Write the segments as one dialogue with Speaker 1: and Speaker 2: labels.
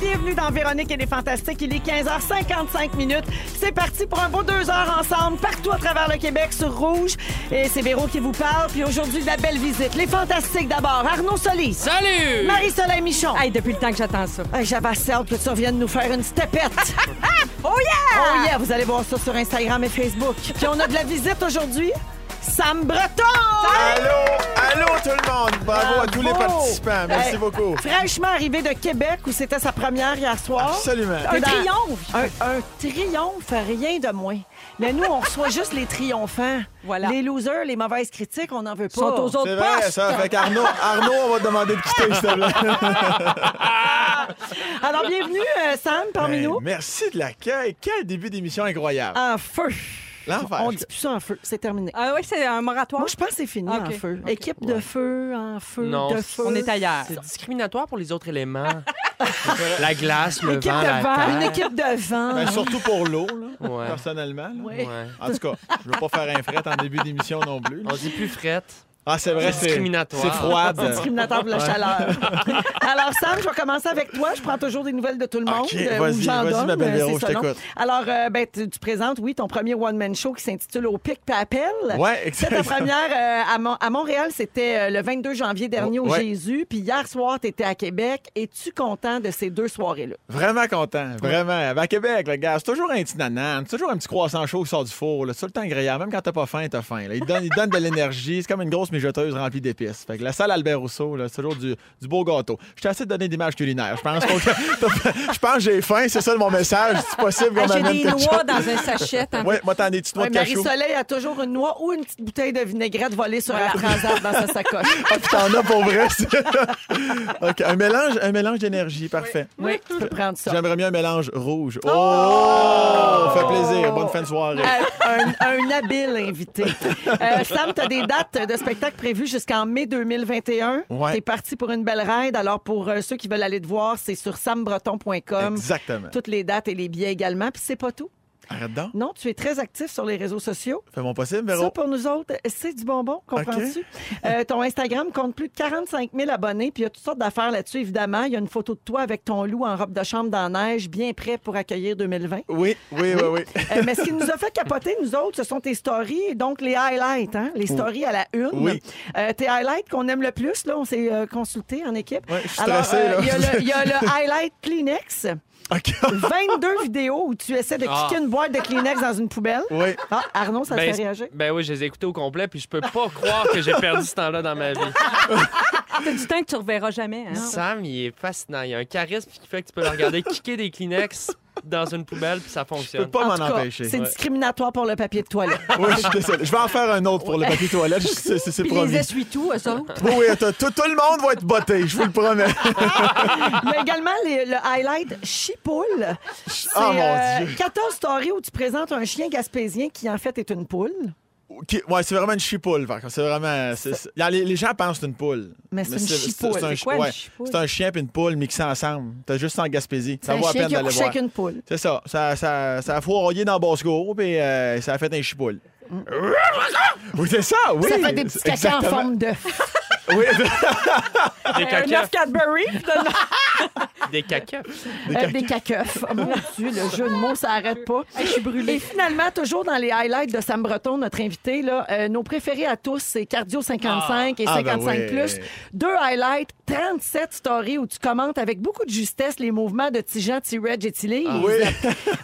Speaker 1: bienvenue dans Véronique et les Fantastiques. Il est 15h55 minutes. C'est parti pour un beau deux heures ensemble, partout à travers le Québec, sur Rouge. Et c'est Véro qui vous parle. Puis aujourd'hui, de la belle visite. Les Fantastiques d'abord. Arnaud Solis.
Speaker 2: Salut!
Speaker 1: Marie-Soleil Michon.
Speaker 3: Hey, depuis le temps que j'attends ça.
Speaker 1: Hey, J'avais hâte que tu reviennes nous faire une stepette.
Speaker 3: Oh yeah!
Speaker 1: oh yeah, vous allez voir ça sur Instagram et Facebook. Puis on a de la visite aujourd'hui. Sam Breton!
Speaker 4: Allô, allô tout le monde. Bravo, à tous les
Speaker 1: Bravo.
Speaker 4: participants. Merci
Speaker 1: Hey,
Speaker 4: beaucoup.
Speaker 1: Fraîchement arrivé de Québec où c'était sa première hier soir.
Speaker 4: Absolument.
Speaker 1: T'es
Speaker 3: Un triomphe.
Speaker 1: Un, un triomphe, rien de moins. Mais nous, on reçoit juste les triomphants.
Speaker 3: Voilà.
Speaker 1: Les losers, les mauvaises critiques, on n'en veut pas.
Speaker 3: Sont aux autres
Speaker 4: C'est vrai,
Speaker 3: postes.
Speaker 4: ça. Fait qu'Arnaud, Arnaud, on va te demander de quitter, s'il te plaît.
Speaker 1: Alors, bienvenue, euh, Sam, parmi
Speaker 4: Hey,
Speaker 1: nous.
Speaker 4: Merci de l'accueil. Quel début d'émission incroyable.
Speaker 1: En feu.
Speaker 4: L'enfer.
Speaker 1: Ah, On dit plus ça en feu. C'est terminé.
Speaker 3: Ah oui, c'est un moratoire.
Speaker 1: Moi, je pense que c'est fini
Speaker 3: Ah, ok.
Speaker 1: en feu.
Speaker 3: Ok.
Speaker 1: Équipe de feu, en feu,
Speaker 2: Non,
Speaker 1: de
Speaker 2: c'est-
Speaker 1: feu.
Speaker 3: On est ailleurs.
Speaker 2: C'est discriminatoire pour les autres éléments. la glace, le
Speaker 1: Équipe
Speaker 2: vent, la
Speaker 1: de vent,
Speaker 2: terre.
Speaker 1: une équipe de vent.
Speaker 4: Ben, surtout pour l'eau, là,
Speaker 2: Ouais.
Speaker 4: personnellement. là.
Speaker 1: Ouais.
Speaker 2: Ouais.
Speaker 4: En tout cas, je veux pas faire un fret en début d'émission non plus. là.
Speaker 2: On dit plus frette.
Speaker 4: Ah, c'est vrai, c'est
Speaker 2: discriminatoire.
Speaker 4: C'est froid.
Speaker 1: C'est discriminatoire pour la chaleur. Alors, Sam, je vais commencer avec toi. Je prends toujours des nouvelles de tout le monde.
Speaker 4: Ok,
Speaker 1: euh, ou
Speaker 4: vas-y,
Speaker 1: j'en
Speaker 4: vas-y,
Speaker 1: donne,
Speaker 4: ma belle
Speaker 1: euh,
Speaker 4: Véro,
Speaker 1: c'est
Speaker 4: je
Speaker 1: ça, non?
Speaker 4: t'écoute.
Speaker 1: Alors, euh, ben, tu, tu présentes, oui, ton premier one-man show qui s'intitule Au pic puis appel.
Speaker 4: Ouais,
Speaker 1: C'était ta
Speaker 4: exactement.
Speaker 1: première euh, à, Mon- à Montréal, c'était euh, le 22 janvier dernier au
Speaker 4: Ouais.
Speaker 1: Jésus. Puis hier soir, tu étais à Québec. Es-tu content de ces deux soirées-là?
Speaker 4: Vraiment content, vraiment. Ben, à Québec, le gars, c'est toujours un petit nanan, c'est toujours un petit croissant chaud qui sort du four. là. C'est tout le temps agréable, même quand t'as pas faim, t'as faim. là. Il, te donne, il te donne de l'énergie, c'est comme une grosse mijoteuse remplie d'épices. Fait que la salle Albert Rousseau, là, c'est toujours du, du beau gâteau. Je t'ai assez donné d'images culinaires. Je pense, qu'on- je pense que j'ai faim, c'est ça mon message. C'est possible qu'on
Speaker 3: Ah, J'ai
Speaker 4: m'amène
Speaker 3: des
Speaker 4: quelque
Speaker 3: noix dans un sachet. hein.
Speaker 4: chose. Ouais, moi, t'en as des petites noix
Speaker 1: Ouais,
Speaker 4: de cachou.
Speaker 1: Marie-Soleil a toujours une noix ou une petite bouteille de vinaigrette volée sur la transat dans sa sacoche.
Speaker 4: Ah, puis t'en as pour vrai. c'est- OK, un mélange, un mélange d'énergie, parfait.
Speaker 1: Oui, tu peux prendre ça.
Speaker 4: J'aimerais mieux un mélange rouge. Oh! Fait plaisir. Bonne fin de soirée.
Speaker 1: un, un habile invité. Euh, Sam, tu as des dates de spectacle prévues jusqu'en mai 2021.
Speaker 4: Ouais.
Speaker 1: Tu es parti pour une belle ride. Alors, pour euh, ceux qui veulent aller te voir, c'est sur sambreton.com.
Speaker 4: Exactement.
Speaker 1: Toutes les dates et les billets également. Puis c'est pas tout.
Speaker 4: Arrête donc.
Speaker 1: Non, tu es très actif sur les réseaux sociaux.
Speaker 4: Fais mon possible,
Speaker 1: Ça,
Speaker 4: Véro.
Speaker 1: pour nous autres, c'est du bonbon, comprends-tu? Euh, ton Instagram compte plus de 45 000 abonnés, puis il y a toutes sortes d'affaires là-dessus, évidemment. Il y a une photo de toi avec ton loup en robe de chambre dans la neige, bien prêt pour accueillir 2020.
Speaker 4: Oui, oui, oui, oui.
Speaker 1: Euh, mais ce qui nous a fait capoter, nous autres, ce sont tes stories et donc les highlights, hein? les stories à la une.
Speaker 4: Oui.
Speaker 1: Euh, tes highlights qu'on aime le plus, là, on s'est euh, consulté en équipe.
Speaker 4: Ouais, je suis
Speaker 1: Alors, euh,
Speaker 4: stressé, là.
Speaker 1: il y a le- il y, a le highlight Kleenex,
Speaker 4: OK.
Speaker 1: 22 vidéos où tu essaies de
Speaker 2: Ah.
Speaker 1: cliquer une boîte de Kleenex dans une poubelle.
Speaker 4: Oui.
Speaker 1: Ah, Arnaud, ça te
Speaker 2: Ben,
Speaker 1: fait réagir?
Speaker 2: ben oui, je les ai écoutés au complet, puis je peux pas croire que j'ai perdu ce temps-là dans ma vie.
Speaker 3: C'est Ah, du temps que tu reverras jamais. hein.
Speaker 2: Sam, il est fascinant. Il a un charisme qui fait que tu peux le regarder kicker des Kleenex dans une poubelle, puis ça
Speaker 4: Je peux
Speaker 2: fonctionne.
Speaker 4: pas
Speaker 1: En tout
Speaker 4: m'en
Speaker 1: cas,
Speaker 4: empêcher.
Speaker 1: C'est discriminatoire pour le papier de toilette.
Speaker 4: Oui, je suis désolé. Je vais en faire un autre pour le papier toilette. Je- C'est c'est- c'est
Speaker 3: Puis les
Speaker 4: promis.
Speaker 3: essuie-tout, eux autres. hein.
Speaker 4: Oui, oui, attends, tout, tout le monde va être botté, je vous le promets.
Speaker 1: Il y a également les- le highlight Chipoule. C'est
Speaker 4: Oh, mon
Speaker 1: euh,
Speaker 4: Dieu.
Speaker 1: 14 stories où tu présentes un chien gaspésien qui, en fait, est une poule.
Speaker 4: OK, Ouais, c'est vraiment une chipoule. par contre. C'est vraiment. c'est- c'est- Là, les, les gens pensent que c'est une poule.
Speaker 1: Mais c'est une chipoule.
Speaker 4: un,
Speaker 1: C'est
Speaker 4: chi-
Speaker 3: quoi, une
Speaker 4: ouais,
Speaker 3: chipoule?
Speaker 4: c'est un chien et une poule mixés ensemble. T'as juste en Gaspésie.
Speaker 1: C'est
Speaker 4: Ça
Speaker 1: un
Speaker 4: vaut à
Speaker 1: chien
Speaker 4: peine
Speaker 1: qui a
Speaker 4: d'aller
Speaker 1: couché
Speaker 4: voir.
Speaker 1: avec une poule.
Speaker 4: C'est ça. Ça, ça, ça a fourroyé dans Bosco, puis euh, ça a fait un chipoule. Oui, c'est ça, oui.
Speaker 1: Ça fait des petits cacas en
Speaker 4: Exactement.
Speaker 1: forme d'œuf.
Speaker 4: Oui,
Speaker 2: Des
Speaker 1: Un
Speaker 2: caca.
Speaker 1: œuf Cadbury,
Speaker 2: Des caca.
Speaker 4: des
Speaker 1: Euh,
Speaker 4: cacas.
Speaker 1: des caqueufs. Oh, mon Dieu, le jeu de mots, ça arrête pas. je suis brûlée. Et finalement, toujours dans les highlights de Sam Breton, notre invité, là, euh, nos préférés à tous, c'est Cardio 55 et
Speaker 4: Ah,
Speaker 1: 55
Speaker 4: ben ouais.
Speaker 1: plus. Deux highlights, 37 stories où tu commentes avec beaucoup de justesse les mouvements de Tijan, T-Reg et T-Lee.
Speaker 4: Ah. Oui,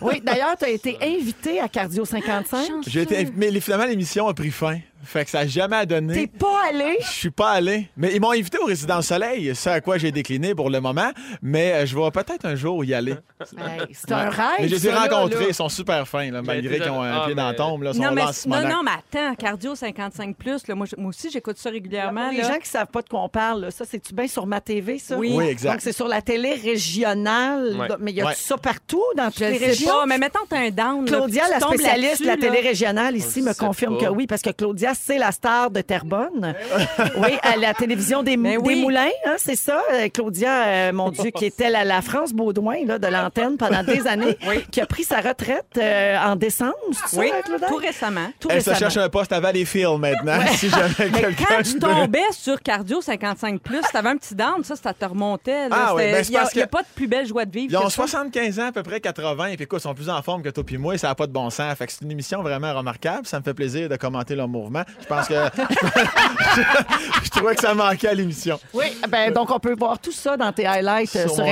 Speaker 1: Oui, d'ailleurs, tu as été invité à Cardio 55.
Speaker 4: j'ai été invi- mais les- finalement l'émission a pris fin. Fait que ça n'a jamais
Speaker 1: T'es
Speaker 4: donné.
Speaker 1: pas allé.
Speaker 4: Je suis pas allé, mais ils m'ont invité au Résident Soleil, ce à quoi j'ai décliné pour le moment, mais euh, je vais peut-être un jour y aller.
Speaker 1: Hey, c'est un rêve.
Speaker 4: mais je les ai
Speaker 1: ça, là,
Speaker 4: rencontrés,
Speaker 1: là.
Speaker 4: ils sont super fins, là, malgré
Speaker 2: déjà-
Speaker 4: qu'ils ont un
Speaker 2: ah,
Speaker 4: pied dans la
Speaker 2: mais-
Speaker 4: tombe, là, ils sont
Speaker 3: Non, mais,
Speaker 4: là en ce
Speaker 3: non,
Speaker 4: moment.
Speaker 3: non, mais attends, Cardio 55, là, moi, je- moi aussi, j'écoute ça régulièrement.
Speaker 1: Ah, Pour les
Speaker 3: là.
Speaker 1: gens qui savent pas de quoi on parle, là, ça, c'est-tu bien sur ma TV, ça?
Speaker 3: Oui.
Speaker 4: Oui, exact.
Speaker 1: Donc, c'est sur la télé régionale.
Speaker 2: Ouais.
Speaker 1: Donc, Mais y a-tu
Speaker 4: Ouais.
Speaker 1: ça partout dans toutes
Speaker 3: Je
Speaker 1: les
Speaker 3: sais
Speaker 1: régions?
Speaker 3: pas, mais mettons, t'as un down. là,
Speaker 1: Claudia,
Speaker 3: puis tu
Speaker 1: la
Speaker 3: tombes
Speaker 1: spécialiste de la
Speaker 3: là-dessus, là.
Speaker 1: télé régionale ici,
Speaker 2: On
Speaker 1: me
Speaker 2: le sait
Speaker 1: confirme
Speaker 2: pas.
Speaker 1: que oui, parce que Claudia enthousiaste, c'est la star de Terrebonne. Oui, à la télévision des,
Speaker 3: Ben oui.
Speaker 1: des Moulins, hein, c'est ça. Euh, Claudia, euh, mon Dieu, qui était la, la France Baudouin là, de l'antenne pendant des années, qui a pris sa retraite euh, en décembre, c'est ça,
Speaker 3: Oui,
Speaker 1: hein, Claudia?
Speaker 3: tout récemment.
Speaker 1: Tout
Speaker 4: Elle se
Speaker 1: récemment.
Speaker 4: Eh, cherche un poste à Valleyfield maintenant, si jamais
Speaker 3: Mais
Speaker 4: quelqu'un...
Speaker 3: quand tu tombais sur Cardio 55, t'avais un petit down, ça, ça te remontait.
Speaker 4: Ah oui, ben, c'est
Speaker 3: il n'y a,
Speaker 4: parce que-
Speaker 3: y a pas de plus belle joie de vivre.
Speaker 4: Ils ont
Speaker 3: que ça.
Speaker 4: 75 ans, à peu près 80, et puis écoute, ils sont plus en forme que toi puis moi, et ça n'a pas de bon sens. Fait que c'est une émission vraiment remarquable. Ça me fait plaisir de commenter leur mouvement. Je pense que... je trouvais que ça manquait à l'émission.
Speaker 1: Oui, ben, donc on peut voir tout ça dans tes highlights euh,
Speaker 4: Sur
Speaker 1: sur,
Speaker 4: mon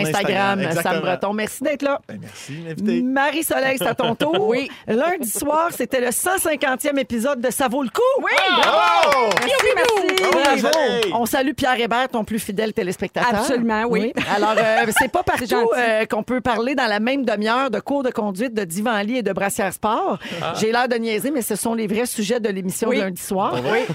Speaker 4: Instagram,
Speaker 1: Instagram, Sam
Speaker 4: exactement.
Speaker 1: Breton. Merci d'être là.
Speaker 4: Ben, merci, de m'inviter.
Speaker 1: Marie-Soleil, c'est à ton tour. Oui. Lundi soir, c'était le 150e épisode de Ça vaut le coup. Oui!
Speaker 4: Oh!
Speaker 3: Merci, merci.
Speaker 4: Bravo,
Speaker 1: Bravo!
Speaker 4: Marie-Soleil!
Speaker 1: On salue Pierre Hébert, ton plus fidèle téléspectateur.
Speaker 3: Absolument, oui.
Speaker 1: Alors, euh, c'est pas
Speaker 3: C'est
Speaker 1: partout
Speaker 3: gentil.
Speaker 1: euh, qu'on peut parler dans la même demi-heure de cours de conduite, de divan-lit et de brassière sport.
Speaker 4: Ah.
Speaker 1: J'ai l'air de niaiser, mais ce sont les vrais sujets de l'émission
Speaker 3: Oui.
Speaker 1: de lundi soir.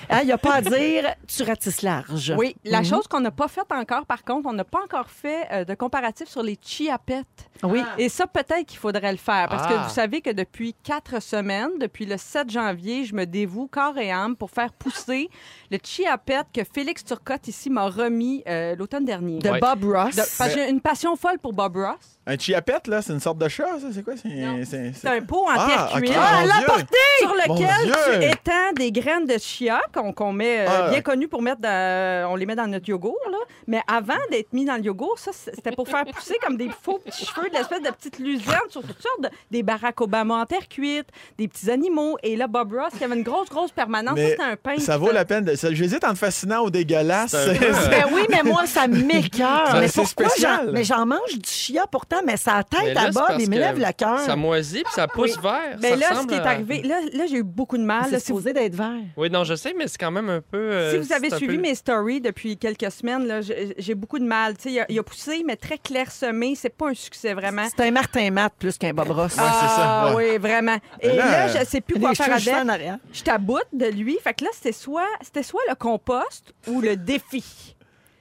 Speaker 4: Ah
Speaker 1: Il n'y a pas à dire, tu ratisses large.
Speaker 3: Oui, la chose qu'on n'a pas faite encore, par contre, on n'a pas encore fait euh, de comparatif sur les chiapettes.
Speaker 1: Oui.
Speaker 3: Et ça, peut-être qu'il faudrait le faire, parce
Speaker 2: Ah.
Speaker 3: que vous savez que depuis quatre semaines, depuis le 7 janvier, je me dévoue corps et âme pour faire pousser le chiapette que Félix Turcotte ici m'a remis euh, l'automne dernier.
Speaker 1: De
Speaker 2: Ouais.
Speaker 1: Bob Ross.
Speaker 3: De- parce que j'ai une passion folle pour Bob Ross.
Speaker 4: Un chiapette, là, c'est une sorte de chat, ça? C'est quoi? C'est
Speaker 3: Non.
Speaker 4: c'est-
Speaker 3: C'est un pot en
Speaker 4: Ah,
Speaker 3: terre
Speaker 4: ok.
Speaker 3: cuite.
Speaker 4: Ah, mon
Speaker 3: la
Speaker 4: Dieu.
Speaker 3: portée! Sur
Speaker 4: Mon Dieu.
Speaker 3: lequel tu étends des graines de chia qu'on qu'on met, euh,
Speaker 4: Ah.
Speaker 3: bien connues pour mettre dans- on les met dans notre yogourt, là. Mais avant d'être mis dans le yogourt, ça, c'était pour faire pousser comme des faux petits cheveux, de l'espèce de petite luzerne sur toutes sortes de- des Barack Obama en terre cuite, des petits animaux. Et là, Bob Ross, qui avait une grosse, grosse permanence, ça,
Speaker 4: Mais
Speaker 3: c'était un pain.
Speaker 4: ça vaut la peine. de- ça- J'hésite entre fascinant ou dégueulasse.
Speaker 2: C'est un peu, euh,
Speaker 1: Ben oui, mais moi, ça m'écœure.
Speaker 4: Ça,
Speaker 1: Mais
Speaker 4: c'est
Speaker 1: pourquoi
Speaker 4: spécial.
Speaker 1: j'en- Mais j'en mange du chia pourtant, mais ça
Speaker 2: Mais
Speaker 1: tête
Speaker 2: là,
Speaker 1: à
Speaker 2: c'est
Speaker 1: Bob,
Speaker 2: parce
Speaker 1: il me
Speaker 2: que
Speaker 1: lève le cœur.
Speaker 2: Ça moisit puis ça pousse vert.
Speaker 3: Mais
Speaker 2: ça
Speaker 3: Ben là, ce
Speaker 2: ressemble
Speaker 3: qui est
Speaker 2: à-
Speaker 3: arrivé, là, là, j'ai eu beaucoup de mal. Là,
Speaker 1: Ah, C'est
Speaker 3: si vous-
Speaker 1: supposé d'être vert.
Speaker 2: Oui, non, je sais, mais c'est quand même un peu. euh,
Speaker 3: Si vous avez
Speaker 2: c'est un
Speaker 3: suivi
Speaker 2: peu-
Speaker 3: mes stories depuis quelques semaines, là, j'ai j'ai beaucoup de mal. Tu sais, Il a, il a poussé, mais très clairsemé. C'est pas un succès vraiment.
Speaker 1: C'est un Martin Matt plus qu'un Bob Ross.
Speaker 4: Ouais, c'est ça,
Speaker 3: Ah
Speaker 4: ouais.
Speaker 3: oui, vraiment. Et
Speaker 4: Mais là,
Speaker 3: là, je sais plus
Speaker 1: Les
Speaker 3: quoi
Speaker 1: cheveux
Speaker 3: faire
Speaker 1: juste en
Speaker 3: avec.
Speaker 1: arrière.
Speaker 3: Je taboute de lui. Fait que là, c'était soit, c'était soit le compost ou le défi.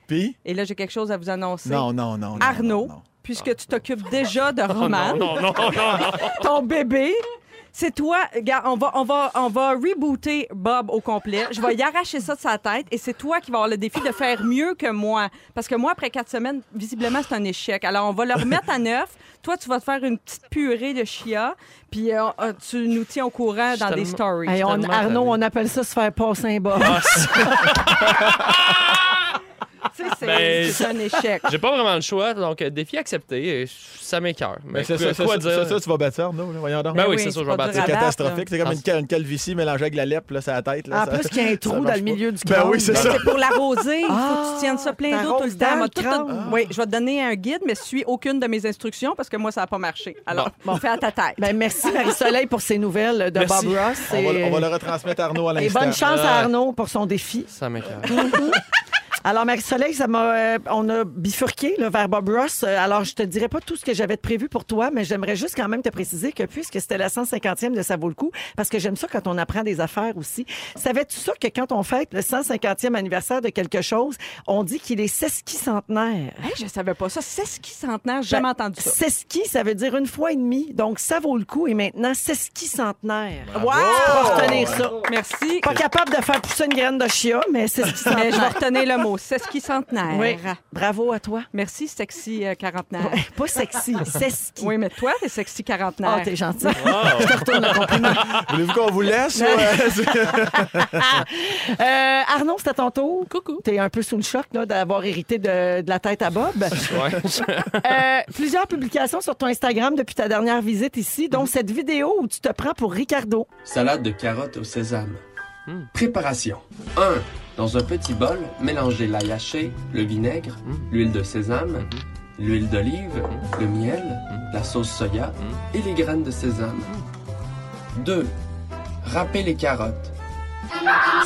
Speaker 4: Puis,
Speaker 3: Et là, j'ai quelque chose à vous annoncer.
Speaker 4: non, non, non. non,
Speaker 3: Arnaud,
Speaker 4: non, non.
Speaker 3: puisque tu t'occupes déjà de
Speaker 2: Oh,
Speaker 3: Roman,
Speaker 2: non, non, non, non, non.
Speaker 3: ton bébé, c'est toi. Regarde, on va, on, va, on va rebooter Bob au complet. Je vais y arracher ça de sa tête et c'est toi qui vas avoir le défi de faire mieux que moi. Parce que moi, après quatre semaines, visiblement, c'est un échec. Alors, on va le remettre à neuf. Toi, tu vas te faire une petite purée de chia, puis euh, euh, tu nous tiens au courant
Speaker 2: Je
Speaker 3: dans des
Speaker 2: tellement-
Speaker 3: stories.
Speaker 1: Hey, on-
Speaker 2: tellement
Speaker 1: Arnaud,
Speaker 2: tanné.
Speaker 1: on appelle ça se faire passer un Bob.
Speaker 2: Ah, c'est-
Speaker 3: Tu sais, c'est
Speaker 2: Ben,
Speaker 3: c'est un échec.
Speaker 2: J'ai pas vraiment le choix, donc euh, défi accepté. et Ça m'écœure. Mais
Speaker 4: Mais c'est
Speaker 2: quoi
Speaker 4: ça, ça,
Speaker 2: quoi
Speaker 4: ça,
Speaker 2: dire?
Speaker 4: ça, tu vas battre ça, Arnaud, là, voyons donc.
Speaker 2: Ben oui,
Speaker 3: oui,
Speaker 2: c'est
Speaker 3: c'est
Speaker 2: sûr, je vais
Speaker 3: pas
Speaker 2: battre
Speaker 4: c'est
Speaker 3: durable.
Speaker 2: ça.
Speaker 4: catastrophique. C'est comme une, cal- une calvitie mélangée avec la lèpre, là, ça la tête. Là,
Speaker 3: Ah,
Speaker 1: En
Speaker 4: ça-
Speaker 1: plus qu'il y a un trou dans
Speaker 4: marche
Speaker 1: le
Speaker 4: pas.
Speaker 1: milieu du
Speaker 4: Ben
Speaker 1: crâne.
Speaker 4: oui, c'est ça.
Speaker 3: C'est pour l'arroser. Il faut
Speaker 1: Ah,
Speaker 3: que tu tiennes ça plein d'eau tout le
Speaker 1: t'arroses dans
Speaker 3: temps.
Speaker 1: le
Speaker 3: Moi, tout- tout-
Speaker 1: crâne.
Speaker 3: Oui, je vais te donner un guide, mais suis aucune de mes instructions parce que moi, ça n'a pas marché. Alors, bon. fais à ta tête.
Speaker 1: Ben, merci Marie-Soleil pour ces nouvelles de
Speaker 2: Merci.
Speaker 1: Bob Ross.
Speaker 4: On va, le- on va
Speaker 1: Et-
Speaker 4: le retransmettre à Arnaud à
Speaker 1: Et
Speaker 4: l'instant.
Speaker 1: bonne chance à
Speaker 2: Ah.
Speaker 1: Arnaud pour son défi.
Speaker 2: Ça m'écœure.
Speaker 1: Alors, Marie-Soleil, ça m'a, euh, on a bifurqué là, vers Bob Ross. Euh, Alors, je te dirai pas tout ce que j'avais de prévu pour toi, mais j'aimerais juste quand même te préciser que puisque c'était la 150e de Ça vaut le coup, parce que j'aime ça quand on apprend des affaires aussi, savais-tu ça que quand on fête le 150e anniversaire de quelque chose, on dit qu'il est sesquicentenaire?
Speaker 3: Hey, je savais pas ça. C'est ce qui centenaire. J'ai jamais entendu ça.
Speaker 1: Sesqui, ça veut dire une fois et demie. Donc, ça vaut le coup. Et maintenant, sesquicentenaire.
Speaker 3: Wow!
Speaker 1: Faut retenir ça.
Speaker 3: Merci.
Speaker 1: Pas capable de faire pousser une graine de chia,
Speaker 3: Mais
Speaker 1: mais
Speaker 3: je vais
Speaker 1: sesquicentenaire.
Speaker 3: retenir le mot. C'est ce qui centenaire.
Speaker 1: Oui. Bravo à toi.
Speaker 3: Merci, sexy euh, quarantenaire.
Speaker 1: Pas sexy, sesqui.
Speaker 3: Oui, mais toi, t'es sexy quarantenaire.
Speaker 1: Ah, t'es gentil.
Speaker 2: Wow.
Speaker 4: Voulez-vous qu'on vous laisse? ou, euh,
Speaker 1: Euh, Arnaud, c'est à ton tour.
Speaker 3: Coucou.
Speaker 1: T'es un peu sous le choc là, d'avoir hérité de, de la tête à Bob.
Speaker 2: Ouais.
Speaker 1: Euh, plusieurs publications sur ton Instagram depuis ta dernière visite ici, dont cette vidéo où tu te prends pour Ricardo.
Speaker 5: Salade de carottes au sésame.
Speaker 2: Mm.
Speaker 5: Préparation. 1. Dans un petit bol, mélangez l'ail haché, le vinaigre, l'huile de sésame, l'huile d'olive, le miel, la sauce soya et les graines de sésame. 2. Râpez les carottes.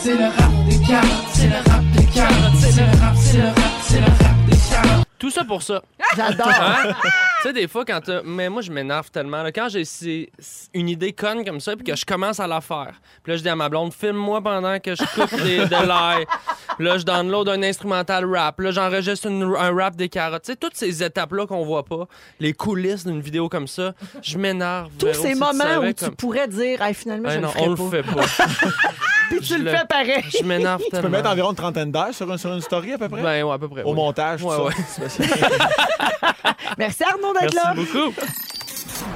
Speaker 5: C'est le rap des carottes, c'est le rap des carottes, c'est le rap, c'est le rap, c'est le rap des carottes.
Speaker 1: Ah!
Speaker 2: Tout ça pour ça.
Speaker 1: J'adore.
Speaker 2: Hein? tu sais, des fois, quand t'as- Mais moi, je m'énerve tellement. là. Quand j'ai c'est- c'est une idée conne comme ça, puis que je commence à la faire. Puis là, je dis à ma blonde, filme-moi pendant que je coupe des, de l'ail. Puis là, je download un instrumental rap. Puis Là, j'enregistre une- un rap des carottes. Tu sais, toutes ces étapes-là qu'on voit pas, les coulisses d'une vidéo comme ça, je m'énerve.
Speaker 1: Tous ces
Speaker 2: Véro, Ben si tu
Speaker 1: moments
Speaker 2: savais
Speaker 1: où tu
Speaker 2: comme-
Speaker 1: pourrais dire, Hey, finalement,
Speaker 2: Ah
Speaker 1: je
Speaker 2: non,
Speaker 1: le ferais
Speaker 2: on le
Speaker 1: pas.
Speaker 2: fait pas.
Speaker 1: Puis tu
Speaker 2: Je
Speaker 1: le
Speaker 2: le-
Speaker 1: fais pareil.
Speaker 2: Je m'énerve tellement.
Speaker 4: Tu peux mettre environ une trentaine d'heures sur, un- sur une story à peu près?
Speaker 2: Ben ouais, à peu près.
Speaker 4: Au
Speaker 2: oui.
Speaker 4: montage, tout
Speaker 2: Ouais,
Speaker 4: ça.
Speaker 2: ouais.
Speaker 1: Merci Arnaud d'être
Speaker 2: Merci
Speaker 1: là.
Speaker 2: beaucoup.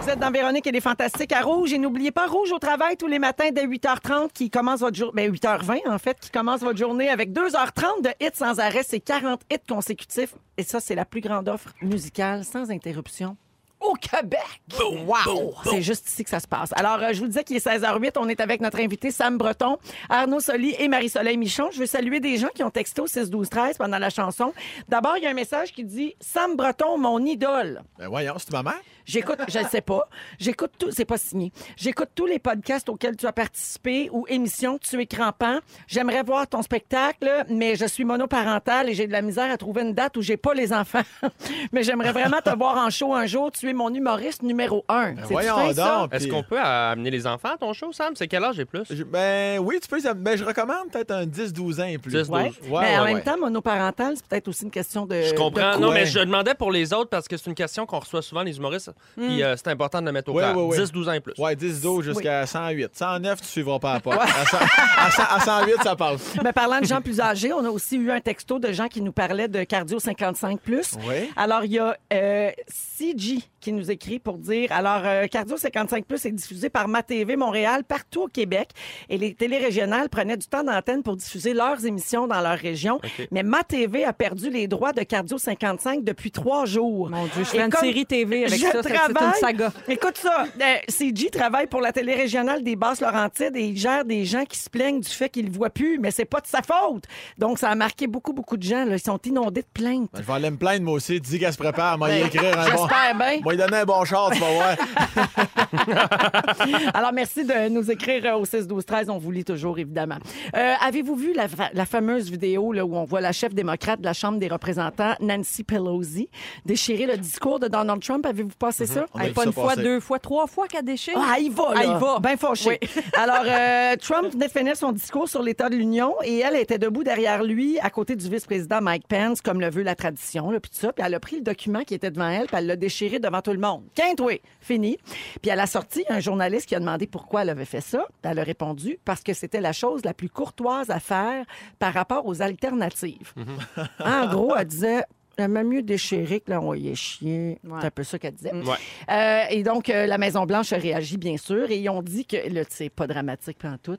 Speaker 1: Vous êtes dans Véronique et les Fantastiques à Rouge. Et n'oubliez pas, Rouge au travail tous les matins dès 8h30 qui commence votre ben, journée. 8h20 en fait, qui commence votre journée avec 2h30 de hits sans arrêt. C'est 40 hits consécutifs. Et ça, c'est la plus grande offre musicale sans interruption. Au Québec! wow! C'est juste ici que ça se passe. Alors, euh, je vous disais qu'il est 16h08. On est avec notre invité Sam Breton, Arnaud Soli et Marie-Soleil Michon. Je veux saluer des gens qui ont texté au 6-12-13 pendant la chanson. D'abord, il y a un message qui dit « Sam Breton, mon idole ».
Speaker 4: Ben voyons, c'est ma mère.
Speaker 1: J'écoute, je ne sais pas. J'écoute tout, c'est pas signé. J'écoute tous les podcasts auxquels tu as participé ou émissions. Tu es crampant. J'aimerais voir ton spectacle, mais je suis monoparentale et j'ai de la misère à trouver une date où j'ai pas les enfants. mais j'aimerais vraiment te voir en show un jour. Tu es mon humoriste numéro un.
Speaker 4: Ben
Speaker 1: C'est
Speaker 4: voyons donc.
Speaker 2: Est-ce
Speaker 4: puis-
Speaker 2: qu'on peut euh, amener les enfants à ton show, Sam? C'est quel âge et plus?
Speaker 4: Je- Ben oui, tu peux. ça- Ben je recommande peut-être un 10-12 ans et plus.
Speaker 2: 10-12.
Speaker 1: Ouais.
Speaker 4: Ouais,
Speaker 1: mais en
Speaker 4: ouais,
Speaker 1: même
Speaker 4: ouais.
Speaker 1: temps, monoparentale, c'est peut-être aussi une question de.
Speaker 2: Je comprends.
Speaker 4: de
Speaker 2: Non,
Speaker 4: quoi?
Speaker 2: mais je demandais pour les autres parce que c'est une question qu'on reçoit souvent, les humoristes. Puis euh, c'est important de le mettre au
Speaker 4: Ouais,
Speaker 2: clair.
Speaker 4: ouais, ouais.
Speaker 2: 10, 12 ans et plus.
Speaker 4: Ouais, 10-12 jusqu'à 108. 109, tu suivras pas à pas. À, cent- à cent- à 108, ça passe.
Speaker 1: Mais parlant de gens plus âgés, on a aussi eu un texto de gens qui nous parlaient de cardio 55 plus.
Speaker 4: Oui.
Speaker 1: Alors il y a euh, CG qui nous écrit pour dire alors euh, cardio 55 plus est diffusé par Ma TV Montréal partout au Québec et les télérégionales prenaient du temps d'antenne pour diffuser leurs émissions dans leur région. Mais Ma TV a perdu les droits de cardio 55 depuis trois jours.
Speaker 3: Mon Dieu, je
Speaker 1: Et
Speaker 3: fais une
Speaker 1: comme
Speaker 3: série TV avec
Speaker 1: je
Speaker 3: ça. c'est- C'est une
Speaker 1: travaille-
Speaker 3: saga.
Speaker 1: Écoute ça, euh, CG travaille pour la télé-régionale des Basses-Laurentides et il gère des gens qui se plaignent du fait qu'ils ne voient plus, mais c'est pas de sa faute. Donc, ça a marqué beaucoup, beaucoup de gens. là. Ils sont inondés de plaintes.
Speaker 4: Ben, je vais aller me plaindre, moi aussi. Dis qu'elle se prépare. Moi, y
Speaker 2: Ben,
Speaker 4: écrire un bon.
Speaker 1: J'espère bien.
Speaker 4: Moi, lui donner un bon char, tu vas voir.
Speaker 1: Alors, merci de nous écrire euh, au 6 12 13 On vous lit toujours, évidemment. Euh, Avez-vous vu la, fa- la fameuse vidéo là, où on voit la chef démocrate de la Chambre des représentants, Nancy Pelosi, déchirer le discours de Donald Trump? Avez-vous passé ça?
Speaker 4: Mm-hmm. On a
Speaker 3: Hey,
Speaker 4: vu
Speaker 3: pas
Speaker 4: ça
Speaker 3: une fois,
Speaker 4: passer.
Speaker 3: deux fois, trois fois qu'elle déchire.
Speaker 1: Ah, il va, là.
Speaker 3: Ah, il va.
Speaker 1: Ben fâché. Alors, euh, Trump venait de finir son discours sur l'état de l'Union et elle était debout derrière lui, à côté du vice-président Mike Pence, comme le veut la tradition, là, puis tout ça. Puis elle a pris le document qui était devant elle, puis elle l'a déchiré devant tout le monde. Quinte, oui, fini. Puis elle a sorti un journaliste qui a demandé pourquoi elle avait fait ça. Puis Elle a répondu parce que c'était la chose la plus courtoise à faire par rapport aux alternatives. En gros, elle disait. J'aimerais mieux déchirer que l'envoyer chier.
Speaker 3: Ouais.
Speaker 1: C'est un peu ça qu'elle disait.
Speaker 2: Ouais.
Speaker 1: Euh, et donc, euh, la Maison-Blanche a réagi, bien sûr, et ils ont dit que, là, c'est pas dramatique, pas en tout,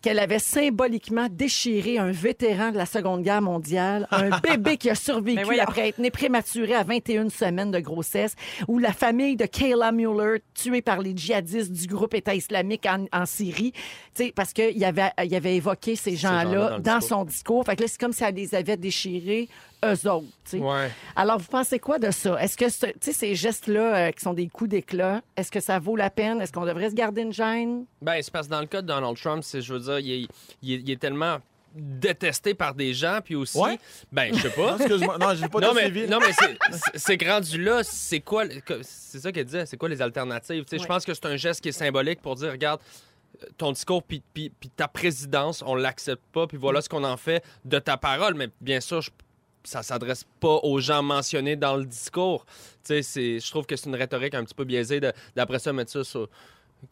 Speaker 1: qu'elle avait symboliquement déchiré un vétéran de la Seconde Guerre mondiale, un bébé qui a survécu
Speaker 3: Ben voyons.
Speaker 1: après être né prématuré à 21 semaines de grossesse, ou la famille de Kayla Mueller, tuée par les djihadistes du groupe État islamique en, en Syrie, tu sais, parce qu'il avait, il avait évoqué ces gens-là
Speaker 2: gens-là dans
Speaker 1: dans,
Speaker 2: le
Speaker 1: son discours. Fait que là, c'est comme si elle les avait déchirés eux autres, tu sais.
Speaker 2: Ouais.
Speaker 1: Alors, vous pensez quoi de ça? Est-ce que ce- tu sais, ces gestes-là, euh, qui sont des coups d'éclat, est-ce que ça vaut la peine? Est-ce qu'on devrait se garder une gêne?
Speaker 2: Ben, c'est parce que dans le cas de Donald Trump, c'est, je veux dire, il est, il est- il est tellement détesté par des gens, puis aussi,
Speaker 4: Ouais.
Speaker 2: ben, je sais pas.
Speaker 4: Non, excuse-moi. Non, j'ai pas
Speaker 2: non,
Speaker 4: de
Speaker 2: mais,
Speaker 4: suivi.
Speaker 2: non, mais c'est, c'est- c'est rendu là, c'est quoi, le- que- c'est ça qu'elle disait, c'est quoi les alternatives? Tu sais, Je
Speaker 1: Ouais.
Speaker 2: pense que c'est un geste qui est symbolique pour dire, regarde, euh, ton discours puis, puis- puis ta présidence, on l'accepte pas, puis voilà ce qu'on en fait de ta parole. Mais bien sûr, je- ça s'adresse pas aux gens mentionnés dans le discours. Tu sais, c'est- je trouve que c'est une rhétorique un petit peu biaisée de- d'après ça mettre ça sur-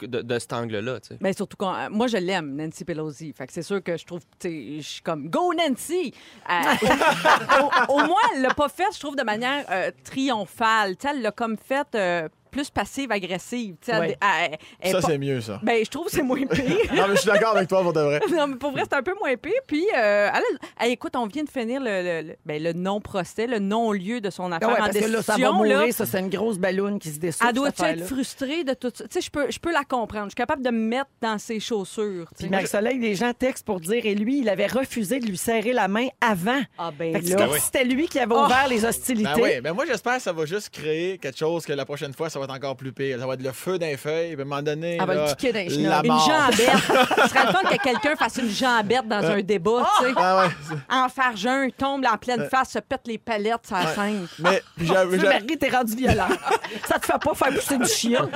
Speaker 2: de, de cet angle-là. tu sais.
Speaker 3: Mais surtout quand euh, moi je l'aime Nancy Pelosi, fait que c'est sûr que je trouve tu sais, je suis comme go Nancy. Euh, au, au moins elle l'a pas fait, je trouve de manière euh, triomphale, Tu sais, elle l'a comme fait euh, plus passive agressive, Tu sais, elle-
Speaker 1: Ouais.
Speaker 3: elle- elle est
Speaker 4: Ça,
Speaker 3: pas-
Speaker 4: c'est mieux, ça.
Speaker 3: ben je trouve que c'est moins pire.
Speaker 4: Non, mais je suis d'accord avec toi pour de vrai.
Speaker 3: Non, mais pour vrai, c'est un peu moins pire. Puis, euh, elle a- hey, écoute, on vient de finir le, le- le- ben, le non-procès, le non-lieu de son affaire
Speaker 1: Ah ouais,
Speaker 3: en
Speaker 1: parce que là, ça va
Speaker 3: destitution, là.
Speaker 1: mourir, ça, c'est une grosse balloune qui se dessoude.
Speaker 3: Elle doit
Speaker 1: cette affaire-là.
Speaker 3: être frustrée de tout ça. Tu sais, je peux, je peux la comprendre. Je suis capable de me mettre dans ses chaussures. tu
Speaker 1: Puis
Speaker 3: sais.
Speaker 1: Marie-Soleil, les gens textent pour dire, et lui, il avait refusé de lui serrer la main avant.
Speaker 3: Ah, ben
Speaker 1: Fait que c'est
Speaker 3: là.
Speaker 1: comme si c'était lui qui avait
Speaker 3: Oh.
Speaker 1: ouvert les hostilités.
Speaker 4: Ben oui, ben moi j'espère que ça va juste créer quelque chose que la prochaine fois ça va va être encore plus pire. Ça va être le feu d'un feuille. Puis à un moment donné,
Speaker 3: Ah, ben,
Speaker 6: Elle va
Speaker 4: là,
Speaker 6: le kicker dans les
Speaker 4: la
Speaker 6: chenilles.
Speaker 3: Une
Speaker 4: mort.
Speaker 3: jambette. Ce serait le fun que quelqu'un fasse une jambette dans un débat, tu sais.
Speaker 4: Ah Euh. ouais, c'est-
Speaker 3: En farge un, tombe en pleine face, se pète les palettes, ça scène.
Speaker 4: mais puis j'avais-
Speaker 1: Tu veux,
Speaker 4: j'avais-
Speaker 1: Marie, t'es rendu violent. ça te fait pas faire pousser du chien.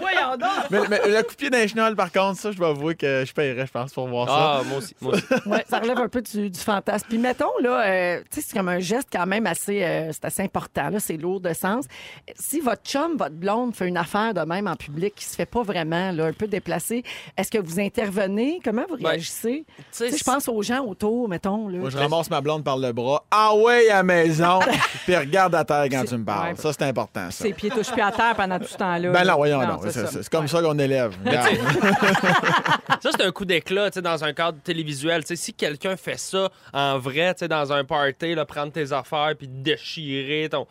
Speaker 1: Voyons donc.
Speaker 4: mais, mais le coup de pied d'un chenol, par contre, ça, je dois avouer que je paierais, je pense, pour voir ça.
Speaker 2: Ah, moi aussi. Moi aussi.
Speaker 1: Ouais, ça relève un peu du, du fantasme. Puis mettons, là, euh, tu sais, c'est comme un geste quand même assez, euh, c'est assez important, là, c'est lourd de sens. Si votre chum, votre blonde fait une affaire de même en public qui se fait pas vraiment, là, un peu déplacée, est-ce que vous intervenez? Comment vous
Speaker 2: Ben,
Speaker 1: réagissez?
Speaker 2: Tu
Speaker 1: Tu
Speaker 2: sais,
Speaker 1: sais, je pense aux gens autour, mettons, là.
Speaker 4: Moi, je ramasse ma blonde par le bras, ah ouais, à maison, puis regarde à terre quand tu me parles.
Speaker 3: ouais.
Speaker 4: Ça, c'est important, ça.
Speaker 3: Ses pieds touchent plus à terre pendant tout ce temps-là.
Speaker 4: Ben
Speaker 3: là.
Speaker 4: non, voyons, non.
Speaker 3: c'est
Speaker 4: C'est
Speaker 3: ça.
Speaker 4: c'est comme ça qu'on élève. Regarde.
Speaker 2: Ça, c'est un coup d'éclat, tu sais, dans un cadre télévisuel. Tu sais, si quelqu'un fait ça en vrai, tu sais, dans un party, là, prendre tes affaires puis déchirer ton...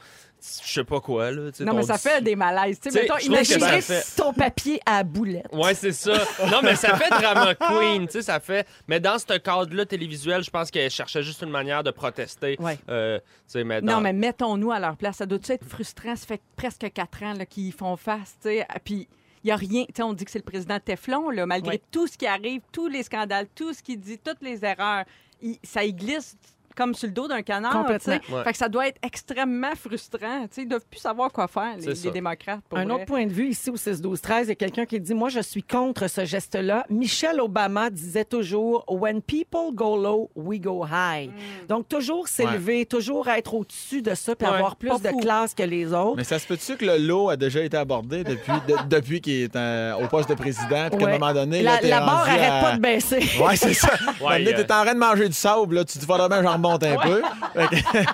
Speaker 2: Je sais pas quoi, là. tu sais,
Speaker 3: Non, mais
Speaker 2: ton
Speaker 3: ça
Speaker 2: tissu.
Speaker 3: fait des malaises. Tu sais,
Speaker 2: T'sais,
Speaker 3: mettons,
Speaker 2: je trouve que ça
Speaker 3: imaginez
Speaker 2: fait-
Speaker 1: ton papier à boulettes.
Speaker 2: Ouais, c'est ça. Non, mais ça fait drama queen, tu sais, ça fait... Mais dans ce cadre-là télévisuel, je pense qu'elle cherchait juste une manière de protester.
Speaker 1: Ouais.
Speaker 2: Euh, tu sais, mais dans-
Speaker 3: Non, mais mettons-nous à leur place. Ça doit être frustrant? Ça fait presque quatre ans là, qu'ils font face, tu sais. Ah, Puis il n'y a rien. Tu sais, on dit que c'est le président Teflon, là, malgré
Speaker 1: Ouais.
Speaker 3: tout ce qui arrive, tous les scandales, tout ce qu'il dit, toutes les erreurs. il- ça y glisse comme sur le dos d'un canard,
Speaker 1: Complètement.
Speaker 3: tu sais.
Speaker 2: Ouais.
Speaker 3: Fait que ça doit être extrêmement frustrant, tu sais. Ils doivent plus savoir quoi faire, les,
Speaker 2: C'est ça.
Speaker 3: les démocrates, pour
Speaker 1: Un
Speaker 3: vrai.
Speaker 1: autre point de vue ici au 6 12 13, il y a quelqu'un qui dit moi je suis contre ce geste-là. Michelle Obama disait toujours when people go low, we go high.
Speaker 3: Mm.
Speaker 1: Donc toujours s'élever, toujours être au-dessus de ça puis
Speaker 2: Ouais.
Speaker 1: avoir plus
Speaker 3: Pas
Speaker 1: de
Speaker 3: fou.
Speaker 1: classe que les autres.
Speaker 4: Mais ça se peut-tu que le lot a déjà été abordé depuis, de- depuis qu'il est euh, au poste de président, puis qu'à
Speaker 1: Ouais.
Speaker 4: un moment donné,
Speaker 1: la,
Speaker 4: là, t'es
Speaker 1: la barre
Speaker 4: rendu
Speaker 1: arrête
Speaker 4: à-
Speaker 1: pas de baisser.
Speaker 4: Ouais, c'est ça.
Speaker 2: Ouais,
Speaker 4: Maintenant,
Speaker 2: euh,
Speaker 4: t'es en train de manger du sable, là, tu te vas demain, j'en remonte un peu. Fait que-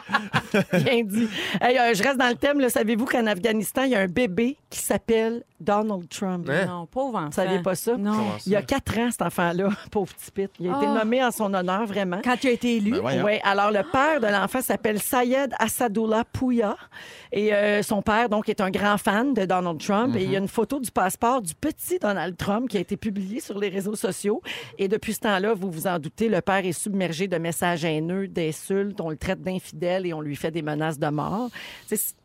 Speaker 1: Bien dit. Hey, euh, je reste dans le thème. là. Savez-vous qu'en Afghanistan, il y a un bébé qui s'appelle Donald Trump.
Speaker 2: Hein?
Speaker 3: Non, pauvre enfant.
Speaker 1: Vous saviez pas ça?
Speaker 3: Non.
Speaker 1: Il y a quatre ans, cet enfant-là, pauvre petit pit. Il a été
Speaker 3: Ah.
Speaker 1: nommé en son honneur, vraiment.
Speaker 3: Quand tu as été élu,
Speaker 4: Ben voyons.
Speaker 1: Oui, alors le père de l'enfant s'appelle Sayed Asadullah Pouya. Et euh, son père, donc, est un grand fan de Donald Trump. Et il y a
Speaker 4: Mm-hmm.
Speaker 1: une photo du passeport du petit Donald Trump qui a été publiée sur les réseaux sociaux. Et depuis ce temps-là, vous vous en doutez, le père est submergé de messages haineux, d'insultes. On le traite d'infidèle et on lui fait des menaces de mort. Tu sais, C'est,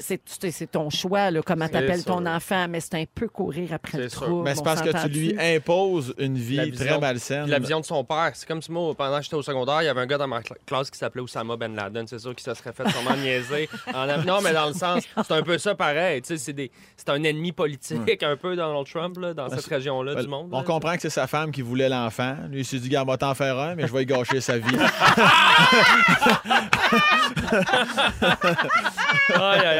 Speaker 1: c'est- c'est- c'est ton choix, là, comment t'appelles
Speaker 2: sûr.
Speaker 1: ton enfant, mais c'est un peu courir après le
Speaker 2: C'est sûr.
Speaker 1: trou.
Speaker 4: Mais c'est parce que tu lui imposes une
Speaker 2: La
Speaker 4: vie
Speaker 2: vision-
Speaker 4: très malsaine.
Speaker 1: Ben
Speaker 2: La vision de son père. C'est comme si moi, pendant que j'étais au secondaire, il y avait un gars dans ma cla- classe qui s'appelait Oussama Ben Laden. C'est sûr qu'il se serait fait sûrement niaiser. en av- Non, mais dans le sens, c'est un peu ça pareil. Tu sais, C'est des- c'est un ennemi politique, un peu Donald Trump, là, dans cette région-là
Speaker 4: Ben,
Speaker 2: du monde.
Speaker 4: On
Speaker 2: là.
Speaker 4: comprend que c'est sa femme qui voulait l'enfant. Lui, il s'est dit, gars, on va t'en faire un, mais je vais y gâcher sa vie.
Speaker 2: Aïe, aïe, aïe.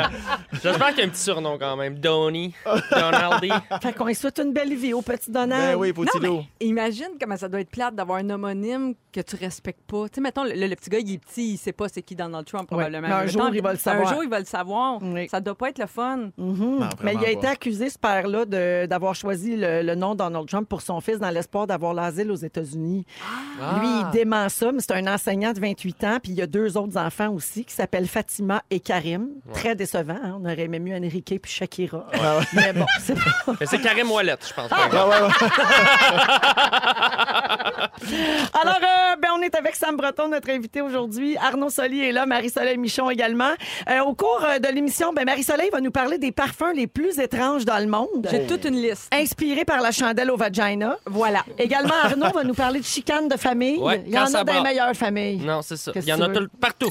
Speaker 2: J'espère qu'il y a un petit surnom quand même. Donny. Donaldy.
Speaker 1: Fait qu'on lui souhaite une belle vie au petit Donald.
Speaker 4: ben oui, faut
Speaker 3: Non, mais imagine comment ça doit être plate d'avoir un homonyme que tu respectes pas. Tu sais, mettons, le, le petit gars, il est petit, il sait pas c'est qui Donald Trump, probablement.
Speaker 1: mais un
Speaker 3: Mettons,
Speaker 1: jour, il va le savoir.
Speaker 3: Un jour, il va le savoir.
Speaker 1: Oui.
Speaker 3: Ça doit pas être le fun.
Speaker 1: Mhm.
Speaker 4: Non,
Speaker 1: Mais il
Speaker 4: vraiment
Speaker 1: a été
Speaker 4: pas.
Speaker 1: accusé, ce père-là, de- d'avoir choisi le, le nom Donald Trump pour son fils dans l'espoir d'avoir l'asile aux États-Unis.
Speaker 4: Ah!
Speaker 1: Lui, il dément ça, mais c'est un enseignant de 28 ans, puis il y a deux autres enfants aussi qui s'appellent Fatima et Karim. Très décevant, hein. on aurait même eu Enrique puis Shakira.
Speaker 4: Ah
Speaker 1: Mais bon, c'est pas...
Speaker 2: Mais c'est Karim Ouellet, je pense.
Speaker 1: Ah!
Speaker 2: par exemple.
Speaker 4: Ouais, ouais, ouais.
Speaker 1: Alors, euh, ben, on est avec Sam Breton, notre invité aujourd'hui. Arnaud Soli est là, Marie-Soleil Michon également. Euh, au cours euh, de l'émission, ben, Marie-Soleil va nous parler des parfums les plus étranges dans le monde.
Speaker 3: J'ai toute une liste.
Speaker 1: Inspiré par la chandelle au vagina.
Speaker 3: Voilà.
Speaker 1: Également, Arnaud va nous parler de chicanes de famille.
Speaker 2: Ouais,
Speaker 1: Il y en
Speaker 2: quand ça
Speaker 1: a des
Speaker 2: brasse.
Speaker 1: meilleures familles.
Speaker 2: Non, c'est ça.
Speaker 1: Qu'est-ce
Speaker 2: Il y en
Speaker 1: que
Speaker 2: a
Speaker 1: tu veux?
Speaker 2: tout- partout.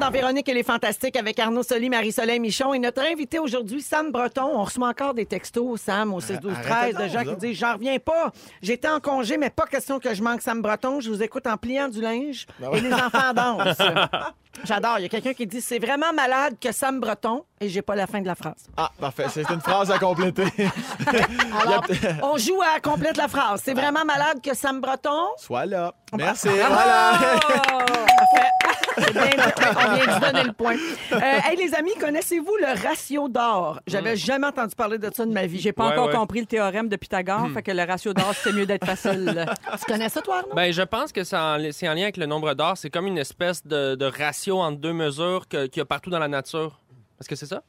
Speaker 1: Dans Véronique, elle est fantastique avec Arnaud Soli, Marie-Soleil Michon et notre invité aujourd'hui, Sam Breton. On reçoit encore des textos, Sam, au 6 12 13 de
Speaker 4: arrêtez
Speaker 1: gens
Speaker 4: donc,
Speaker 1: qui
Speaker 4: vous
Speaker 1: disent J'en reviens pas. J'étais en congé, mais pas question que je manque Sam Breton. Je vous écoute en pliant du linge et les enfants dansent. J'adore. Il y a quelqu'un qui dit C'est vraiment malade que Sam Breton, et j'ai pas la fin de la phrase.
Speaker 4: Ah, parfait. C'est une phrase à compléter.
Speaker 1: Alors, on joue à complète la phrase. C'est vraiment malade que Sam Breton.
Speaker 4: Sois là. Merci. Voilà.
Speaker 1: Oh! C'est bien dit. On vient de se donner le point. Euh, hey, les amis, connaissez-vous le ratio d'or? J'avais jamais entendu parler de ça de ma vie.
Speaker 3: J'ai
Speaker 1: J'ai
Speaker 3: pas
Speaker 2: Ouais,
Speaker 3: encore
Speaker 2: ouais.
Speaker 3: compris le théorème de Pythagore, fait que le ratio d'or, c'est mieux d'être facile.
Speaker 1: pas- Tu connais ça, toi, Arnaud?
Speaker 2: Ben, je pense que c'est en, li- c'est en lien avec le nombre d'or. C'est comme une espèce de, de ratio entre deux mesures que- qu'il y a partout dans la nature. Est-ce que c'est ça?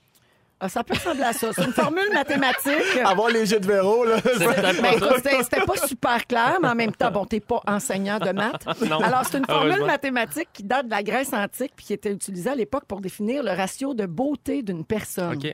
Speaker 1: Ah, ça peut ressembler à ça. C'est une formule mathématique.
Speaker 4: Avoir les yeux de Véro, là.
Speaker 2: C'est
Speaker 1: Ben,
Speaker 2: peut-être pas ça.
Speaker 1: écoute, c'était c'était pas super clair, mais en même temps, bon, t'es pas enseignant de maths.
Speaker 2: Non.
Speaker 1: Alors, c'est une formule
Speaker 2: Heureusement.
Speaker 1: mathématique qui date de la Grèce antique puis qui était utilisée à l'époque pour définir le ratio de beauté d'une personne.
Speaker 2: OK.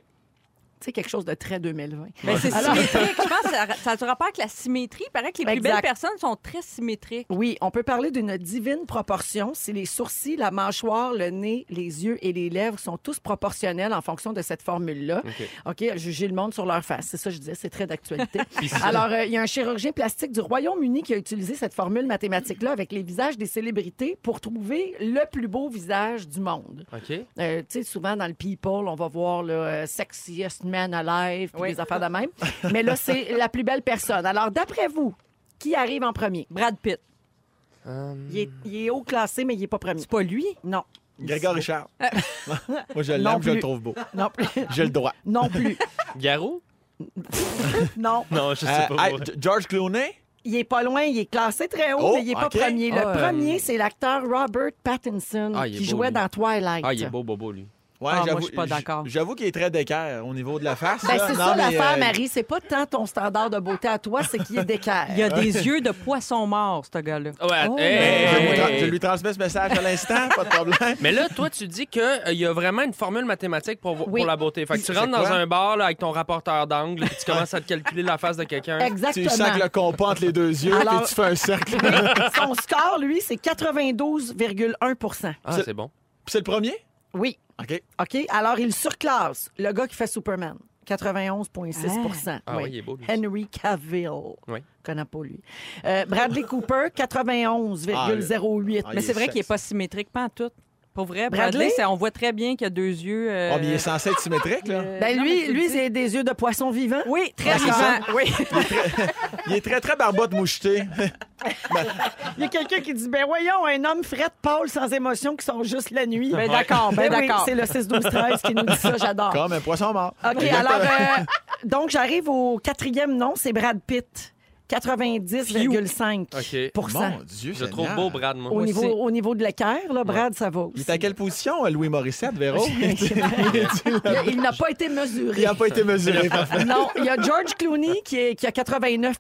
Speaker 1: C'est quelque chose de très 2020.
Speaker 3: Ben, c'est
Speaker 1: Alors-
Speaker 3: symétrique. Je pense que ça, ça a du rapport avec la symétrie. Il paraît que les plus
Speaker 1: Exact.
Speaker 3: belles personnes sont très symétriques.
Speaker 1: Oui, on peut parler d'une divine proportion si les sourcils, la mâchoire, le nez, les yeux et les lèvres sont tous proportionnels en fonction de cette formule-là. OK, juger le monde sur leur face. C'est ça que je disais, c'est très d'actualité. Alors, euh, il y a un chirurgien plastique du Royaume-Uni qui a utilisé cette formule mathématique-là avec les visages des célébrités pour trouver le plus beau visage du monde.
Speaker 2: OK.
Speaker 1: Euh, tu sais, souvent dans le People, on va voir le sexiest man alive, puis
Speaker 3: Oui.
Speaker 1: des affaires de même. Mais là, c'est la plus belle personne. Alors, d'après vous, qui arrive en premier?
Speaker 3: Brad Pitt.
Speaker 1: Il est, il est haut classé, mais il n'est pas premier.
Speaker 3: C'est pas lui.
Speaker 1: Non,
Speaker 4: Grégoire Richard. Moi, je
Speaker 1: Non
Speaker 4: l'aime, je le
Speaker 1: plus.
Speaker 4: trouve beau.
Speaker 1: non plus.
Speaker 4: J'ai le droit.
Speaker 1: Non plus.
Speaker 2: Garou?
Speaker 1: Non.
Speaker 2: Non, Ah, je sais
Speaker 4: Euh,
Speaker 2: pas.
Speaker 4: hey, G- George Clooney?
Speaker 1: Il est pas loin, il est classé très haut,
Speaker 4: Oh,
Speaker 1: mais il est pas
Speaker 4: OK.
Speaker 1: premier. Le
Speaker 2: Ah, euh,
Speaker 1: premier, c'est l'acteur Robert Pattinson
Speaker 2: Ah, il est
Speaker 1: qui
Speaker 2: beau,
Speaker 1: jouait
Speaker 2: lui.
Speaker 1: dans Twilight.
Speaker 2: Ah, il est beau, bobo, lui.
Speaker 4: Ouais,
Speaker 3: Ah, moi,
Speaker 4: j'avoue-
Speaker 3: je suis pas d'accord.
Speaker 4: J'avoue qu'il est très d'équerre au niveau de la face.
Speaker 1: Ben,
Speaker 4: là.
Speaker 1: c'est
Speaker 4: Non,
Speaker 1: ça
Speaker 4: mais,
Speaker 1: l'affaire,
Speaker 4: euh,
Speaker 1: Marie. C'est pas tant ton standard de beauté à toi, c'est qu'il est d'équerre.
Speaker 3: Il a des yeux de poisson mort, ce gars-là.
Speaker 2: Ah Ouais,
Speaker 1: Oh,
Speaker 4: Je,
Speaker 2: hey!
Speaker 4: lui tra- je lui transmets ce message à l'instant, pas de problème.
Speaker 2: Mais là, toi, tu dis qu'il y a vraiment une formule mathématique pour, vo-
Speaker 1: Oui.
Speaker 2: pour la beauté. Fait que tu
Speaker 4: C'est
Speaker 2: rentres dans
Speaker 4: quoi?
Speaker 2: un bar là, avec ton rapporteur d'angle et tu commences à te calculer la face de quelqu'un.
Speaker 4: Tu sacs
Speaker 1: Exactement.
Speaker 4: le compas entre les deux yeux
Speaker 1: Alors-
Speaker 4: puis tu fais un cercle.
Speaker 1: Son score, lui, c'est 92,1
Speaker 2: Ah, c'est bon.
Speaker 4: Puis c'est le premier?
Speaker 1: Oui.
Speaker 4: OK. Ah,
Speaker 1: OK? Alors, il surclasse le gars qui fait Superman. 91,6
Speaker 2: Ah
Speaker 1: Oui.
Speaker 2: oui, il est beau, lui.
Speaker 1: Henry Cavill.
Speaker 2: Oui.
Speaker 1: Connais pas lui. Euh, Bradley Cooper, 91,08.
Speaker 4: Ah,
Speaker 1: Mais
Speaker 4: il
Speaker 1: c'est
Speaker 3: C'est vrai qu'il est
Speaker 4: sexe.
Speaker 3: pas symétrique, pas en tout. Pour vrai,
Speaker 1: Bradley? Ah,
Speaker 3: Bradley, c'est- on voit très bien qu'il a deux yeux. euh,
Speaker 4: Oh, mais il est censé être symétrique, là.
Speaker 3: euh,
Speaker 1: Ben
Speaker 3: non, mais
Speaker 1: lui,
Speaker 3: tu le
Speaker 1: lui,
Speaker 3: dis.
Speaker 1: c'est des yeux de poisson vivant.
Speaker 3: Oui, très
Speaker 1: D'accord.
Speaker 3: vivant. Oui.
Speaker 4: Il est très, très barbotte moucheté.
Speaker 1: Il y a quelqu'un qui dit ben voyons un homme frette pâle sans émotion qui sont juste la nuit.
Speaker 3: Ben d'accord, ben
Speaker 1: oui,
Speaker 3: d'accord.
Speaker 1: c'est le 6 12 13 qui nous dit ça,
Speaker 3: Ah.
Speaker 1: j'adore.
Speaker 4: Comme un poisson mort.
Speaker 1: OK, alors euh, donc j'arrive au quatrième nom, c'est Brad Pitt. 90,5
Speaker 2: OK.
Speaker 1: pour cent.
Speaker 4: Mon Dieu,
Speaker 2: Je le
Speaker 4: Seigneur.
Speaker 2: trouve beau, Brad, moi.
Speaker 1: Au
Speaker 3: Moi
Speaker 1: niveau,
Speaker 3: aussi.
Speaker 1: au niveau de l'équerre, là, Brad, ça va.
Speaker 4: Il est
Speaker 1: aussi.
Speaker 4: à quelle position, euh, Louis Morissette, Véro?
Speaker 1: Il il n'a pas été mesuré.
Speaker 4: Il n'a pas été mesuré. parfait.
Speaker 1: Non, il y a George Clooney qui, est- qui a 89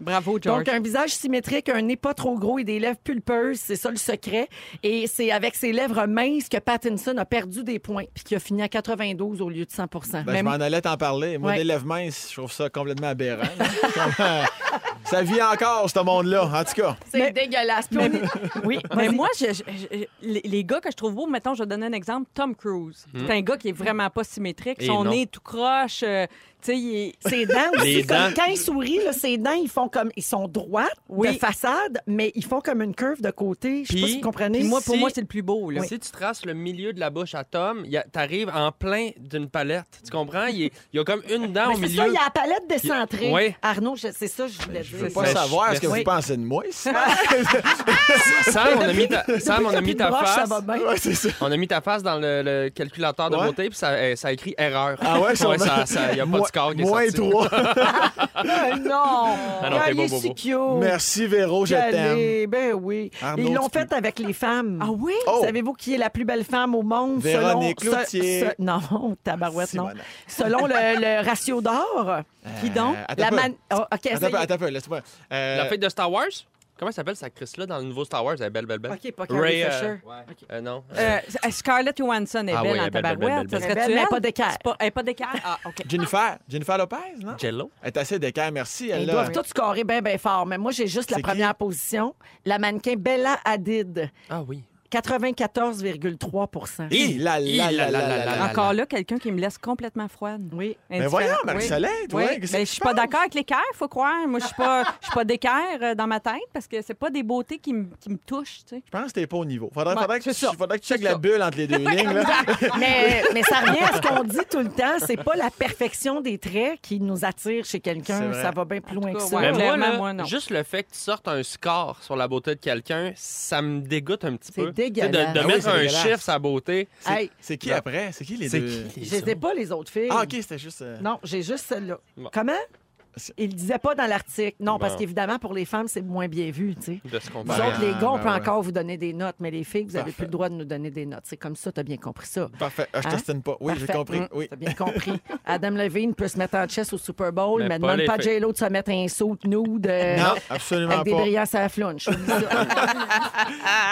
Speaker 3: Bravo, George.
Speaker 1: Donc, euh, un visage symétrique, un nez pas trop gros et des lèvres pulpeuses, c'est ça le secret. Et c'est avec ses lèvres minces que Pattinson a perdu des points, puis qu'il a fini à 92 au lieu de 100
Speaker 4: Ben, Je
Speaker 1: Même-
Speaker 4: m'en allais t'en parler. Moi,
Speaker 1: Ouais.
Speaker 4: des lèvres minces, je trouve ça complètement aberrant. là. Comment- ça vit encore, ce monde-là, en tout cas.
Speaker 1: C'est dégueulasse. Puis on est- Oui,
Speaker 3: Mais
Speaker 1: vas-y.
Speaker 3: Ben, moi, je- je- je- les les gars que je trouve beaux, mettons, je vais donner un exemple, Tom Cruise. C'est un gars qui est vraiment pas symétrique.
Speaker 2: Et
Speaker 3: Son
Speaker 2: non.
Speaker 3: nez tout croche. euh, tu sais, il est-
Speaker 1: Ses dents aussi,
Speaker 2: Les
Speaker 1: comme
Speaker 2: dents.
Speaker 1: quand il sourit, là, ses dents, ils font comme. Ils sont droits de
Speaker 3: Oui.
Speaker 1: façade, mais ils font comme une curve de côté. Je sais pas
Speaker 2: Puis-
Speaker 1: si vous comprenez.
Speaker 3: Puis moi, pour
Speaker 2: Si-
Speaker 3: moi, c'est le plus beau. Là.
Speaker 2: Oh, Si tu traces le milieu de la bouche à Tom, il y a- t'arrives en plein d'une palette. Tu comprends? Il, est- il y a comme une dent
Speaker 4: Ah,
Speaker 1: Mais
Speaker 2: au
Speaker 1: Ben, c'est
Speaker 2: milieu.
Speaker 1: ça, il y a la palette décentrée.
Speaker 2: Oui.
Speaker 1: Arnaud, je- c'est ça, je voulais
Speaker 4: Je
Speaker 1: dire.
Speaker 4: veux pas
Speaker 2: Mais-
Speaker 4: savoir ce que
Speaker 2: Merci.
Speaker 4: vous pensez de moi. ici.
Speaker 2: Sam, on a mis ta, Sam, on a mis ta
Speaker 1: Broche, ça
Speaker 2: face.
Speaker 1: va bien.
Speaker 4: Ouais, c'est ça.
Speaker 2: On a mis ta face dans le, le calculateur de
Speaker 4: Ouais.
Speaker 2: beauté, puis ça, euh, ça écrit erreur.
Speaker 4: Ah ouais,
Speaker 2: ça,
Speaker 4: sûrement.
Speaker 2: ça, il n'y a pas de
Speaker 4: Moins-
Speaker 2: score qui est
Speaker 4: Moins
Speaker 2: sorti.
Speaker 4: 3.
Speaker 1: Ah, non!
Speaker 2: Ah non,
Speaker 1: Ah,
Speaker 2: t'es
Speaker 1: il
Speaker 2: beau,
Speaker 1: est
Speaker 2: beau,
Speaker 1: si
Speaker 2: beau.
Speaker 1: cute.
Speaker 4: Merci, Véro, je t'aime.
Speaker 1: Allez, Ben oui.
Speaker 4: Arnaud,
Speaker 1: Ils l'ont
Speaker 4: tu peux-
Speaker 1: fait avec les femmes.
Speaker 3: Ah oui?
Speaker 4: Oh!
Speaker 1: Savez-vous qui est la plus belle femme au monde?
Speaker 4: Véronique
Speaker 1: selon, ce-
Speaker 4: Cloutier.
Speaker 1: ce- non, tabarouette, non.
Speaker 4: Simonac.
Speaker 1: Selon le, le ratio d'or.
Speaker 3: Qui donc?
Speaker 4: Euh, attends
Speaker 1: La
Speaker 4: un peu.
Speaker 1: man... oh, OK,
Speaker 4: Attends un peu,
Speaker 1: essayez.
Speaker 4: attends un peu, laisse-moi. Euh,
Speaker 2: La fête de Star Wars? Comment s'appelle sa Chris-là dans le nouveau Star Wars? Elle est belle, belle, belle.
Speaker 1: OK, pas Carrie
Speaker 2: Ray, euh,
Speaker 1: Fisher.
Speaker 2: Euh, non.
Speaker 3: Euh, Scarlett Johansson est
Speaker 2: Ah
Speaker 3: belle
Speaker 2: oui, elle
Speaker 3: en
Speaker 2: est belle, belle, belle,
Speaker 3: tabarouette. Ça
Speaker 1: belle.
Speaker 2: belle,
Speaker 3: serait-tu
Speaker 1: Elle est
Speaker 3: elle?
Speaker 1: pas d'équerre.
Speaker 3: C'est pas- Elle est pas d'équerre? Ah, OK.
Speaker 4: Jennifer. Jennifer Lopez, non?
Speaker 2: Jello?
Speaker 4: Elle est assez d'équerre, merci. Elle
Speaker 1: Ils
Speaker 4: là.
Speaker 1: doivent tous scorer bien, bien fort. Mais moi, j'ai juste la
Speaker 4: C'est qui?
Speaker 1: première position. La mannequin Bella Hadid,
Speaker 2: Ah oui.
Speaker 1: 94,3
Speaker 4: Hi, la, la, la, la, la, la.
Speaker 3: Encore là, quelqu'un qui me laisse complètement froide.
Speaker 1: Oui.
Speaker 4: Mais
Speaker 3: Indifférent.
Speaker 4: voyons, Marie-Soleil,
Speaker 3: Oui.
Speaker 4: toi,
Speaker 3: Oui.
Speaker 4: qu'est-ce que
Speaker 3: Ben,
Speaker 4: tu
Speaker 3: je suis pas
Speaker 4: penses?
Speaker 3: d'accord avec l'équerre, faut croire. Moi, je suis pas, je suis pas d'équerre euh, dans ma tête parce que c'est pas des beautés qui me qui me touchent, tu sais.
Speaker 4: Je pense que t'es pas au niveau. Faudrait,
Speaker 3: Ouais,
Speaker 4: faudrait, que,
Speaker 3: c'est
Speaker 4: tu,
Speaker 3: ça.
Speaker 4: faudrait que tu
Speaker 3: C'est
Speaker 4: checkes la
Speaker 3: ça.
Speaker 4: bulle entre les deux lignes. Là.
Speaker 1: Mais, mais ça revient à ce qu'on dit tout le temps. C'est pas la perfection des traits qui nous attire chez
Speaker 4: C'est
Speaker 1: quelqu'un.
Speaker 4: vrai.
Speaker 1: Ça va bien plus loin
Speaker 3: tout
Speaker 1: que
Speaker 3: cas,
Speaker 1: ça.
Speaker 3: ouais.
Speaker 2: Mais moi,
Speaker 3: Clairement,
Speaker 2: là,
Speaker 3: moi, non.
Speaker 2: juste le fait que tu sortes un score sur la beauté de quelqu'un, ça me dégoûte un petit
Speaker 1: C'est dégueulasse.
Speaker 2: peu. Tu sais, De, de
Speaker 1: Ah oui,
Speaker 2: mettre
Speaker 4: c'est
Speaker 2: un
Speaker 4: dégueulasse.
Speaker 2: chiffre sa beauté.
Speaker 1: Hey,
Speaker 4: C'est qui
Speaker 2: Non.
Speaker 4: après? C'est qui les
Speaker 2: C'est
Speaker 4: deux?
Speaker 2: qui?
Speaker 1: je sais pas les autres filles.
Speaker 4: Ah, OK, c'était juste... euh,
Speaker 1: Non, j'ai juste celle-là.
Speaker 2: Bon.
Speaker 1: Comment? Il disait pas dans l'article. Non, parce
Speaker 2: Bon.
Speaker 1: qu'évidemment, pour les femmes, c'est moins bien vu, tu sais.
Speaker 2: de ce qu'on
Speaker 1: Vous
Speaker 4: Ben,
Speaker 1: autres, les gars, on
Speaker 4: ben
Speaker 1: peut
Speaker 4: ouais.
Speaker 1: encore vous donner des notes, mais les filles, vous n'avez
Speaker 4: Parfait.
Speaker 1: plus le droit de nous donner des notes. C'est comme ça, tu as bien compris ça.
Speaker 4: Parfait. Ah, je
Speaker 1: Hein?
Speaker 4: t'astine pas. Oui, j'ai
Speaker 1: Parfait.
Speaker 4: compris.
Speaker 1: Mm,
Speaker 4: Oui.
Speaker 1: T'as bien compris. Adam Levine peut se mettre en chess au Super Bowl,
Speaker 2: Mais
Speaker 1: mais,
Speaker 2: pas
Speaker 1: demande
Speaker 2: les
Speaker 1: pas à
Speaker 2: filles.
Speaker 1: J-Lo de se mettre un saut nude euh,
Speaker 4: Non, absolument
Speaker 1: avec des
Speaker 4: pas. Il
Speaker 1: brillants à la flounche. Je vous dis ça.
Speaker 4: n'y a,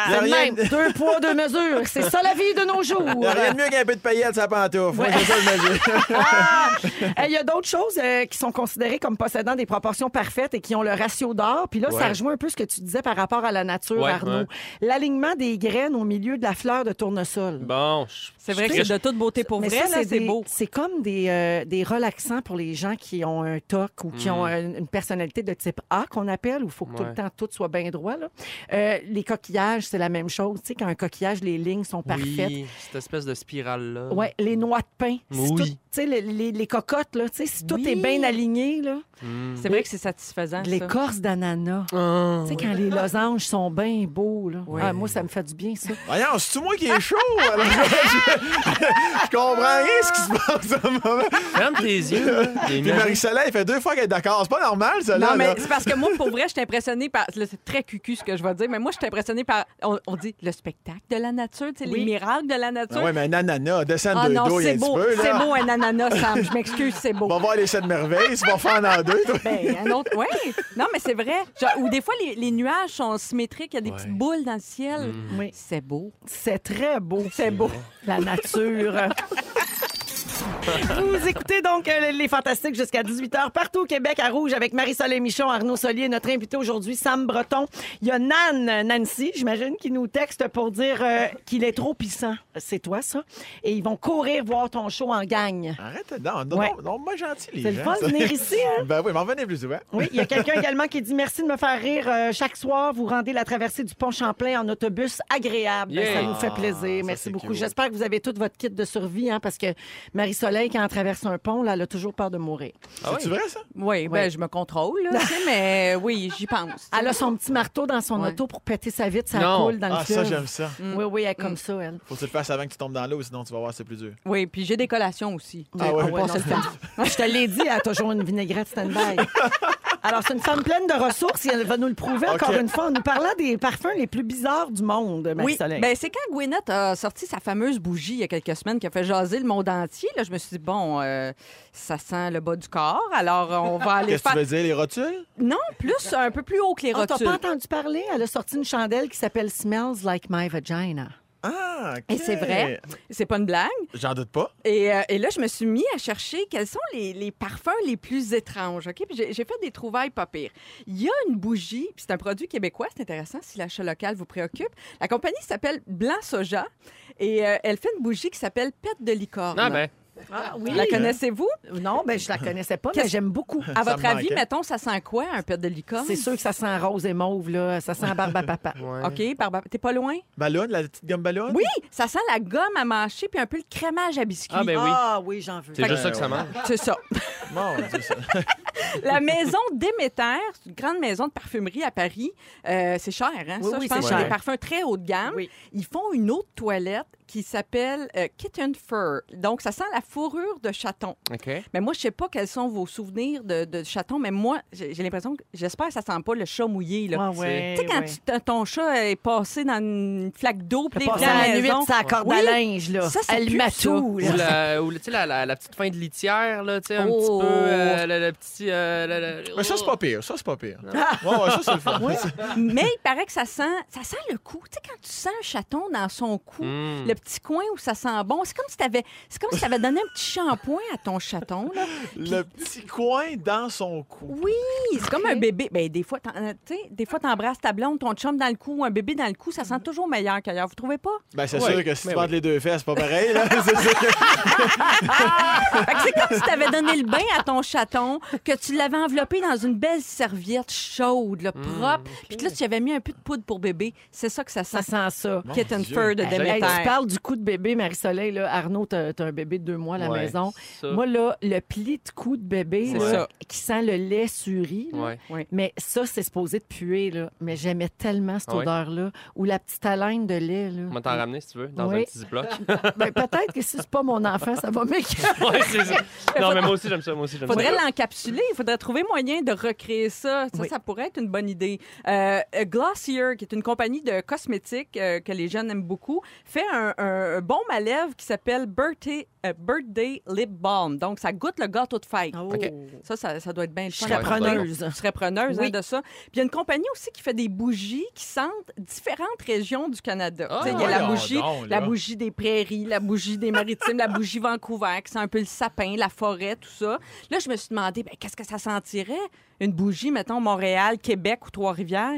Speaker 1: C'est le
Speaker 4: rien
Speaker 1: même.
Speaker 4: de-
Speaker 1: Deux poids, deux mesures. C'est ça la vie de nos
Speaker 4: y a rien
Speaker 1: jours.
Speaker 4: de mieux qu'un peu de paillettes sur la pantoufle. Moi,
Speaker 1: Ouais.
Speaker 4: c'est ça que je me dis.
Speaker 1: Ah! Hey, Il y a d'autres choses euh, qui sont considérées comme possédant des proportions parfaites et qui ont le ratio d'or. Puis là, ça
Speaker 2: Ouais.
Speaker 1: rejoint un peu ce que tu disais par rapport à la nature,
Speaker 2: Ouais,
Speaker 1: Arnaud.
Speaker 2: ouais.
Speaker 1: L'alignement des graines au milieu de la fleur de tournesol.
Speaker 2: Bon, je-
Speaker 3: C'est vrai que
Speaker 2: je-
Speaker 3: c'est de toute beauté pour
Speaker 1: Mais
Speaker 3: vrai, là,
Speaker 1: ça,
Speaker 3: c'est
Speaker 1: des-
Speaker 3: beau.
Speaker 1: C'est comme des, euh, des relaxants pour les gens qui ont un TOC ou qui ont
Speaker 3: Mm.
Speaker 1: un- une personnalité de type A qu'on appelle, où il faut que tout le
Speaker 2: Ouais.
Speaker 1: temps tout soit bien droit. là. Euh, les coquillages, c'est la même chose. Tu sais, quand un coquillage, les lignes sont parfaites.
Speaker 2: Oui, cette espèce de spirale-là.
Speaker 1: Ouais, les noix de pain. Si
Speaker 2: Oui.
Speaker 1: tout- tu sais, les, les- les cocottes, là, tu sais, si tout
Speaker 3: Oui.
Speaker 1: est bien aligné, là,
Speaker 2: Mm.
Speaker 3: C'est vrai que c'est satisfaisant, ça.
Speaker 1: de l'écorce d'ananas.
Speaker 2: Ah,
Speaker 1: Tu sais, quand les losanges sont bien beaux, là. Ah, moi, ça me fait du bien, ça.
Speaker 4: Voyons, c'est-tu moi qui est chaud? Alors, je, je- je comprends rien ce qui se passe en ce moment.
Speaker 2: Ferme tes yeux. là. T'es
Speaker 4: Puis
Speaker 2: mis-
Speaker 4: Marie-Soleil fait deux fois qu'elle est d'accord. C'est pas normal, ça, là.
Speaker 3: Non, mais
Speaker 4: là.
Speaker 3: c'est parce que moi, pour vrai, je suis impressionnée par. là, C'est très cucu ce que je vais dire, mais moi, je suis impressionnée par. On, on dit le spectacle de la nature, tu sais, les
Speaker 1: Oui.
Speaker 3: miracles de la nature.
Speaker 4: Ah ouais, mais un ananas, descend
Speaker 3: Ah
Speaker 4: de
Speaker 3: non,
Speaker 4: dos, il y a
Speaker 3: c'est
Speaker 4: un
Speaker 3: beau,
Speaker 4: petit peu,
Speaker 3: c'est
Speaker 4: là.
Speaker 3: beau un ananas, Sam. Je m'excuse, c'est beau.
Speaker 4: On va voir les sept merveilles, c'est pas faire en deux, toi.
Speaker 3: Ben, un autre, ouais. Non, mais c'est vrai. Genre, ou des fois, les, les nuages sont symétriques, il y a des petites boules dans le ciel.
Speaker 1: Oui.
Speaker 3: C'est beau.
Speaker 1: C'est très beau. C'est beau. La nature. Vous écoutez donc euh, Les Fantastiques jusqu'à 18h partout au Québec à Rouge avec Marie-Soleil Michon, Arnaud Solier, notre invité aujourd'hui, Sam Breton. Il y a Nan, euh, Nancy, j'imagine, qui nous texte pour dire euh, qu'il est trop puissant. C'est toi, ça. Et ils vont courir voir ton show en gang.
Speaker 4: Arrête, non, non,
Speaker 1: Ouais.
Speaker 4: non, non, moi gentil, les gens.
Speaker 1: C'est le fun
Speaker 4: ça.
Speaker 1: de venir ici, hein?
Speaker 4: Ben oui, mais revenez plus souvent.
Speaker 1: Oui, il y a quelqu'un également qui dit merci de me faire rire euh, chaque soir. Vous rendez la traversée du pont Champlain en autobus agréable. Ben,
Speaker 2: Yeah.
Speaker 1: Ça nous fait plaisir.
Speaker 4: Ah, ça,
Speaker 1: merci
Speaker 4: c'est
Speaker 1: beaucoup.
Speaker 4: cute.
Speaker 1: J'espère que vous avez tout votre kit de survie, hein, parce que Marie-Soleil, quand elle traverse un pont, là, elle a toujours peur de mourir.
Speaker 2: Ah
Speaker 4: C'est
Speaker 2: ouais.
Speaker 4: vrai, ça?
Speaker 3: Oui, ben, je me contrôle, là, tu sais, mais oui, j'y pense.
Speaker 1: Elle a son petit marteau dans son
Speaker 3: Ouais.
Speaker 1: auto pour péter sa vitre, ça
Speaker 2: Non.
Speaker 1: coule dans le
Speaker 4: Ah, ça,
Speaker 1: fleuve. Mm.
Speaker 4: j'aime ça.
Speaker 1: Oui, oui, elle est comme ça, elle.
Speaker 4: Faut que tu le fasses avant que tu tombes dans l'eau, sinon tu vas voir, c'est plus dur.
Speaker 3: Oui, puis j'ai des collations aussi.
Speaker 4: Ah ouais.
Speaker 1: non, c'est une- Je te l'ai dit, elle a toujours une vinaigrette stand-by. Alors, c'est une femme pleine de ressources et elle va nous le prouver encore
Speaker 4: OK.
Speaker 1: une fois en nous parlant des parfums les plus bizarres du monde,
Speaker 3: Oui,
Speaker 1: Marie-Soleil.
Speaker 3: ben, c'est quand Gwyneth a sorti sa fameuse bougie il y a quelques semaines qui a fait jaser le monde entier. Là, je me suis dit, bon, euh, ça sent le bas du corps, alors euh, on va aller
Speaker 4: Qu'est-ce que
Speaker 3: faire...
Speaker 4: tu veux dire, les rotules?
Speaker 3: Non, plus, un peu plus haut que les
Speaker 1: Ah, t'as
Speaker 3: rotules.
Speaker 1: pas entendu parler? Elle a sorti une chandelle qui s'appelle Smells Like My Vagina.
Speaker 4: Ah,
Speaker 3: Et
Speaker 4: ok.
Speaker 3: c'est vrai, c'est pas une blague.
Speaker 4: J'en doute pas.
Speaker 3: Et, euh, et là, je me suis mis à chercher quels sont les, les parfums les plus étranges. OK? Puis j'ai j'ai fait des trouvailles pas pires. Il y a une bougie, puis c'est un produit québécois, c'est intéressant si l'achat local vous préoccupe. La compagnie s'appelle Blanc Soja et euh, elle fait une bougie qui s'appelle Pète de licorne.
Speaker 2: Ah ben,
Speaker 1: Ah oui?
Speaker 3: La connaissez-vous?
Speaker 1: Non, ben je la connaissais pas, mais
Speaker 3: Qu'est-ce- Ah.
Speaker 1: j'aime beaucoup.
Speaker 3: À
Speaker 4: Ça
Speaker 3: votre
Speaker 4: me
Speaker 3: avis,
Speaker 4: manquait.
Speaker 3: mettons, ça sent quoi, un pet de licorne?
Speaker 1: C'est sûr que ça sent rose et mauve, là. Ça sent barbe à papa.
Speaker 2: ouais.
Speaker 3: OK, Barbara, t'es pas loin?
Speaker 4: Ballon, la petite gomme ballon?
Speaker 3: Oui, ça sent la gomme à mâcher puis un peu le crémage à biscuits.
Speaker 2: Ah ben oui,
Speaker 1: Ah oui, j'en veux.
Speaker 2: c'est juste ça que
Speaker 4: ouais.
Speaker 2: ça mange.
Speaker 3: C'est ça.
Speaker 4: Mon Dieu, ça.
Speaker 3: La maison Déméter, c'est une grande maison de parfumerie à Paris. Euh, c'est cher, hein?
Speaker 1: Oui,
Speaker 3: ça,
Speaker 1: oui,
Speaker 3: je pense
Speaker 1: c'est
Speaker 3: que c'est
Speaker 1: cher.
Speaker 3: des parfums très haut de gamme.
Speaker 1: Oui.
Speaker 3: Ils font une autre toilette qui s'appelle euh, Kitten Fur. Donc, ça sent la fourrure de chaton.
Speaker 2: OK.
Speaker 3: Mais moi, je sais pas quels sont vos souvenirs de, de chaton, mais moi, j'ai j'ai l'impression que j'espère que ça sent pas le chat mouillé. Là.
Speaker 1: Ah ouais,
Speaker 3: Tu sais, quand
Speaker 1: ouais.
Speaker 3: tu- ton- ton chat est passé dans une flaque d'eau, puis il
Speaker 1: Passer
Speaker 3: est venu à
Speaker 1: la nuit,
Speaker 3: maison.
Speaker 1: ça corde
Speaker 3: Oui.
Speaker 1: à linge, là.
Speaker 3: Ça, ça
Speaker 1: Elle
Speaker 3: pue,
Speaker 1: matoue,
Speaker 2: Ou
Speaker 1: là.
Speaker 2: la, ou, tu sais, la, la, la petite fin de litière, là, tu sais, un
Speaker 3: Oh.
Speaker 2: petit peu, euh, le, le petit... euh, le- le-
Speaker 4: Mais ça, c'est pas pire. Ça, c'est pas pire. Ouais, ouais, ça, c'est le fun.
Speaker 3: Mais il paraît que ça sent, ça sent le cou. Tu sais, quand tu sens un chaton dans son cou,
Speaker 2: Mm.
Speaker 3: le petit coin où ça sent bon, c'est comme si t'avais, c'est comme si t'avais donné un petit shampoing à ton chaton. là.
Speaker 4: Le petit coin dans son cou.
Speaker 3: Oui, c'est comme un bébé. Ben des fois, t'en- euh, tu sais, des fois t'embrasses ta blonde, ton chum dans le cou, ou un bébé dans le cou, ça sent toujours meilleur qu'ailleurs. Vous trouvez pas
Speaker 4: Ben, c'est
Speaker 2: Ouais.
Speaker 4: sûr que si
Speaker 2: Mais
Speaker 4: tu vends
Speaker 2: oui.
Speaker 4: les deux fesses, c'est pas pareil, là. C'est sûr que-
Speaker 3: Fait que c'est comme si t'avais donné le bain à ton chaton, que tu l'avais enveloppé dans une belle serviette chaude, là, propre, puis que là tu avais mis un peu de poudre pour bébé. C'est ça que ça sent.
Speaker 1: Ça sent ça.
Speaker 3: Kitten
Speaker 4: Dieu.
Speaker 3: fur de
Speaker 1: Hey,
Speaker 3: Demeter.
Speaker 1: tu parles du cou de bébé, Marie-Soleil, là, Arnaud, t'as t'as un bébé de deux mois à la
Speaker 4: Ouais.
Speaker 1: maison.
Speaker 2: Ça.
Speaker 1: Moi, là, le pli de cou de bébé
Speaker 2: C'est
Speaker 1: là,
Speaker 2: ça.
Speaker 1: qui sent le lait suri, là,
Speaker 2: Ouais.
Speaker 1: mais ça, c'est supposé de puer. Là. Mais j'aimais tellement cette
Speaker 2: Ah ouais?
Speaker 1: odeur-là. Ou la petite haleine de lait. Là.
Speaker 2: On va t'en ramener si tu veux, dans
Speaker 1: Oui.
Speaker 2: un petit ziploc.
Speaker 1: Ben, peut-être que si c'est pas mon enfant, ça va m'écoeurer.
Speaker 2: ouais, c'est ça. Non, mais moi aussi, j'aime ça. Moi aussi, j'aime
Speaker 3: faudrait
Speaker 2: ça.
Speaker 3: l'encapsuler. Il faudrait trouver moyen de recréer ça. Ça,
Speaker 1: Oui.
Speaker 3: ça pourrait être une bonne idée. Euh, euh, Glossier, qui est une compagnie de cosmétiques euh, que les jeunes aiment beaucoup, fait un, un- un baume à lèvres qui s'appelle Birthday, euh, Birthday Lip Balm. Donc, ça goûte le gâteau de fête.
Speaker 2: OK.
Speaker 3: Ça, ça, ça doit être bien le
Speaker 1: Ah Oh. Je
Speaker 3: fun.
Speaker 1: serais
Speaker 2: Ouais, Ah,
Speaker 1: preneuse.
Speaker 3: Je serais preneuse hein,
Speaker 1: Oui.
Speaker 3: de ça. Puis il y a une compagnie aussi qui fait des bougies qui sentent différentes régions du Canada.
Speaker 2: Ah,
Speaker 3: Tu sais, il y a la
Speaker 4: voyons
Speaker 3: bougie,
Speaker 4: donc, là.
Speaker 3: la bougie des prairies, la bougie des maritimes, la bougie Vancouver, qui sent un peu le sapin, la forêt, tout ça. Là, je me suis demandé, ben, qu'est-ce que ça sentirait? Une bougie, mettons, Montréal, Québec ou Trois-Rivières?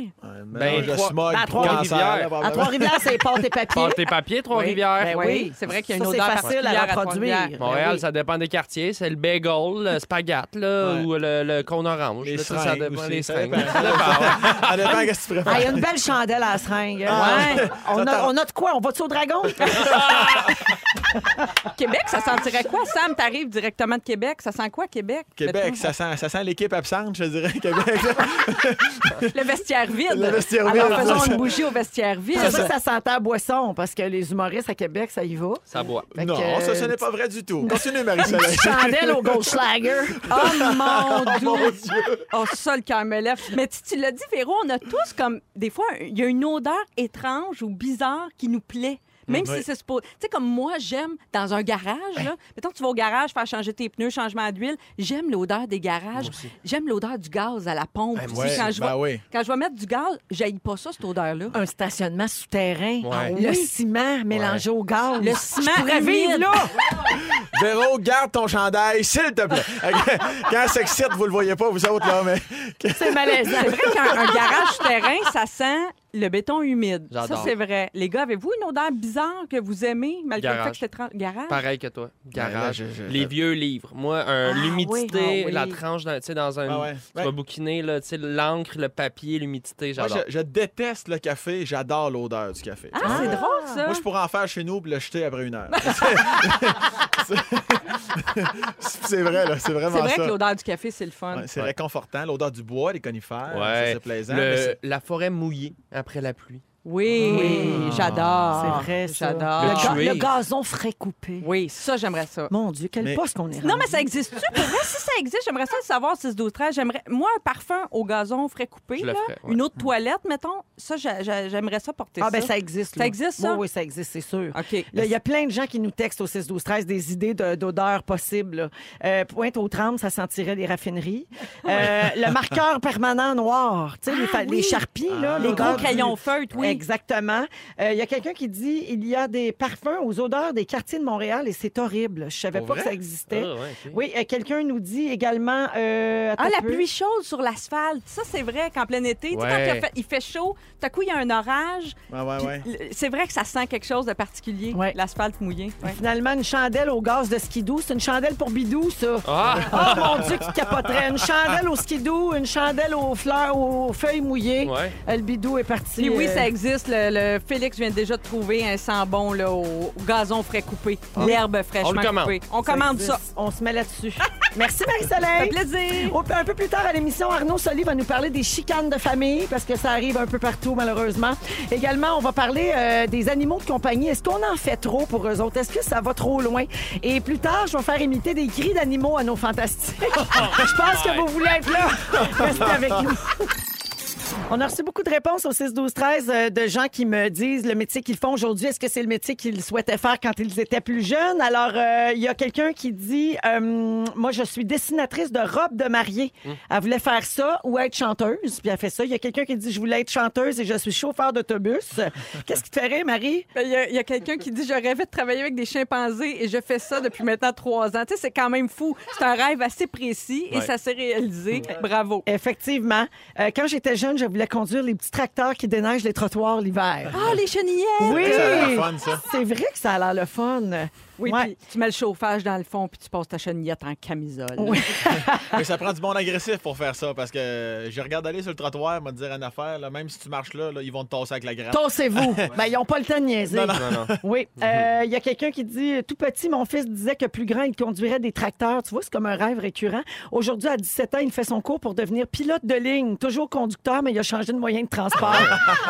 Speaker 4: Ben, je
Speaker 2: trois-
Speaker 4: smog,
Speaker 1: ben, à
Speaker 4: puis
Speaker 2: Trois-Rivières.
Speaker 4: cancer, là,
Speaker 1: À
Speaker 4: probablement.
Speaker 1: Trois-Rivières, c'est pâte et papier.
Speaker 2: Pâte et papier,
Speaker 1: Ben
Speaker 2: Trois-Rivières.
Speaker 1: oui.
Speaker 3: c'est vrai qu'il y a une
Speaker 1: Ça, c'est
Speaker 3: odeur
Speaker 1: facile à
Speaker 3: particulière à
Speaker 1: reproduire.
Speaker 3: Trois-Rivières.
Speaker 2: Montréal,
Speaker 1: Ben oui.
Speaker 2: ça dépend des quartiers. C'est le bagel, le spaghette, là,
Speaker 4: Ouais.
Speaker 2: ou le, le cône orange.
Speaker 4: Les
Speaker 2: là, ça, ça
Speaker 4: seringues
Speaker 2: dépend
Speaker 4: aussi,
Speaker 2: des
Speaker 4: ça
Speaker 2: seringues.
Speaker 4: dépend.
Speaker 2: Ça dépend, ouais.
Speaker 4: Ça dépend qu'est-ce que tu
Speaker 1: Ah, il y a
Speaker 4: préfères.
Speaker 1: une belle chandelle à la seringue.
Speaker 3: Ouais.
Speaker 1: On, a, on a de quoi? On va-tu au dragon?
Speaker 3: Québec, ça sentirait quoi? Sam, t'arrives directement de Québec. Ça sent quoi, Québec?
Speaker 4: Québec, ça sent, ça sent l'équipe absente, je dirais, Québec. là.
Speaker 3: Le vestiaire vide.
Speaker 4: Le vestiaire
Speaker 3: Alors,
Speaker 4: vide,
Speaker 3: faisons
Speaker 4: ça, ça-
Speaker 3: une bougie au vestiaire vide.
Speaker 1: C'est ça que ça sentait à boisson, parce que les humoristes à Québec, ça y va.
Speaker 2: Ça boit.
Speaker 1: Fait que,
Speaker 4: non, ça, ce
Speaker 1: euh,
Speaker 4: n'est pas vrai du tout. Continue, Marie-Soleil.
Speaker 1: Chandelle au Goldschlager.
Speaker 3: Oh mon Dieu!
Speaker 4: Mon Dieu.
Speaker 3: Oh, ça, le cœur me lève. Mais tu, tu l'as dit, Véro, on a tous comme. Des fois, il y a une odeur étrange ou bizarre qui nous plaît. Même
Speaker 4: Oui.
Speaker 3: si c'est supposé. Tu sais, comme moi, j'aime dans un garage, là. Mettons, que tu vas au garage faire changer tes pneus, changement d'huile. J'aime l'odeur des garages. J'aime l'odeur du gaz à la pompe. aussi.
Speaker 4: ouais,
Speaker 3: quand, je
Speaker 4: ben
Speaker 3: vais,
Speaker 4: oui.
Speaker 3: quand je vais mettre du gaz, j'aille pas ça, cette odeur-là.
Speaker 1: Un stationnement souterrain.
Speaker 2: Ouais.
Speaker 1: Le ciment mélangé au
Speaker 4: Ah,
Speaker 1: gaz.
Speaker 3: Le ciment
Speaker 1: Je pourrais
Speaker 3: humide.
Speaker 1: vivre là.
Speaker 4: Véro, garde ton chandail, s'il te plaît. Quand elle s'excite, vous le voyez pas, vous autres, là, mais.
Speaker 1: C'est malaisant.
Speaker 3: C'est vrai qu'un un garage souterrain, ça sent le béton humide. Ça,
Speaker 2: J'adore.
Speaker 3: c'est vrai. Les gars, avez-vous une odeur bizarre que vous aimez, malgré le fait
Speaker 2: Garage.
Speaker 3: que c'était tra- garage?
Speaker 2: Pareil que toi. Garage.
Speaker 4: Ouais, là, je- je-
Speaker 2: les vieux livres. Moi, un-
Speaker 1: Ah,
Speaker 2: l'humidité,
Speaker 1: oui. Ah, oui.
Speaker 2: la tranche, dans, tu sais, dans un.
Speaker 4: Ah ouais.
Speaker 2: Tu vas bouquiner, là, tu sais, l'encre, le papier, l'humidité.
Speaker 4: Moi,
Speaker 2: J'adore.
Speaker 4: je, je déteste le café, j'adore l'odeur du café.
Speaker 3: Ah, c'est drôle, ça.
Speaker 4: Moi, je pourrais en faire chez nous et le jeter après une heure. C'est- c'est vrai, là,
Speaker 3: C'est
Speaker 4: c'est vraiment
Speaker 3: vrai
Speaker 4: ça.
Speaker 3: que l'odeur du café, c'est le fun.
Speaker 4: Ouais, c'est
Speaker 2: Ouais.
Speaker 4: réconfortant. L'odeur du bois, des conifères,
Speaker 2: Ouais.
Speaker 4: ça, c'est plaisant.
Speaker 2: Le-
Speaker 4: mais c'est- Ah,
Speaker 2: la forêt mouillée après la pluie.
Speaker 3: Oui, j'adore.
Speaker 1: C'est vrai, ça.
Speaker 3: Ah, J'adore.
Speaker 2: Ah. Le
Speaker 1: Le, ga-
Speaker 2: cuir.
Speaker 1: le gazon frais coupé.
Speaker 3: Oui, ça, j'aimerais ça.
Speaker 1: Mon Dieu, quel
Speaker 4: Mais-
Speaker 1: poste qu'on est
Speaker 3: Non,
Speaker 1: rendu.
Speaker 3: mais ça existe-tu? Pour vrai, si ça existe, j'aimerais ça le savoir, 6, 12, 13. J'aimerais... Moi, un parfum au gazon frais coupé,
Speaker 2: Je le
Speaker 3: là,
Speaker 2: ferais, ouais.
Speaker 3: une autre toilette, mettons, ça, j'a- j'a- j'aimerais ça porter
Speaker 1: Ah,
Speaker 3: ça.
Speaker 1: ben ça existe.
Speaker 3: Ça
Speaker 1: là.
Speaker 3: existe, ça?
Speaker 1: Oui, oui, ça existe, c'est sûr.
Speaker 3: OK.
Speaker 1: Là, Il y a plein de gens qui nous textent au 6 12 13 des idées de- d'odeurs possibles. là. Euh, pointe aux trembles, ça sentirait les raffineries. Euh, le marqueur permanent noir, tu sais, les, fa-
Speaker 3: Ah, oui.
Speaker 1: les charpies, là,
Speaker 3: Les
Speaker 1: l'odeur
Speaker 3: gros
Speaker 1: du-
Speaker 3: crayons feutres, oui.
Speaker 1: Exactement. Euh, Il y a quelqu'un qui dit il y a des parfums aux odeurs des quartiers de Montréal et c'est horrible. Je savais
Speaker 4: Pour
Speaker 1: pas
Speaker 4: vrai?
Speaker 1: que ça existait.
Speaker 2: Ah, ouais, ok.
Speaker 1: Oui, euh, quelqu'un nous dit également. euh, attends
Speaker 3: Ah, la
Speaker 1: un peu.
Speaker 3: pluie chaude sur l'asphalte. Ça, c'est vrai qu'en plein été, tu sais, quand
Speaker 2: Ouais.
Speaker 3: il fait, il fait chaud, tout à coup, il y a un orage.
Speaker 4: Ouais, ouais,
Speaker 3: puis
Speaker 4: ouais.
Speaker 3: le- C'est vrai que ça sent quelque chose de particulier,
Speaker 1: Ouais.
Speaker 3: l'asphalte mouillé. Ouais.
Speaker 1: Finalement, une chandelle au gaz de skidoo. C'est une chandelle pour bidou, ça.
Speaker 2: Ah!
Speaker 1: Oh mon Dieu, qui capoterait. Une chandelle au skidoo, une chandelle aux fleurs, aux feuilles mouillées.
Speaker 2: Ouais.
Speaker 1: Euh, Le bidou est parti.
Speaker 3: Puis oui,
Speaker 1: euh,
Speaker 3: ça existe. Le, le Félix vient déjà de trouver un sang bon là, au, au gazon frais coupé, l'herbe fraîchement
Speaker 2: On le commande.
Speaker 3: coupée. On
Speaker 1: ça
Speaker 3: commande
Speaker 1: existe.
Speaker 3: ça.
Speaker 1: On se met là-dessus. Merci,
Speaker 3: Ça fait
Speaker 1: Marie-Soleil.
Speaker 3: plaisir.
Speaker 1: Au- Un peu plus tard à l'émission, Arnaud Soli va nous parler des chicanes de famille parce que ça arrive un peu partout, malheureusement. Également, on va parler euh, des animaux de compagnie. Est-ce qu'on en fait trop pour eux autres? Est-ce que ça va trop loin? Et plus tard, je vais faire imiter des cris d'animaux à nos fantastiques. je pense que vous voulez être là. Restez avec nous. On a reçu beaucoup de réponses au 6-12-13 euh, de gens qui me disent le métier qu'ils font aujourd'hui, est-ce que c'est le métier qu'ils souhaitaient faire quand ils étaient plus jeunes? Alors, euh, il y a quelqu'un qui dit euh, Moi, je suis dessinatrice de robes de mariée.
Speaker 2: Hum.
Speaker 1: Elle voulait faire ça ou être chanteuse, puis elle fait ça. Il y a quelqu'un qui dit Je voulais être chanteuse et je suis chauffeur d'autobus. Qu'est-ce qui te ferait, Marie?
Speaker 3: Il y a, il y a quelqu'un qui dit Je rêvais de travailler avec des chimpanzés et je fais ça depuis maintenant trois ans. Tu sais, c'est quand même fou. C'est un rêve assez précis et
Speaker 2: Ouais.
Speaker 3: ça s'est réalisé. Bravo.
Speaker 1: Effectivement. Euh, quand j'étais jeune, je voulais conduire les petits tracteurs qui déneigent les trottoirs l'hiver.
Speaker 3: Ah, les chenillettes!
Speaker 1: Oui!
Speaker 4: Ça a l'air fun, ça.
Speaker 1: C'est vrai que ça a l'air le fun.
Speaker 3: Oui,
Speaker 1: Ouais.
Speaker 3: puis tu mets le chauffage dans le fond, puis tu passes ta chenillette en camisole.
Speaker 1: Oui.
Speaker 4: Mais ça prend du monde agressif pour faire ça parce que je regarde aller sur le trottoir, me dire une affaire, là, même si tu marches là, là, ils vont te tasser avec la grappe.
Speaker 1: Tossez-vous. ben, ils n'ont pas le temps de niaiser.
Speaker 2: Non, non.
Speaker 1: Oui. Euh, Il y a quelqu'un qui dit Tout petit, mon fils disait que plus grand, il conduirait des tracteurs. Tu vois, c'est comme un rêve récurrent. Aujourd'hui, à 17 ans, il fait son cours pour devenir pilote de ligne. Toujours conducteur, mais il a changé de moyen de transport.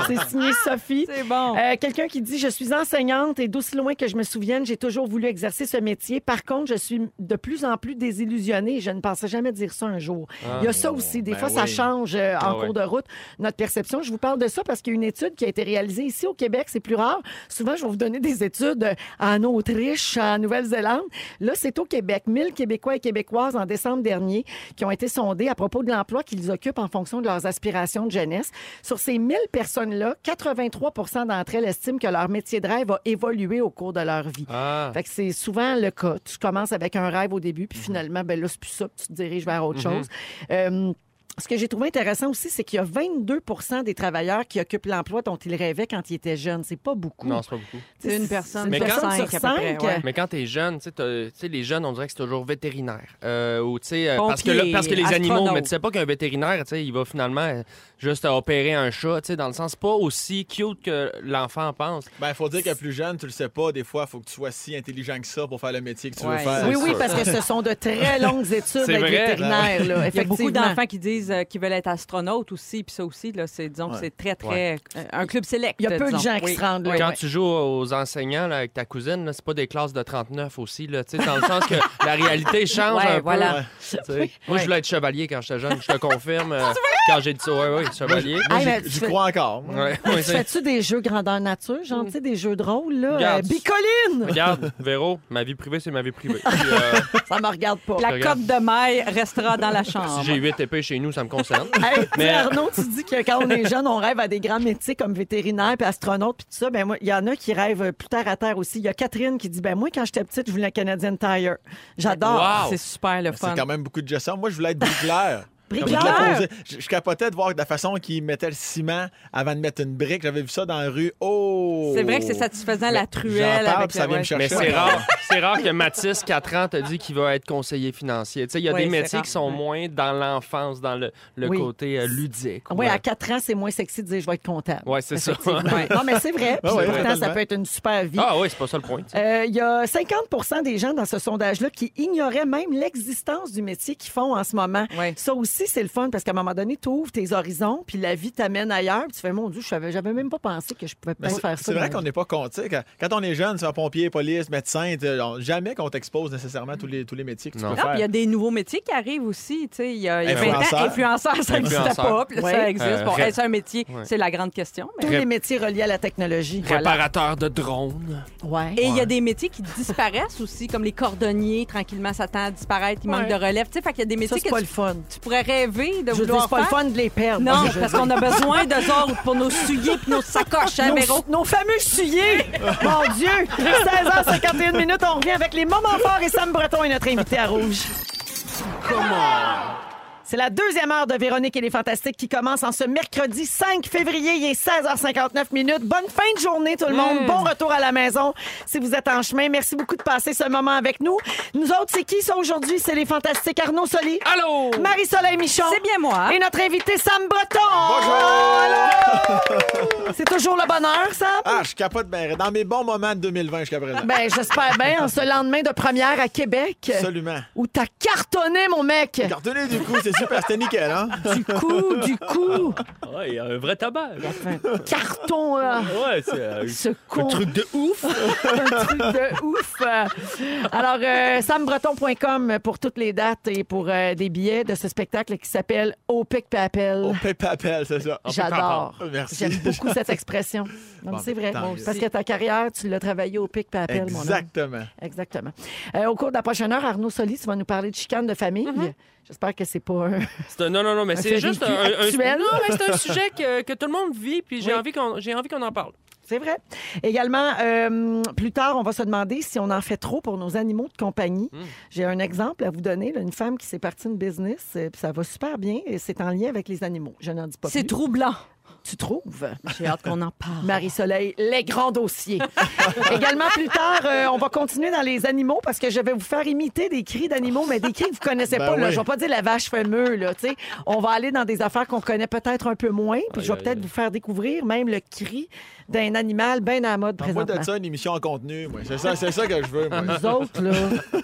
Speaker 1: c'est signé Sophie.
Speaker 3: C'est bon.
Speaker 1: Euh, Quelqu'un qui dit Je suis enseignante et d'aussi loin que je me souvienne, j'ai toujours voulu exercer ce métier. Par contre, je suis de plus en plus désillusionnée. Je ne pensais jamais dire ça un jour. Il y a ça aussi. Des
Speaker 4: ben
Speaker 1: fois, ça
Speaker 4: oui.
Speaker 1: change euh, en
Speaker 2: Ah
Speaker 1: cours
Speaker 2: ouais.
Speaker 1: de route notre perception. Je vous parle de ça parce qu'il y a une étude qui a été réalisée ici au Québec. C'est plus rare. Souvent, je vais vous donner des études euh, en Autriche, en Nouvelle-Zélande. Là, c'est au Québec. 1000 Québécois et Québécoises en décembre dernier qui ont été sondés à propos de l'emploi qu'ils occupent en fonction de leurs aspirations de jeunesse. Sur ces 1000 personnes-là, 83 d'entre elles estiment que leur métier de rêve a évolué au cours de leur vie.
Speaker 2: Ah.
Speaker 1: Fait que c'est souvent le cas. Tu commences avec un rêve au début,
Speaker 2: Mhm.
Speaker 1: puis finalement, ben là, c'est plus ça, puis tu te diriges vers autre chose. Euh, ce que j'ai trouvé intéressant aussi, c'est qu'il y a 22 des travailleurs qui occupent l'emploi dont ils rêvaient quand ils étaient jeunes. C'est pas beaucoup.
Speaker 2: Non, c'est pas beaucoup.
Speaker 3: C'est une personne
Speaker 1: une
Speaker 2: sur
Speaker 1: personne
Speaker 3: cinq,
Speaker 1: sur
Speaker 3: à peu près,
Speaker 1: cinq.
Speaker 3: ouais.
Speaker 2: Mais quand t'es jeune, tu sais, t'as- tu sais, les jeunes, on dirait que c'est toujours vétérinaire. Euh, ou, tu sais, euh,
Speaker 3: Pompier,
Speaker 2: parce, que là- parce que les animaux,
Speaker 3: astronaute.
Speaker 2: mais tu sais pas qu'un vétérinaire, tu sais, il va finalement euh, juste opérer un chat, tu sais, dans le sens pas aussi cute que l'enfant pense.
Speaker 4: Ben, faut dire que plus jeune, tu le sais pas, des fois, faut que tu sois si intelligent que ça pour faire le métier que tu
Speaker 3: Ouais.
Speaker 4: veux faire.
Speaker 1: Oui, oui,
Speaker 4: Ça,
Speaker 1: parce que ce sont de très longues études
Speaker 2: C'est
Speaker 1: avec
Speaker 2: vrai,
Speaker 1: vétérinaires. Là,
Speaker 3: Il y a beaucoup
Speaker 1: effectivement.
Speaker 3: d'enfants qui disent euh, qu'ils veulent être astronautes aussi, puis ça aussi, là, c'est, disons que
Speaker 4: Ouais.
Speaker 3: c'est très, très... euh, un club select,
Speaker 1: Il y a peu de
Speaker 3: disons.
Speaker 1: gens qui
Speaker 3: Oui.
Speaker 1: se rendent là.
Speaker 2: Quand
Speaker 1: ouais.
Speaker 2: tu joues aux enseignants là, avec ta cousine, là, c'est pas des classes de 39 aussi, là, tu sais, dans le sens que la réalité change
Speaker 3: Ouais,
Speaker 2: un peu.
Speaker 3: voilà.
Speaker 2: Ouais. Tu sais, Moi, je voulais être chevalier quand j'étais jeune, je te confirme. euh, quand j'ai dit ça, ouais, ouais, chevalier.
Speaker 4: Moi,
Speaker 1: Hey,
Speaker 4: j'y-
Speaker 1: mais tu
Speaker 4: j'y
Speaker 1: fais-
Speaker 4: crois encore. moi.
Speaker 2: Ouais, ouais,
Speaker 1: Tu
Speaker 2: c'est-
Speaker 1: Fais-tu des jeux grandeur nature, genre, tu sais, des jeux de rôle, là?
Speaker 2: Regarde.
Speaker 1: euh, Bicoline!
Speaker 2: Regarde, Véro, ma vie privée, c'est ma vie privée. Puis, euh,
Speaker 1: Ça me regarde pas.
Speaker 3: La
Speaker 2: Regarde.
Speaker 3: cote de maille restera dans la chambre.
Speaker 2: si j'ai 8 épées chez nous, ça me concerne.
Speaker 1: Hey, tu sais,
Speaker 2: Mais- euh,
Speaker 1: Arnaud, tu dis que quand on est jeune, on rêve à des grands métiers comme vétérinaire puis astronaute puis tout ça. Ben moi, il y en a qui rêvent plus terre à terre aussi. Il y a Catherine qui dit ben moi quand j'étais petite, je voulais un Canadian Tire. J'adore. Ah
Speaker 2: Wow.
Speaker 3: C'est super le fun.
Speaker 4: C'est quand même beaucoup de gestion. Moi, je voulais être bricoleur. Comme je
Speaker 1: Bricoleur?
Speaker 4: l'ai posé. Je, je capotais de voir de la façon qu'ils mettaient le ciment avant de mettre une brique. J'avais vu ça dans la rue. Oh!
Speaker 3: C'est vrai que c'est satisfaisant, la
Speaker 4: J'en
Speaker 3: truelle.
Speaker 4: parle,
Speaker 3: avec
Speaker 4: puis
Speaker 3: la-
Speaker 4: ça vient me
Speaker 3: ouais.
Speaker 4: chercher.
Speaker 2: Mais c'est rare, c'est rare que Mathis, 4 ans, te dit qu'il va être conseiller financier. Tu sais, il y a
Speaker 3: Oui,
Speaker 2: des
Speaker 3: c'est
Speaker 2: métiers
Speaker 3: rare,
Speaker 2: qui sont
Speaker 3: ouais.
Speaker 2: moins dans l'enfance, dans le, le
Speaker 1: Oui.
Speaker 2: côté euh, ludique.
Speaker 1: Oui, à 4 ans, c'est moins sexy de dire je vais être comptable.
Speaker 2: Ouais, c'est ça.
Speaker 1: Effectivement.
Speaker 3: Ouais.
Speaker 1: Non, mais c'est vrai. Puis
Speaker 4: Ah ouais,
Speaker 1: pourtant, ça
Speaker 4: totalement.
Speaker 1: peut être une super vie.
Speaker 2: Ah oui, c'est pas ça le point. tu sais.
Speaker 1: Euh, Il y a 50 des gens dans ce sondage-là qui ignoraient même l'existence du métier qu'ils font en ce moment.
Speaker 3: Ouais.
Speaker 1: Ça aussi, c'est le fun parce qu'à un moment donné, tu ouvres tes horizons, puis la vie t'amène ailleurs. puis tu fais, mon Dieu, je savais- j'avais même pas pensé que je pouvais
Speaker 4: Mais
Speaker 1: pas
Speaker 4: Ben, c'est-
Speaker 1: faire ça.
Speaker 4: c'est vrai
Speaker 1: dans la
Speaker 4: qu'on n'est pas con. tu sais, Quand, quand on est jeune, tu vas pompier, police, médecin, tu sais, on- jamais qu'on t'expose nécessairement tous les, tous les métiers que tu
Speaker 2: Non.
Speaker 4: peux
Speaker 3: Non, puis Ah, il y a
Speaker 4: faire.
Speaker 3: des nouveaux métiers qui arrivent aussi. tu sais. Il y a, il y a 20 ans,
Speaker 4: Influenceurs.
Speaker 3: influenceurs, ça n'existait
Speaker 2: Influenceurs.
Speaker 3: pas. puis là,
Speaker 1: Ouais.
Speaker 3: Ça existe.
Speaker 2: Euh,
Speaker 3: bon,
Speaker 2: ré-
Speaker 3: est-ce un métier?
Speaker 2: Ouais.
Speaker 3: C'est la grande question. mais-
Speaker 1: Tous les métiers reliés à la technologie.
Speaker 2: Réparateur de drones.
Speaker 1: Ouais.
Speaker 3: Et il y a des métiers qui disparaissent aussi, comme les cordonniers, tranquillement, ça tend à disparaître, il manque
Speaker 1: Ouais.
Speaker 3: de relève. Tu sais, fait qu'il y a des
Speaker 1: ça,
Speaker 3: métiers
Speaker 1: c'est
Speaker 3: que
Speaker 1: pas
Speaker 3: tu,
Speaker 1: le fun.
Speaker 3: tu pourrais rêver de
Speaker 1: Je veux dire,
Speaker 3: vouloir
Speaker 1: c'est pas le
Speaker 3: faire.
Speaker 1: fun de les perdre.
Speaker 3: Non,
Speaker 1: Je-
Speaker 3: parce qu'on a besoin d'eux autres pour nos souliers puis nos sacoches, hein, Véro?
Speaker 1: nos, nos fameux souliers! Mon Dieu! 16h51 minutes, on revient avec les moments forts et Sam Breton est notre invité à Rouge. C'est la deuxième heure de Véronique et les Fantastiques qui commence en ce mercredi 5 février. Il est 16h59 minutes. Bonne fin de journée, tout le
Speaker 3: Mm.
Speaker 1: monde. Bon retour à la maison si vous êtes en chemin. Merci beaucoup de passer ce moment avec nous. Nous autres, c'est qui ça aujourd'hui? C'est les Fantastiques Arnaud Soli.
Speaker 2: Allô?
Speaker 1: Marie-Soleil Michon.
Speaker 3: C'est bien moi. hein?
Speaker 1: Et notre invité, Sam Breton. Allô! C'est toujours le bonheur, Sam?
Speaker 4: Ah, je capote ben, dans mes bons moments de 2020 jusqu'à présent.
Speaker 1: Ben, j'espère bien, en ce lendemain de première à Québec,
Speaker 4: Absolument.
Speaker 1: où t'as cartonné, mon mec,
Speaker 4: Cartonné du coup, c'est super, c'était nickel, hein?
Speaker 1: du coup, du coup,
Speaker 2: Ouais, un vrai tabac.
Speaker 1: carton, euh,
Speaker 2: Ouais, c'est
Speaker 1: ce con,
Speaker 2: de ouf.
Speaker 1: un truc de ouf. Euh, Alors, euh, sambreton.com pour toutes les dates et pour euh, des billets de ce spectacle qui s'appelle Au pic
Speaker 4: Au
Speaker 1: papel.
Speaker 4: papel, c'est ça.
Speaker 1: J'adore.
Speaker 4: Merci.
Speaker 1: J'aime beaucoup cette expression. Non,
Speaker 4: Bon,
Speaker 1: mais c'est vrai.
Speaker 4: tant mieux.
Speaker 1: Parce que ta carrière, tu l'as travaillée au pic papel, mon homme.
Speaker 4: Exactement.
Speaker 1: Exactement. Euh, au cours de la prochaine heure, Arnaud Solis, tu vas nous parler de chicane de famille. J'espère que c'est pas un...
Speaker 2: Non, non, non, mais
Speaker 1: fait
Speaker 2: c'est juste un,
Speaker 1: vécu
Speaker 2: un-
Speaker 1: actuel.
Speaker 2: Non, mais c'est un sujet que, que tout le monde vit, puis j'ai
Speaker 1: Oui.
Speaker 2: envie qu'on j'ai envie qu'on en parle.
Speaker 1: C'est vrai. Également, euh, plus tard, on va se demander si on en fait trop pour nos animaux de compagnie.
Speaker 4: Mm.
Speaker 1: J'ai un exemple à vous donner. là, une femme qui s'est partie une business, euh, puis ça va super bien. et C'est en lien avec les animaux. Je n'en dis pas
Speaker 3: C'est
Speaker 1: plus.
Speaker 3: troublant. Ben,
Speaker 1: tu trouves?
Speaker 3: J'ai hâte qu'on en parle.
Speaker 1: Marie-Soleil, les grands dossiers. Également, plus tard, euh, on va continuer dans les animaux parce que je vais vous faire imiter des cris d'animaux, mais des cris que vous connaissez
Speaker 4: Ben
Speaker 1: pas. Là,
Speaker 4: oui.
Speaker 1: je vais pas dire la vache fameuse. Là, tu sais. on va aller dans des affaires qu'on connaît peut-être un peu moins, puis je vais
Speaker 2: aïe,
Speaker 1: peut-être
Speaker 2: aïe.
Speaker 1: vous faire découvrir même le cri d'un animal bien à la mode
Speaker 4: Moi,
Speaker 1: présentement.
Speaker 4: de ça, une émission en contenu. moi. C'est ça, c'est ça que je veux. Moi.
Speaker 1: Nous autres, là.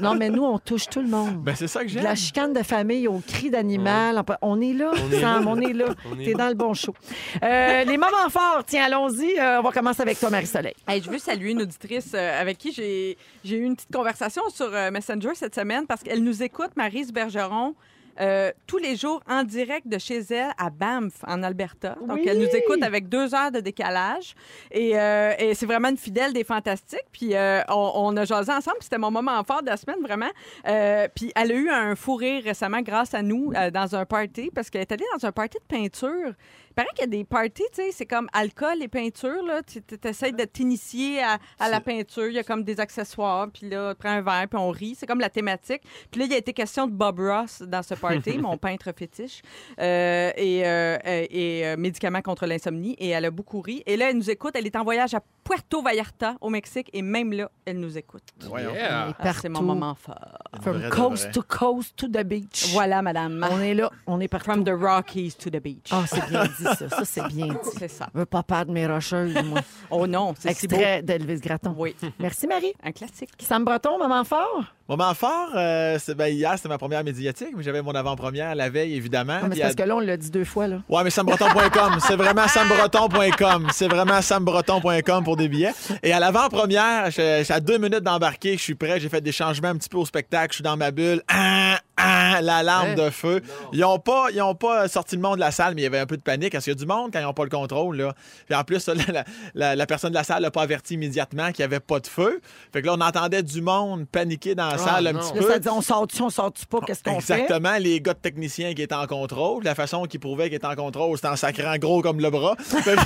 Speaker 1: Non, mais nous, on touche tout le monde.
Speaker 4: Ben, c'est ça que
Speaker 1: De
Speaker 4: j'aime.
Speaker 1: la chicane de famille au cri d'animal. On est là,
Speaker 2: est
Speaker 1: Sam,
Speaker 2: là.
Speaker 1: on est là.
Speaker 2: On est
Speaker 1: T'es
Speaker 2: là.
Speaker 1: dans le bon show. Euh, les moments forts, tiens, allons-y. Euh, on va commencer avec toi, Marie-Soleil.
Speaker 3: Hey, je veux saluer une auditrice euh, avec qui j'ai j'ai eu une petite conversation sur euh, Messenger cette semaine parce qu'elle nous écoute, Marise Bergeron. euh, tous les jours en direct de chez elle à Banff, en Alberta. Donc,
Speaker 1: Oui!
Speaker 3: elle nous écoute avec deux heures de décalage. Et, euh, et c'est vraiment une fidèle des fantastiques. Puis, euh, on, on a jasé ensemble. puis C'était mon moment fort de la semaine, vraiment. Euh, puis, elle a eu un fou rire récemment grâce à nous euh, dans un party parce qu'elle est allée dans un party de peinture. Il paraît qu'il y a des parties, tu sais, c'est comme alcool et peinture, là. Tu essaies de t'initier à, à la peinture. Il y a comme des accessoires, puis là, prends un verre, puis on rit. C'est comme la thématique. Puis là, il a été question de Bob Ross dans ce party, mon peintre fétiche, euh, et, euh, euh, et euh, médicaments contre l'insomnie. Et elle a beaucoup ri. Et là, elle nous écoute. Elle est en voyage à Puerto Vallarta, au Mexique, et même là, elle nous écoute.
Speaker 4: Voyons.
Speaker 2: Yeah.
Speaker 3: Ah, c'est mon
Speaker 1: Partout.
Speaker 3: moment fort.
Speaker 1: From
Speaker 4: Vrai de
Speaker 1: coast
Speaker 4: vrai.
Speaker 1: to coast to the beach.
Speaker 3: Voilà, madame.
Speaker 1: On est là, on est partout.
Speaker 3: From the Rockies to the beach.
Speaker 1: Ah, c'est bien dit, ça. Ça, c'est bien dit.
Speaker 3: C'est ça.
Speaker 1: Je veux pas perdre mes rocheuses, moi.
Speaker 3: Oh non, c'est si beau.
Speaker 1: Extrait d'Elvis Gratton.
Speaker 3: Oui,
Speaker 1: Merci, Marie.
Speaker 3: un classique.
Speaker 1: Sam Breton, moment fort?
Speaker 4: Moment fort, euh, c'est- ben, hier, c'était ma première médiatique, mais j'avais mon avant-première la veille, évidemment.
Speaker 1: Ah, mais
Speaker 4: Puis
Speaker 1: c'est
Speaker 4: à-
Speaker 1: parce que là, on l'a dit deux fois, là.
Speaker 4: Ouais, mais sambreton.com. c'est vraiment sambreton.com. C'est vraiment sambreton.com pour des billets. Et à l'avant-première, je je suis à deux minutes d'embarquer, je suis prêt, j'ai fait des changements un petit peu au spectacle, je suis dans ma bulle. Ah, ah, l'alarme de feu. Ils ont pas, ils ont pas sorti le monde de la salle, mais il y avait un peu de panique. Parce qu'il y a du monde quand ils n'ont pas le contrôle, là. Puis en plus, la, la- la- la personne de la salle n'a pas averti immédiatement qu'il n'y avait pas de feu. Fait que là, on entendait du monde paniquer dans la salle un
Speaker 2: non.
Speaker 4: petit
Speaker 1: Là,
Speaker 4: peu.
Speaker 1: ça dit on sort-tu, on sort-tu pas, qu'est-ce qu'on fait?
Speaker 4: Exactement, les gars de techniciens qui étaient en contrôle. La façon qu'ils prouvaient qu'ils étaient en contrôle, c'était en sacrant gros comme le bras. Fait que-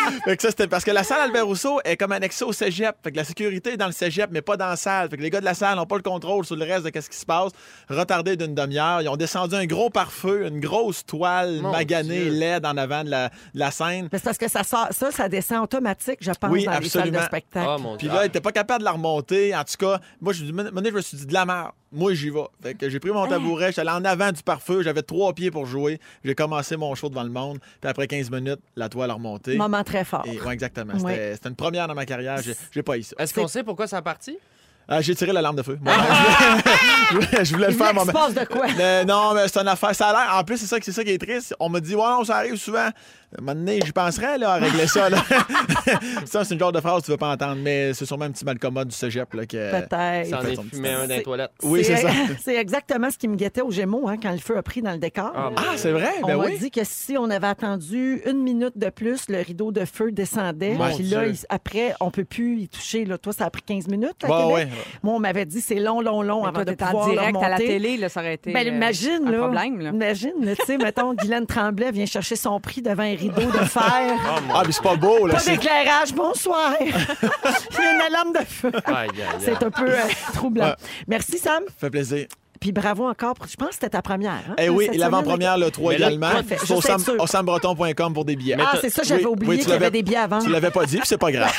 Speaker 4: Fait que ça, c'était parce que la salle Albert Rousseau est comme annexée au cégep. Fait que la sécurité est dans le cégep, mais pas dans la salle. Fait que les gars de la salle n'ont pas le contrôle sur le reste de quest ce qui se passe. Retardé d'une demi-heure, ils ont descendu un gros pare-feu, une grosse toile
Speaker 2: Mon
Speaker 4: maganée,
Speaker 2: Dieu.
Speaker 4: laide en avant de la, de la scène.
Speaker 1: Mais c'est parce que ça, sort, ça, ça descend automatique, je pense,
Speaker 4: Oui,
Speaker 1: dans les salles
Speaker 4: absolument.
Speaker 1: de spectacle.
Speaker 2: Ah, mon
Speaker 4: Puis
Speaker 2: Dieu.
Speaker 4: là, il était pas capable de la remonter. En tout cas, moi, je, un moment donné, je me suis dit de la merde. Moi, j'y vais. Fait que j'ai pris mon tabouret, j'étais allé en avant du pare-feu, j'avais trois pieds pour jouer. J'ai commencé mon show devant le monde. Puis après 15 minutes, la toile a remonté.
Speaker 1: Moment très fort.
Speaker 4: Et, ouais, exactement.
Speaker 1: Ouais.
Speaker 4: C'était c'était une première dans ma carrière. J'ai- J'ai pas eu ça.
Speaker 2: Est-ce qu'on sait pourquoi ça a parti?
Speaker 4: Euh, j'ai tiré l'alarme de feu. Moi, je, voulais, je voulais le
Speaker 1: Il
Speaker 4: faire Euh,
Speaker 1: voulait
Speaker 4: moi-même.
Speaker 1: qu'il se passe de quoi?
Speaker 4: Mais non, mais c'est une affaire. Ça a l'air. En plus, c'est ça, qui- c'est ça qui est triste. On m'a dit, ouais, non, ça arrive souvent. Maintenant, j'y penserais là, à régler ça. là. ça, c'est une genre de phrase que tu veux pas entendre, mais c'est sûrement un petit malcommode du cégep. Là, que...
Speaker 1: Peut-être.
Speaker 2: Ça en
Speaker 4: fait
Speaker 2: est
Speaker 4: son petit
Speaker 2: fumé un dans les toilettes.
Speaker 4: Oui, c'est ça.
Speaker 1: C'est exactement ce qui me guettait aux Gémeaux hein, quand le feu a pris dans le décor.
Speaker 2: Ah, mon
Speaker 4: Ah, c'est vrai?
Speaker 1: On
Speaker 4: Ben
Speaker 1: m'a
Speaker 4: oui.
Speaker 1: dit que si on avait attendu une minute de plus, le rideau de feu descendait.
Speaker 4: Mon
Speaker 1: Puis là,
Speaker 4: Dieu.
Speaker 1: il- après, on peut plus y toucher. Là. Toi, ça a pris 15 minutes. à
Speaker 4: Bon,
Speaker 1: Québec.
Speaker 4: Bah ouais.
Speaker 1: Moi, on m'avait dit c'est long, long, long
Speaker 3: Mais
Speaker 1: avant
Speaker 3: toi,
Speaker 1: de
Speaker 3: t'es
Speaker 1: pouvoir
Speaker 3: en
Speaker 1: le
Speaker 3: direct à la
Speaker 1: remonter.
Speaker 3: télé, là, ça aurait été
Speaker 1: Ben,
Speaker 3: euh,
Speaker 1: imagine,
Speaker 3: un
Speaker 1: là.
Speaker 3: problème. Là.
Speaker 1: Imagine, là, tu sais, mettons, Guylaine Tremblay vient chercher son prix devant un rideau de fer.
Speaker 4: Ah, mais c'est pas beau, là.
Speaker 1: Pas
Speaker 4: c'est-
Speaker 1: d'éclairage, bonsoir. Il y a une alarme de feu.
Speaker 2: Aïe, aïe, aïe.
Speaker 1: C'est un peu euh, troublant.
Speaker 4: Ouais.
Speaker 1: Merci, Sam.
Speaker 4: fait plaisir.
Speaker 1: Puis bravo encore. pour- Je pense que c'était ta première. hein,
Speaker 4: Eh oui,
Speaker 1: cette
Speaker 4: l'avant-première, le 3
Speaker 2: Mais là,
Speaker 4: également.
Speaker 1: parfait, je
Speaker 4: Sur
Speaker 1: sais
Speaker 4: sam-
Speaker 1: être sûr.
Speaker 4: au sambreton.com pour des billets.
Speaker 1: semaine. Ah,
Speaker 2: Mais
Speaker 1: c'est ça, j'avais
Speaker 4: oui,
Speaker 1: oublié
Speaker 4: oui, tu
Speaker 1: qu'il y avait
Speaker 4: l'avais-
Speaker 1: des billets avant.
Speaker 4: Tu l'avais pas dit, puis c'est pas grave.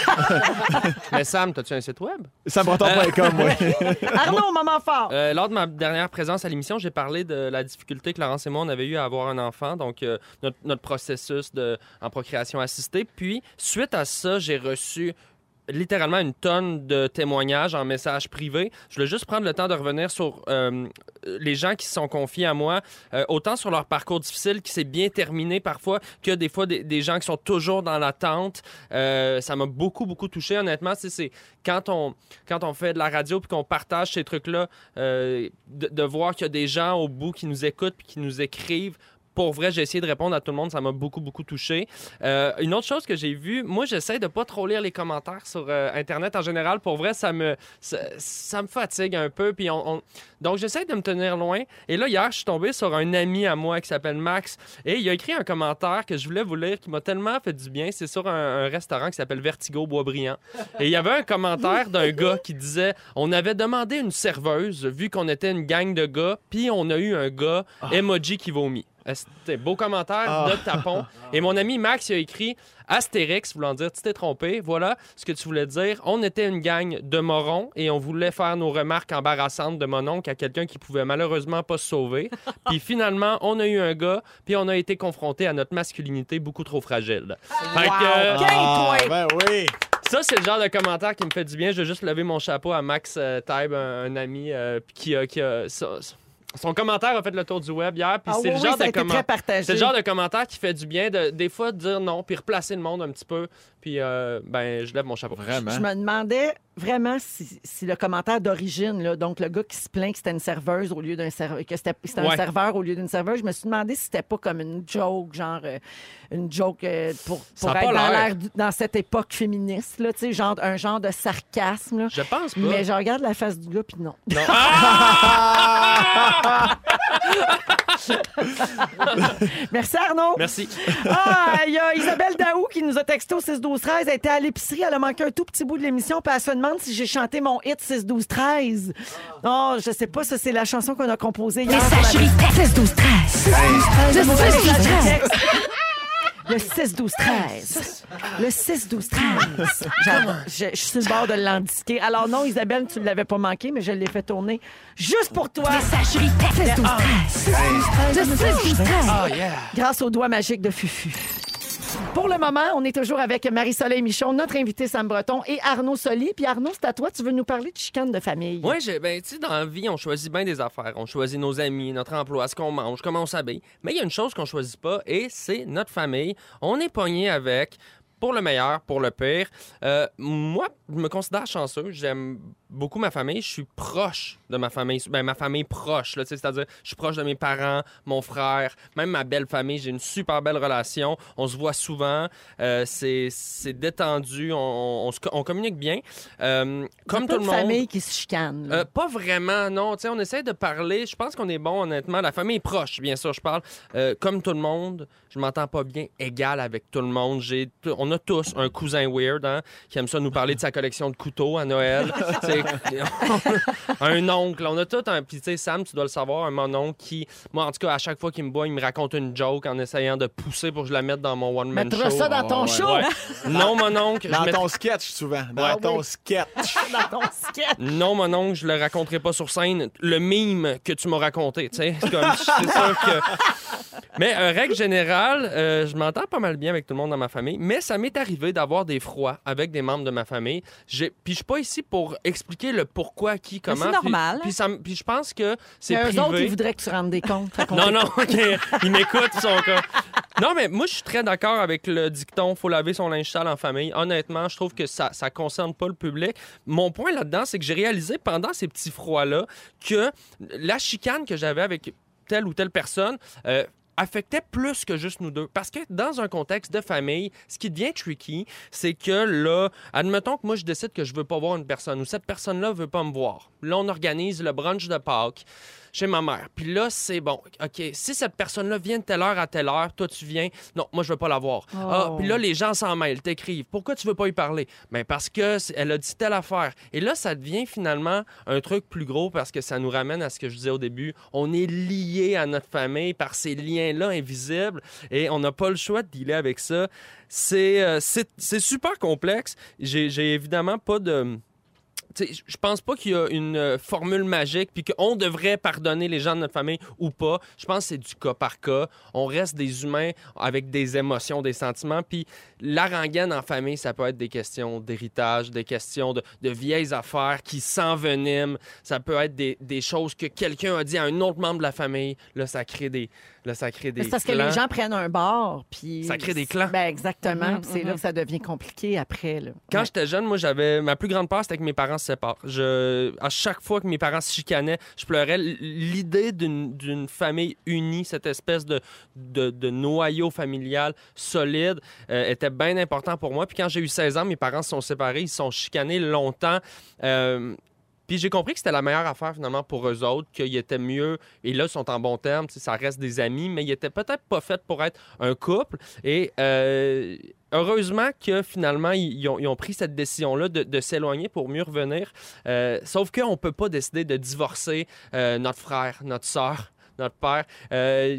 Speaker 2: Mais Sam, t'as-tu un site web?
Speaker 4: Sambreton.com, oui.
Speaker 1: Arnaud, moment fort.
Speaker 2: Euh, lors de ma dernière présence à l'émission, j'ai parlé de la difficulté que Laurence et moi, on avait eu à avoir un enfant, donc euh, notre, notre processus de, en procréation assistée. Puis, suite à ça, j'ai reçu littéralement une tonne de témoignages en message privé. Je voulais juste prendre le temps de revenir sur euh, les gens qui se sont confiés à moi, euh, autant sur leur parcours difficile qui s'est bien terminé parfois, que des fois des, des gens qui sont toujours dans l'attente. Euh, ça m'a beaucoup, beaucoup touché. Honnêtement, c'est- c'est quand on, quand on fait de la radio puis qu'on partage ces trucs-là, euh, de, de voir qu'il y a des gens au bout qui nous écoutent puis qui nous écrivent. Pour vrai, j'ai essayé de répondre à tout le monde, ça m'a beaucoup, beaucoup touché. Euh, une autre chose que j'ai vue, moi, j'essaie de pas trop lire les commentaires sur euh, Internet en général. Pour vrai, ça me, ça, ça me fatigue un peu. Puis on, on- Donc, j'essaie de me tenir loin. Et là, hier, je suis tombé sur un ami à moi qui s'appelle Max. Et il a écrit un commentaire que je voulais vous lire qui m'a tellement fait du bien. C'est sur un, un restaurant qui s'appelle Vertigo Boisbriand. Et il y avait un commentaire d'un gars qui disait On avait demandé une serveuse, vu qu'on était une gang de gars, puis on a eu un gars emoji qui vomit. Euh, C'était beau commentaire
Speaker 4: Ah.
Speaker 2: de tapon. Et mon ami Max il a écrit Astérix, voulant dire tu t'es trompé, voilà ce que tu voulais dire. On était une gang de morons et on voulait faire nos remarques embarrassantes de mon oncle à quelqu'un qui pouvait malheureusement pas se sauver. Puis finalement, on a eu un gars, puis on a été confronté à notre masculinité beaucoup trop fragile. Fait que, euh,
Speaker 4: Ah, ben oui.
Speaker 2: ça, c'est le genre de commentaire qui me fait du bien. Je veux juste lever mon chapeau à Max euh, Taib, un, un ami euh, qui a. Qui a- ça- son commentaire a fait le tour du web hier, puis
Speaker 1: Ah
Speaker 2: c'est
Speaker 1: oui,
Speaker 2: le
Speaker 1: oui,
Speaker 2: genre
Speaker 1: ça a
Speaker 2: de
Speaker 1: été
Speaker 2: comment-
Speaker 1: très partagé.
Speaker 2: C'est le genre de commentaire qui fait du bien, de, des fois, de dire non, puis replacer le monde un petit peu, puis euh, ben, je lève mon chapeau.
Speaker 4: Vraiment.
Speaker 1: Je me demandais vraiment si, si le commentaire d'origine, là, donc le gars qui se plaint que c'était une serveuse au lieu d'un serveur, que c'était c'était un
Speaker 2: Ouais.
Speaker 1: serveur au lieu d'une serveuse, je me suis demandé si c'était pas comme une joke, genre euh, une joke euh, pour,
Speaker 2: Ça
Speaker 1: pour
Speaker 2: a
Speaker 1: être
Speaker 2: pas
Speaker 1: dans
Speaker 2: l'air.
Speaker 1: l'air du- dans cette époque féministe, là, tu sais, genre un genre de sarcasme. là.
Speaker 2: Je pense pas.
Speaker 1: Mais je regarde la face du gars puis non.
Speaker 2: Non. Ah!
Speaker 1: Merci Arnaud.
Speaker 2: Merci.
Speaker 1: Ah, il y a Isabelle Daou qui nous a texté au 6-12-13. Elle était à l'épicerie, elle a manqué un tout petit bout de l'émission, puis elle se demande si j'ai chanté mon hit 6-12-13. Non, Oh, je sais pas, ça, c'est la chanson qu'on a composée hier.
Speaker 6: Messagerie texte 16 12 13.
Speaker 1: Le
Speaker 6: 6-12-13.
Speaker 1: Le 6-12-13. Le 6-12-13. J'adore. Je, je suis sur le bord de l'indiquer. Alors non, Isabelle, tu ne l'avais pas manqué, mais je l'ai fait tourner juste pour toi.
Speaker 6: Messagerie texte 12 13. Le 6 12 13.
Speaker 1: grâce au doigt magique de Fufu. Pour le moment, on est toujours avec Marie-Soleil Michon, notre invité Sam Breton et Arnaud Soli. Puis Arnaud, c'est à toi, tu veux nous parler de chicane de famille.
Speaker 2: Oui, j'ai, ben, tu sais, dans la vie, on choisit bien des affaires. On choisit nos amis, notre emploi, ce qu'on mange, comment on s'habille. Mais il y a une chose qu'on choisit pas et c'est notre famille. On est pogné avec, pour le meilleur, pour le pire. Euh, moi, je me considère chanceux. J'aime beaucoup ma famille. Je suis proche de ma famille. Ben, ma famille proche, là, tu sais, c'est-à-dire, je suis proche de mes parents, mon frère, même ma belle famille. J'ai une super belle relation. On se voit souvent. Euh, c'est, c'est détendu. On, on- on se co- on communique bien. Euh, comme tout le monde.
Speaker 1: famille qui se chicane. là.
Speaker 2: Euh, pas vraiment, non. Tu sais, on essaie de parler. Je pense qu'on est bon, honnêtement. La famille est proche, bien sûr. Je parle Euh, comme tout le monde. Je m'entends pas bien égal avec tout le monde. J'ai, t- on a tous un cousin weird hein, qui aime ça nous parler de sa collection de couteaux à Noël. Tu sais, un oncle. On a tout un. Puis, tu sais, Sam, tu dois le savoir, un mon oncle qui, moi, en tout cas, à chaque fois qu'il me boit, il me raconte une joke en essayant de pousser pour que je la mette dans mon one man
Speaker 1: Mettre
Speaker 2: show.
Speaker 1: ça dans ton
Speaker 4: ouais.
Speaker 1: show, hein?
Speaker 2: Ouais. Non, mon oncle. je
Speaker 4: Dans
Speaker 2: mettrai-
Speaker 4: ton sketch, souvent. Dans
Speaker 1: Ouais.
Speaker 4: ton sketch.
Speaker 1: dans ton skate.
Speaker 2: Non, mon oncle, je le raconterai pas sur scène. Le mime que tu m'as raconté, tu sais. C'est comme- c'est sûr que. Mais, euh, règle générale, euh, je m'entends pas mal bien avec tout le monde dans ma famille, mais ça m'est arrivé d'avoir des froids avec des membres de ma famille. J'ai- Puis je suis pas ici pour expliquer le pourquoi, qui, comment.
Speaker 3: c'est
Speaker 2: Puis-
Speaker 3: normal.
Speaker 2: Puis, ça m- puis je pense que c'est
Speaker 1: Puis
Speaker 2: privé.
Speaker 1: eux autres, ils voudraient que tu rendes des comptes. Fait qu'on
Speaker 2: Non, non, ok. ils m'écoutent, ils sont comme... Non, mais moi, je suis très d'accord avec le dicton « faut laver son linge sale en famille ». Honnêtement, je trouve que ça ça concerne pas le public. Mon point là-dedans, c'est que j'ai réalisé pendant ces petits froids-là que la chicane que j'avais avec telle ou telle personne... euh, affectait plus que juste nous deux. Parce que dans un contexte de famille, ce qui devient tricky, c'est que là, admettons que moi, je décide que je veux pas voir une personne ou cette personne-là veut pas me voir. Là, on organise le brunch de Pâques chez ma mère. Puis là, c'est bon. OK, si cette personne-là vient de telle heure à telle heure, toi, tu viens. Non, moi, je veux pas la voir. Ah, puis là, les gens s'en mêlent, t'écrivent. Pourquoi tu veux pas y parler? Ben, parce que c'est- elle a dit telle affaire. Et là, ça devient finalement un truc plus gros parce que ça nous ramène à ce que je disais au début. On est lié à notre famille par ces liens-là invisibles et on n'a pas le choix de dealer avec ça. C'est euh, c'est- c'est super complexe. J'ai j'ai évidemment pas de. Tu sais, Je pense pas qu'il y a une euh, formule magique puis qu'on devrait pardonner les gens de notre famille ou pas. Je pense que c'est du cas par cas. On reste des humains avec des émotions, des sentiments. Puis la rengaine en famille, ça peut être des questions d'héritage, des questions de, de vieilles affaires qui s'enveniment. Ça peut être des, des choses que quelqu'un a dit à un autre membre de la famille. Là, ça crée des. Là, ça crée des
Speaker 1: Mais C'est parce que
Speaker 2: clans.
Speaker 1: les gens prennent un bar, puis...
Speaker 2: Ça crée des clans.
Speaker 1: Ben exactement,
Speaker 3: Mhm,
Speaker 1: puis c'est là que ça devient compliqué après. Là.
Speaker 2: Quand
Speaker 1: Ouais.
Speaker 2: j'étais jeune, moi, j'avais ma plus grande peur, c'était que mes parents se séparent. Je, à chaque fois que mes parents se chicanaient, je pleurais. L- L'idée d'une d'une famille unie, cette espèce de, de, de noyau familial solide, euh, était bien important pour moi. Puis quand j'ai eu 16 ans, mes parents se sont séparés, ils se sont chicanés longtemps. Euh, puis j'ai compris que c'était la meilleure affaire finalement pour eux autres, qu'ils étaient mieux. Et là, ils sont en bon terme, tu sais, ça reste des amis, mais ils étaient peut-être pas faits pour être un couple. Et euh, heureusement que finalement, ils, ils ont, ils ont pris cette décision-là de, de s'éloigner pour mieux revenir. Euh, sauf qu'on ne peut pas décider de divorcer euh, notre frère, notre soeur, notre père. Euh,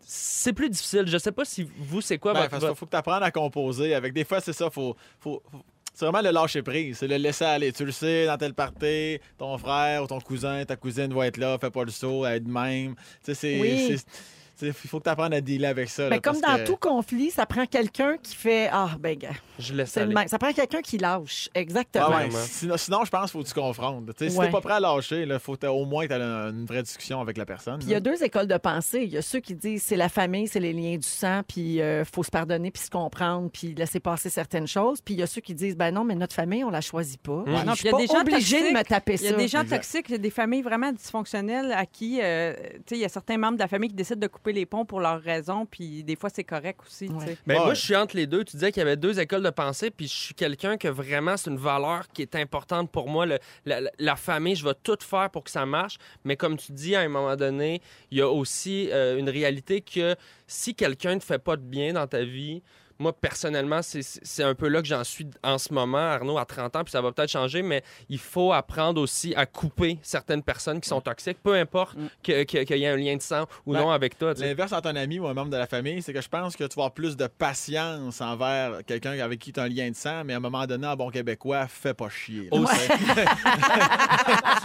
Speaker 2: c'est plus difficile. Je sais pas si vous, c'est quoi
Speaker 4: Ben,
Speaker 2: votre-
Speaker 4: parce qu'il
Speaker 2: votre-
Speaker 4: faut que tu apprennes à composer. Avec des fois, c'est ça, faut. faut, faut- c'est vraiment le lâcher prise, c'est le laisser aller. Tu le sais, dans telle partie, ton frère ou ton cousin, ta cousine va être là, fais pas le saut, elle est de même. Tu sais, c'est.
Speaker 1: Oui.
Speaker 4: c'est- c'est- Il faut que tu apprennes à dealer avec ça. là,
Speaker 1: Mais Ben, comme
Speaker 4: parce
Speaker 1: dans
Speaker 4: que-
Speaker 1: tout conflit, ça prend quelqu'un qui fait Ah, ben, gars,
Speaker 2: Je laisse
Speaker 1: c'est le
Speaker 2: aller.
Speaker 1: même. Ça prend quelqu'un qui lâche.
Speaker 4: Ah
Speaker 1: Exactement.
Speaker 4: ouais,
Speaker 2: Vraiment.
Speaker 4: sinon, sinon, je pense qu'il faut que tu confrontes. Tu sais, Si
Speaker 1: Ouais.
Speaker 4: t'es pas prêt à lâcher, il faut que t'a- au moins que tu une vraie discussion avec la personne.
Speaker 1: Puis il y a
Speaker 4: là.
Speaker 1: deux écoles de pensée. Il y a ceux qui disent c'est la famille, c'est les liens du sang, puis euh, faut se pardonner, puis se comprendre, puis laisser passer certaines choses. Puis il y a ceux qui disent ben non, mais notre famille, on la choisit pas.
Speaker 2: Ouais,
Speaker 3: non,
Speaker 1: Je suis
Speaker 3: puis il y a
Speaker 1: pas
Speaker 3: des gens
Speaker 1: obligée de
Speaker 3: toxiques.
Speaker 1: me taper
Speaker 3: Il y a
Speaker 1: ça.
Speaker 3: des gens
Speaker 4: Exact.
Speaker 3: toxiques, il y a des familles vraiment dysfonctionnelles à qui, euh, tu sais, il y a certains membres de la famille qui décident de couper les ponts pour leurs raisons, puis des fois, c'est correct aussi, tu
Speaker 1: Ouais.
Speaker 3: sais.
Speaker 2: Ben,
Speaker 4: Ouais.
Speaker 2: Moi, je suis entre les deux. Tu disais qu'il y avait deux écoles de pensée, puis je suis quelqu'un que vraiment, c'est une valeur qui est importante pour moi. Le- la, la- la famille, je vais tout faire pour que ça marche. Mais comme tu dis, à un moment donné, il y a aussi euh, une réalité que si quelqu'un ne fait pas de bien dans ta vie, moi, personnellement, c'est- c'est c'est un peu là que j'en suis en ce moment, Arnaud, à 30 ans, puis ça va peut-être changer, mais il faut apprendre aussi à couper certaines personnes qui sont toxiques, peu importe que- que- qu'il y ait un lien de sang ou
Speaker 4: Ben,
Speaker 2: non avec toi. tu sais.
Speaker 4: L'inverse entre un ami ou un membre de la famille, c'est que je pense que tu vas avoir plus de patience envers quelqu'un avec qui tu as un lien de sang, mais à un moment donné, un bon Québécois, fais pas chier. là.
Speaker 2: Aussi.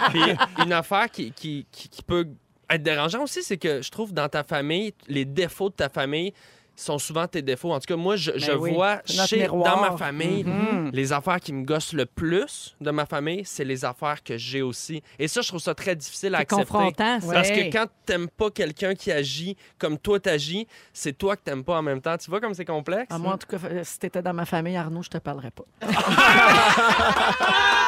Speaker 2: Puis une affaire qui, qui, qui- qui peut être dérangeante aussi, c'est que je trouve dans ta famille, les défauts de ta famille sont souvent tes défauts. En tout cas, moi, je, je
Speaker 1: Ben oui,
Speaker 2: vois
Speaker 1: c'est notre
Speaker 2: chez,
Speaker 1: miroir. Mm-hmm.
Speaker 2: dans ma famille,
Speaker 3: Mhm.
Speaker 2: les affaires qui me gossent le plus de ma famille, c'est les affaires que j'ai aussi. Et ça, je trouve ça très difficile à
Speaker 3: C'est
Speaker 2: accepter.
Speaker 3: confrontant, ça.
Speaker 1: Ouais.
Speaker 2: Parce que quand t'aimes pas quelqu'un qui agit comme toi t'agis, c'est toi que t'aimes pas en même temps. Tu vois comme c'est complexe?
Speaker 1: Ah, moi, en tout cas, euh, si t'étais dans ma famille, Arnaud, je te parlerais pas.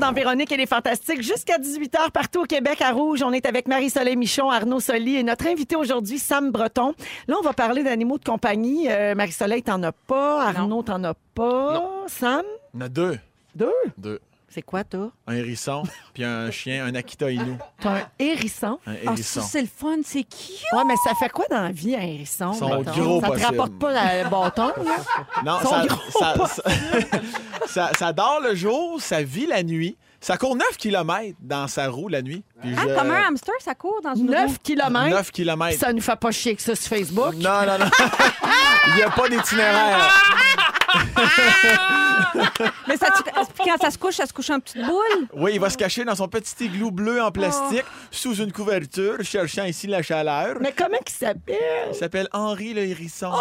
Speaker 1: Dans Véronique et les Fantastiques, jusqu'à 18h partout au Québec à Rouge. On est avec Marie-Soleil Michon, Arnaud Soli et notre invité aujourd'hui, Sam Breton. Là, on va parler d'animaux de compagnie. Euh, Marie-Soleil, t'en as pas. Arnaud, t'en as pas. Sam,
Speaker 4: Il y en a deux.
Speaker 1: deux.
Speaker 4: Deux.
Speaker 1: C'est quoi, toi?
Speaker 4: Un hérisson, puis un chien, un Akita Inu.
Speaker 1: T'as un hérisson.
Speaker 4: Un
Speaker 3: Ah,
Speaker 4: hérisson.
Speaker 3: ça, c'est le fun, c'est cute!
Speaker 1: Ouais, mais ça fait quoi dans la vie, un hérisson?
Speaker 4: Ils sont
Speaker 1: mettons?
Speaker 4: gros
Speaker 1: ça te
Speaker 4: possible.
Speaker 1: rapporte pas le bâton, là?
Speaker 4: non,
Speaker 1: Son
Speaker 4: ça,
Speaker 1: gros
Speaker 4: ça- ça- ça- ça dort le jour, ça vit la nuit. Ça court 9 km dans sa roue la nuit. Puis
Speaker 3: Ah,
Speaker 4: je-
Speaker 3: comme un hamster, ça court dans une roue.
Speaker 1: 9 km.
Speaker 4: 9 km.
Speaker 1: Ça nous fait pas chier que ça sur Facebook.
Speaker 4: Non, non, non. Il n'y a pas d'itinéraire.
Speaker 3: Mais ça, tu- quand ça se couche, ça se couche en petite boule.
Speaker 4: Oui, il va se cacher dans son petit igloo bleu en plastique, sous une couverture, cherchant ici la chaleur.
Speaker 1: Mais comment il s'appelle?
Speaker 4: Il s'appelle Henri le Hérisson.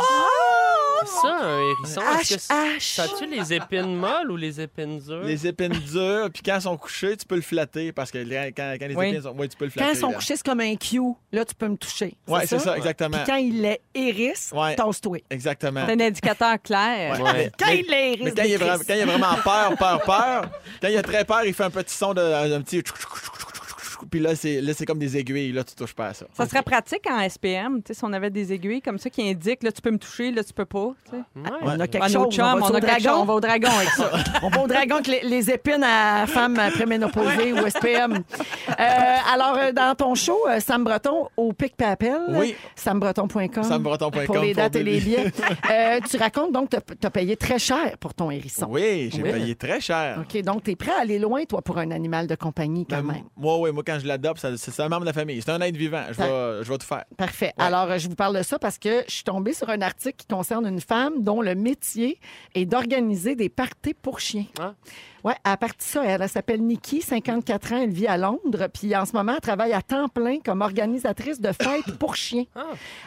Speaker 2: Ça, un hérisson, est-ce que
Speaker 1: Oh! H, H.
Speaker 2: ça tue les épines molles ou les épines dures?
Speaker 4: Les épines dures, puis quand elles sont couchées, tu peux le flatter, parce que les- quand, quand les
Speaker 3: Oui.
Speaker 4: épines sont... Oui, tu peux le
Speaker 1: Quand
Speaker 4: flatter.
Speaker 1: ils sont
Speaker 4: là.
Speaker 1: couchés, c'est comme un Q. Là, tu peux me toucher.
Speaker 4: Ouais, c'est ça,
Speaker 1: Puis
Speaker 4: exactement.
Speaker 1: quand il les hérisse,
Speaker 4: Ouais.
Speaker 1: tosse-toi.
Speaker 4: Exactement.
Speaker 3: C'est un indicateur clair.
Speaker 2: Ouais.
Speaker 1: Quand il les hérisse,
Speaker 4: Mais quand il, est vraiment, quand il est vraiment peur, peur, peur, quand il a très peur, il fait un petit son de... Un petit... Puis là, c'est là, c'est comme des aiguilles. Là, tu touches pas à ça.
Speaker 3: Ça serait pratique en SPM, tu sais, si on avait des aiguilles comme ça qui indiquent, là, tu peux me toucher, là, tu peux pas. tu sais.
Speaker 1: On a quelque
Speaker 3: Ah, nos
Speaker 1: chose.
Speaker 3: chums,
Speaker 1: on, va
Speaker 3: on a
Speaker 1: au
Speaker 3: quelque chose, on
Speaker 1: dragon.
Speaker 3: va au dragon avec ça.
Speaker 1: On va au dragon avec les, les épines à femmes préménopausées ou SPM. Euh, alors, euh, dans ton show, euh, Sam Breton au Pic Papel,
Speaker 4: Oui.
Speaker 1: sambreton.com.
Speaker 4: SamBreton.com
Speaker 1: Ah. Pour les
Speaker 4: pour
Speaker 1: dates et
Speaker 4: des
Speaker 1: les billets. Euh, tu racontes donc que tu as payé très cher pour ton hérisson.
Speaker 4: Oui, j'ai
Speaker 2: Oui.
Speaker 4: payé très cher.
Speaker 1: OK, donc tu es prêt à aller loin, toi, pour un animal de compagnie, quand
Speaker 4: Ben,
Speaker 1: même.
Speaker 4: Moi, oui, moi, quand je l'adopte, ça- c'est c'est un membre de la famille. C'est un être vivant. Je vais, je vais tout faire.
Speaker 1: Parfait. Alors, euh, je vous parle de ça parce que je suis tombée sur un article qui concerne une femme dont le métier est d'organiser des parties pour chiens.
Speaker 2: Ah.
Speaker 1: Ouais, à partir de ça, elle, elle s'appelle Nikki, 54 ans, elle vit à Londres, puis en ce moment, elle travaille à temps plein comme organisatrice de fêtes pour chiens
Speaker 2: Ah.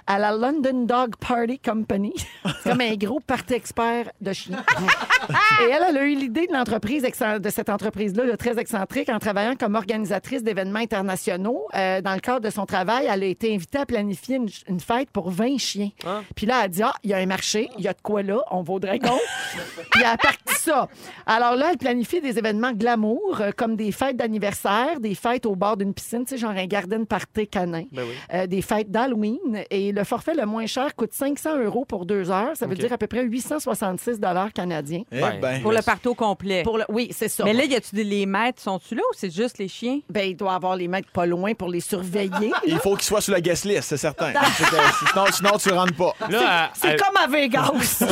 Speaker 1: à la London Dog Party Company. C'est comme un gros party expert de chiens. Et elle, elle a eu l'idée de l'entreprise, excen- de cette entreprise-là, de très excentrique, en travaillant comme organisatrice d'événements internationaux. Euh, dans le cadre de son travail, elle a été invitée à planifier une, ch- une fête pour 20 chiens.
Speaker 2: Ah.
Speaker 1: Puis là, elle a dit, ah, il y a un marché, il y a de quoi là, on va au dragon. Puis elle a parti ça. Alors là, elle planifie des événements glamour, euh, comme des fêtes d'anniversaire, des fêtes au bord d'une piscine, tu sais, genre un garden party canin.
Speaker 2: Ben oui.
Speaker 1: Euh, des fêtes d'Halloween. Et le forfait le moins cher coûte 500 euros pour deux heures. Ça veut
Speaker 2: OK.
Speaker 1: dire à peu près 866 dollars canadiens.
Speaker 4: Eh
Speaker 2: Ben,
Speaker 4: ben.
Speaker 3: Pour le partout complet.
Speaker 1: Pour le... Oui, c'est ça.
Speaker 3: Mais là, y a-tu des les maîtres, sont-tu là ou c'est juste les chiens?
Speaker 1: Ben, il doit avoir les mecs pas loin pour les surveiller.
Speaker 4: Il faut qu'il soit sur la guest list, c'est certain. C'est que- euh, sinon, sinon, tu rentres pas.
Speaker 2: Là, à,
Speaker 3: Euh,
Speaker 1: C'est comme à Vegas.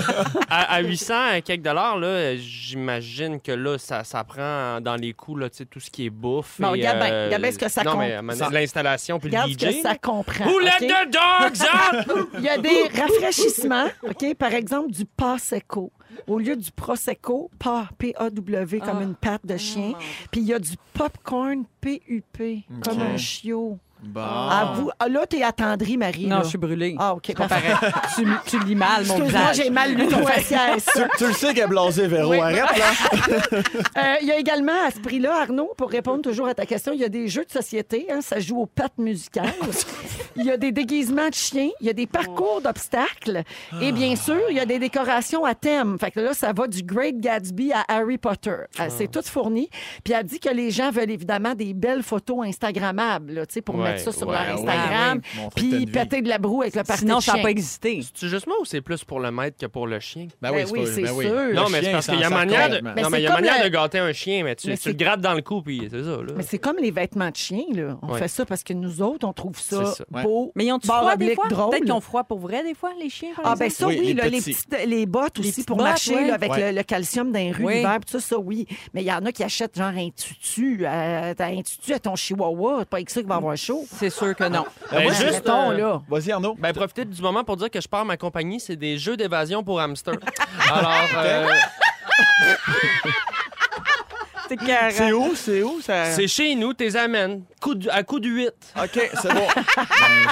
Speaker 2: à- à 800 à quelques dollars, là, euh, j'imagine que là, ça, ça prend dans les coûts, là, tu sais, tout ce qui est bouffe.
Speaker 1: Bon,
Speaker 2: et, euh,
Speaker 1: regarde bien, regarde bien ce que ça
Speaker 2: non,
Speaker 1: compte.
Speaker 2: mais, à un moment donné, l'installation puis
Speaker 1: Regarde
Speaker 2: le
Speaker 1: ce que
Speaker 2: DJ.
Speaker 1: ça comprend.
Speaker 2: Who let
Speaker 1: OK?
Speaker 2: the dogs hein? out?
Speaker 1: Il y a des rafraîchissements, OK? Par exemple, du Prosecco. Au lieu du Prosecco, PA, P-A-W, comme une patte de chien.
Speaker 3: Ah.
Speaker 1: Puis il y a du popcorn, P-U-P, comme un chiot.
Speaker 4: Bon.
Speaker 1: Ah, vous, ah, là, t'es attendrie, Marie.
Speaker 3: Non,
Speaker 1: là.
Speaker 3: je suis brûlée.
Speaker 1: Ah, OK, parfait.
Speaker 3: Pareil. tu, tu lis mal, mon
Speaker 1: Excuse-moi,
Speaker 3: visage.
Speaker 1: j'ai mal lu ton faciès.
Speaker 4: Tu, tu le sais qu'elle est blasée, Véro. Arrête, là.
Speaker 1: Euh, Il y a également à ce prix-là, Arnaud, pour répondre toujours à ta question, il y a des jeux de société, hein, ça joue aux pattes musicales. Il y a des déguisements de chiens, il y a des
Speaker 2: Oh.
Speaker 1: parcours d'obstacles et bien
Speaker 2: Ah.
Speaker 1: sûr, il y a des décorations à thème. Fait que là, ça va du Great Gatsby à Harry Potter. Euh,
Speaker 2: Ah.
Speaker 1: C'est tout fourni. Puis elle dit que les gens veulent évidemment des belles photos Instagrammables, là, tu sais, pour
Speaker 2: Ouais,
Speaker 1: mettre ça sur
Speaker 2: ouais, Ah
Speaker 1: leur Instagram,
Speaker 4: ouais. Montrer ta
Speaker 1: puis
Speaker 4: vie.
Speaker 1: péter de la broue avec le parti
Speaker 3: Sinon,
Speaker 1: de
Speaker 3: ça n'a
Speaker 1: chien.
Speaker 3: pas existé.
Speaker 2: C'est juste moi ou c'est plus pour le maître que pour le chien?
Speaker 4: Ben
Speaker 1: Ben oui,
Speaker 4: pas-
Speaker 1: c'est
Speaker 4: ben oui.
Speaker 1: sûr.
Speaker 4: Le
Speaker 2: non, mais c'est
Speaker 4: chien,
Speaker 2: parce
Speaker 4: il
Speaker 2: qu'il y a
Speaker 4: s'en sort
Speaker 2: manière de,
Speaker 4: complètement.
Speaker 1: Mais
Speaker 2: non, mais il y a
Speaker 1: c'est comme
Speaker 2: manière
Speaker 1: le-
Speaker 2: de gâter un chien, mais tu,
Speaker 1: Mais
Speaker 2: tu le
Speaker 1: c'est-
Speaker 2: grattes dans le cou, puis c'est ça. Là.
Speaker 1: Mais c'est comme les vêtements de chien, là. On
Speaker 2: Ouais.
Speaker 1: fait ça parce que nous autres, on trouve ça,
Speaker 2: C'est ça.
Speaker 4: Ouais.
Speaker 1: beau.
Speaker 3: Mais ils ont-tu
Speaker 1: barre
Speaker 3: froid des
Speaker 1: oblique
Speaker 3: fois?
Speaker 1: drôle.
Speaker 3: Peut-être qu'ils ont froid pour vrai des fois, les chiens, par
Speaker 1: Ah ben ça oui,
Speaker 4: Oui, les
Speaker 1: là, les,
Speaker 4: petits.
Speaker 1: petites les bottes aussi
Speaker 3: petites
Speaker 1: pour
Speaker 3: bottes,
Speaker 1: marcher
Speaker 3: ouais.
Speaker 1: là, avec
Speaker 4: Ouais.
Speaker 1: le, le calcium d'un rue
Speaker 3: Oui.
Speaker 1: l'hiver, pis ça ça oui, mais il y en a qui achètent genre un tutu, euh, t'as un tutu à ton chihuahua, c'est pas avec ça qu'il va avoir chaud.
Speaker 3: C'est sûr que non.
Speaker 2: Ben,
Speaker 1: Ouais,
Speaker 2: juste,
Speaker 1: mettons,
Speaker 2: euh,
Speaker 1: là.
Speaker 4: Vas-y, Arnaud.
Speaker 2: Ben, profitez du moment pour dire que je pars ma compagnie, c'est des jeux d'évasion pour hamster. Alors, euh,
Speaker 3: C'est carré.
Speaker 4: C'est où? C'est où? Ça...
Speaker 2: c'est chez nous, t'es amènes. Coup de- à coup de 8.
Speaker 4: OK, c'est bon. Ben,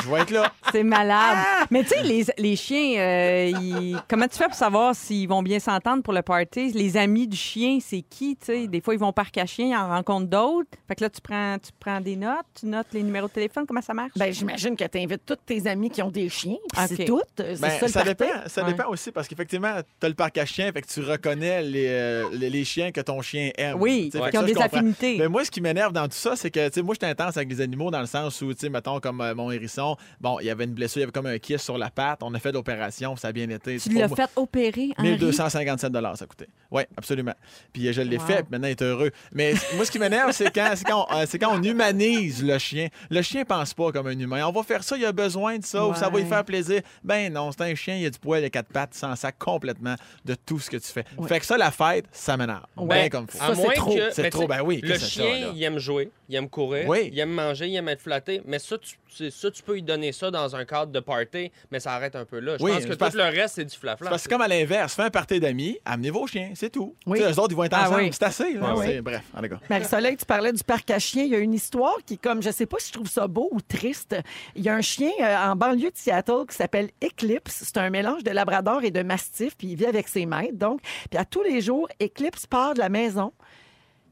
Speaker 4: je vais être là.
Speaker 3: C'est malade. Mais tu sais, les, les chiens, euh, ils- comment tu fais pour savoir s'ils vont bien s'entendre pour le party? Les amis du chien, c'est qui? tu sais? Des fois, ils vont au parc à chiens, ils en rencontrent d'autres. Fait que là, tu prends, tu prends des notes, tu notes les numéros de téléphone, comment ça marche?
Speaker 1: Ben j'imagine que t'invites tous tes amis qui ont des chiens, pis c'est
Speaker 3: Ok.
Speaker 1: tout, euh, c'est
Speaker 4: Ben,
Speaker 1: ça,
Speaker 4: ça,
Speaker 1: le
Speaker 4: dépend,
Speaker 1: party.
Speaker 4: ça
Speaker 3: Ouais.
Speaker 4: dépend aussi parce qu'effectivement, tu as le parc à chiens, fait que tu reconnais les, euh, les, les chiens que ton chien aime.
Speaker 3: oui,
Speaker 4: Tu sais, fait
Speaker 3: qui
Speaker 4: que
Speaker 3: ont
Speaker 4: ça, je
Speaker 3: des
Speaker 4: comprends.
Speaker 3: affinités.
Speaker 4: Mais moi, ce qui m'énerve dans tout ça, c'est que tu sais, moi, je suis intense avec les animaux dans le sens où, tu sais, mettons, comme euh, mon hérisson, bon, il y avait une blessure, il y avait comme un kiss sur la patte, on a fait l'opération, ça a bien été.
Speaker 3: tu
Speaker 4: C'est pas
Speaker 3: l'as
Speaker 4: moi-
Speaker 3: fait opérer, Henri.
Speaker 4: 1257 ça coûtait. Oui, absolument. Puis euh, je l'ai
Speaker 3: Wow.
Speaker 4: fait, puis maintenant il est heureux. Mais c- moi, ce qui m'énerve, c'est quand, c'est quand, on- euh, c'est quand on humanise le chien. Le chien pense pas comme un humain. On va faire ça, il a besoin de ça, ou ça va lui
Speaker 3: Ouais.
Speaker 4: faire plaisir. Ben non, c'est un chien, il a du poil, il a quatre pattes, sans ça complètement de tout ce que tu fais. Fait que ça, la fête, ça m'énerve.
Speaker 2: Ben,
Speaker 4: Ben comme faut.
Speaker 2: à moins
Speaker 1: trop.
Speaker 2: que-
Speaker 4: C'est
Speaker 2: mais
Speaker 4: trop,
Speaker 2: tu sais,
Speaker 4: ben oui,
Speaker 2: Le
Speaker 4: qu'est-ce que c'est ça,
Speaker 2: chien,
Speaker 4: là?
Speaker 2: il aime jouer, il aime courir,
Speaker 4: Oui.
Speaker 2: il aime manger, il aime être flatté. Mais ça tu, c'est- ça, tu peux lui donner ça dans un cadre de party, mais ça arrête un peu là. Je
Speaker 4: Oui,
Speaker 2: pense que
Speaker 4: je
Speaker 2: tout
Speaker 4: pense-
Speaker 2: le reste, c'est du flafla.
Speaker 4: C'est Parce que c'est comme à l'inverse, fais un party d'amis, amenez vos chiens, c'est tout.
Speaker 1: Oui.
Speaker 4: Tu sais, Eux autres, ils vont être
Speaker 3: Ah
Speaker 4: ensemble.
Speaker 3: oui.
Speaker 4: C'est assez. là.
Speaker 1: Ah oui.
Speaker 4: C'est- Bref, en tout cas.
Speaker 1: Marie-Soleil, tu parlais du parc à chiens. Il y a une histoire qui, comme, je sais pas si je trouve ça beau ou triste. Il y a un chien euh, en banlieue de Seattle qui s'appelle Eclipse. C'est un mélange de labrador et de mastif, puis il vit avec ses maîtres, donc. Puis à tous les jours, Eclipse part de la maison,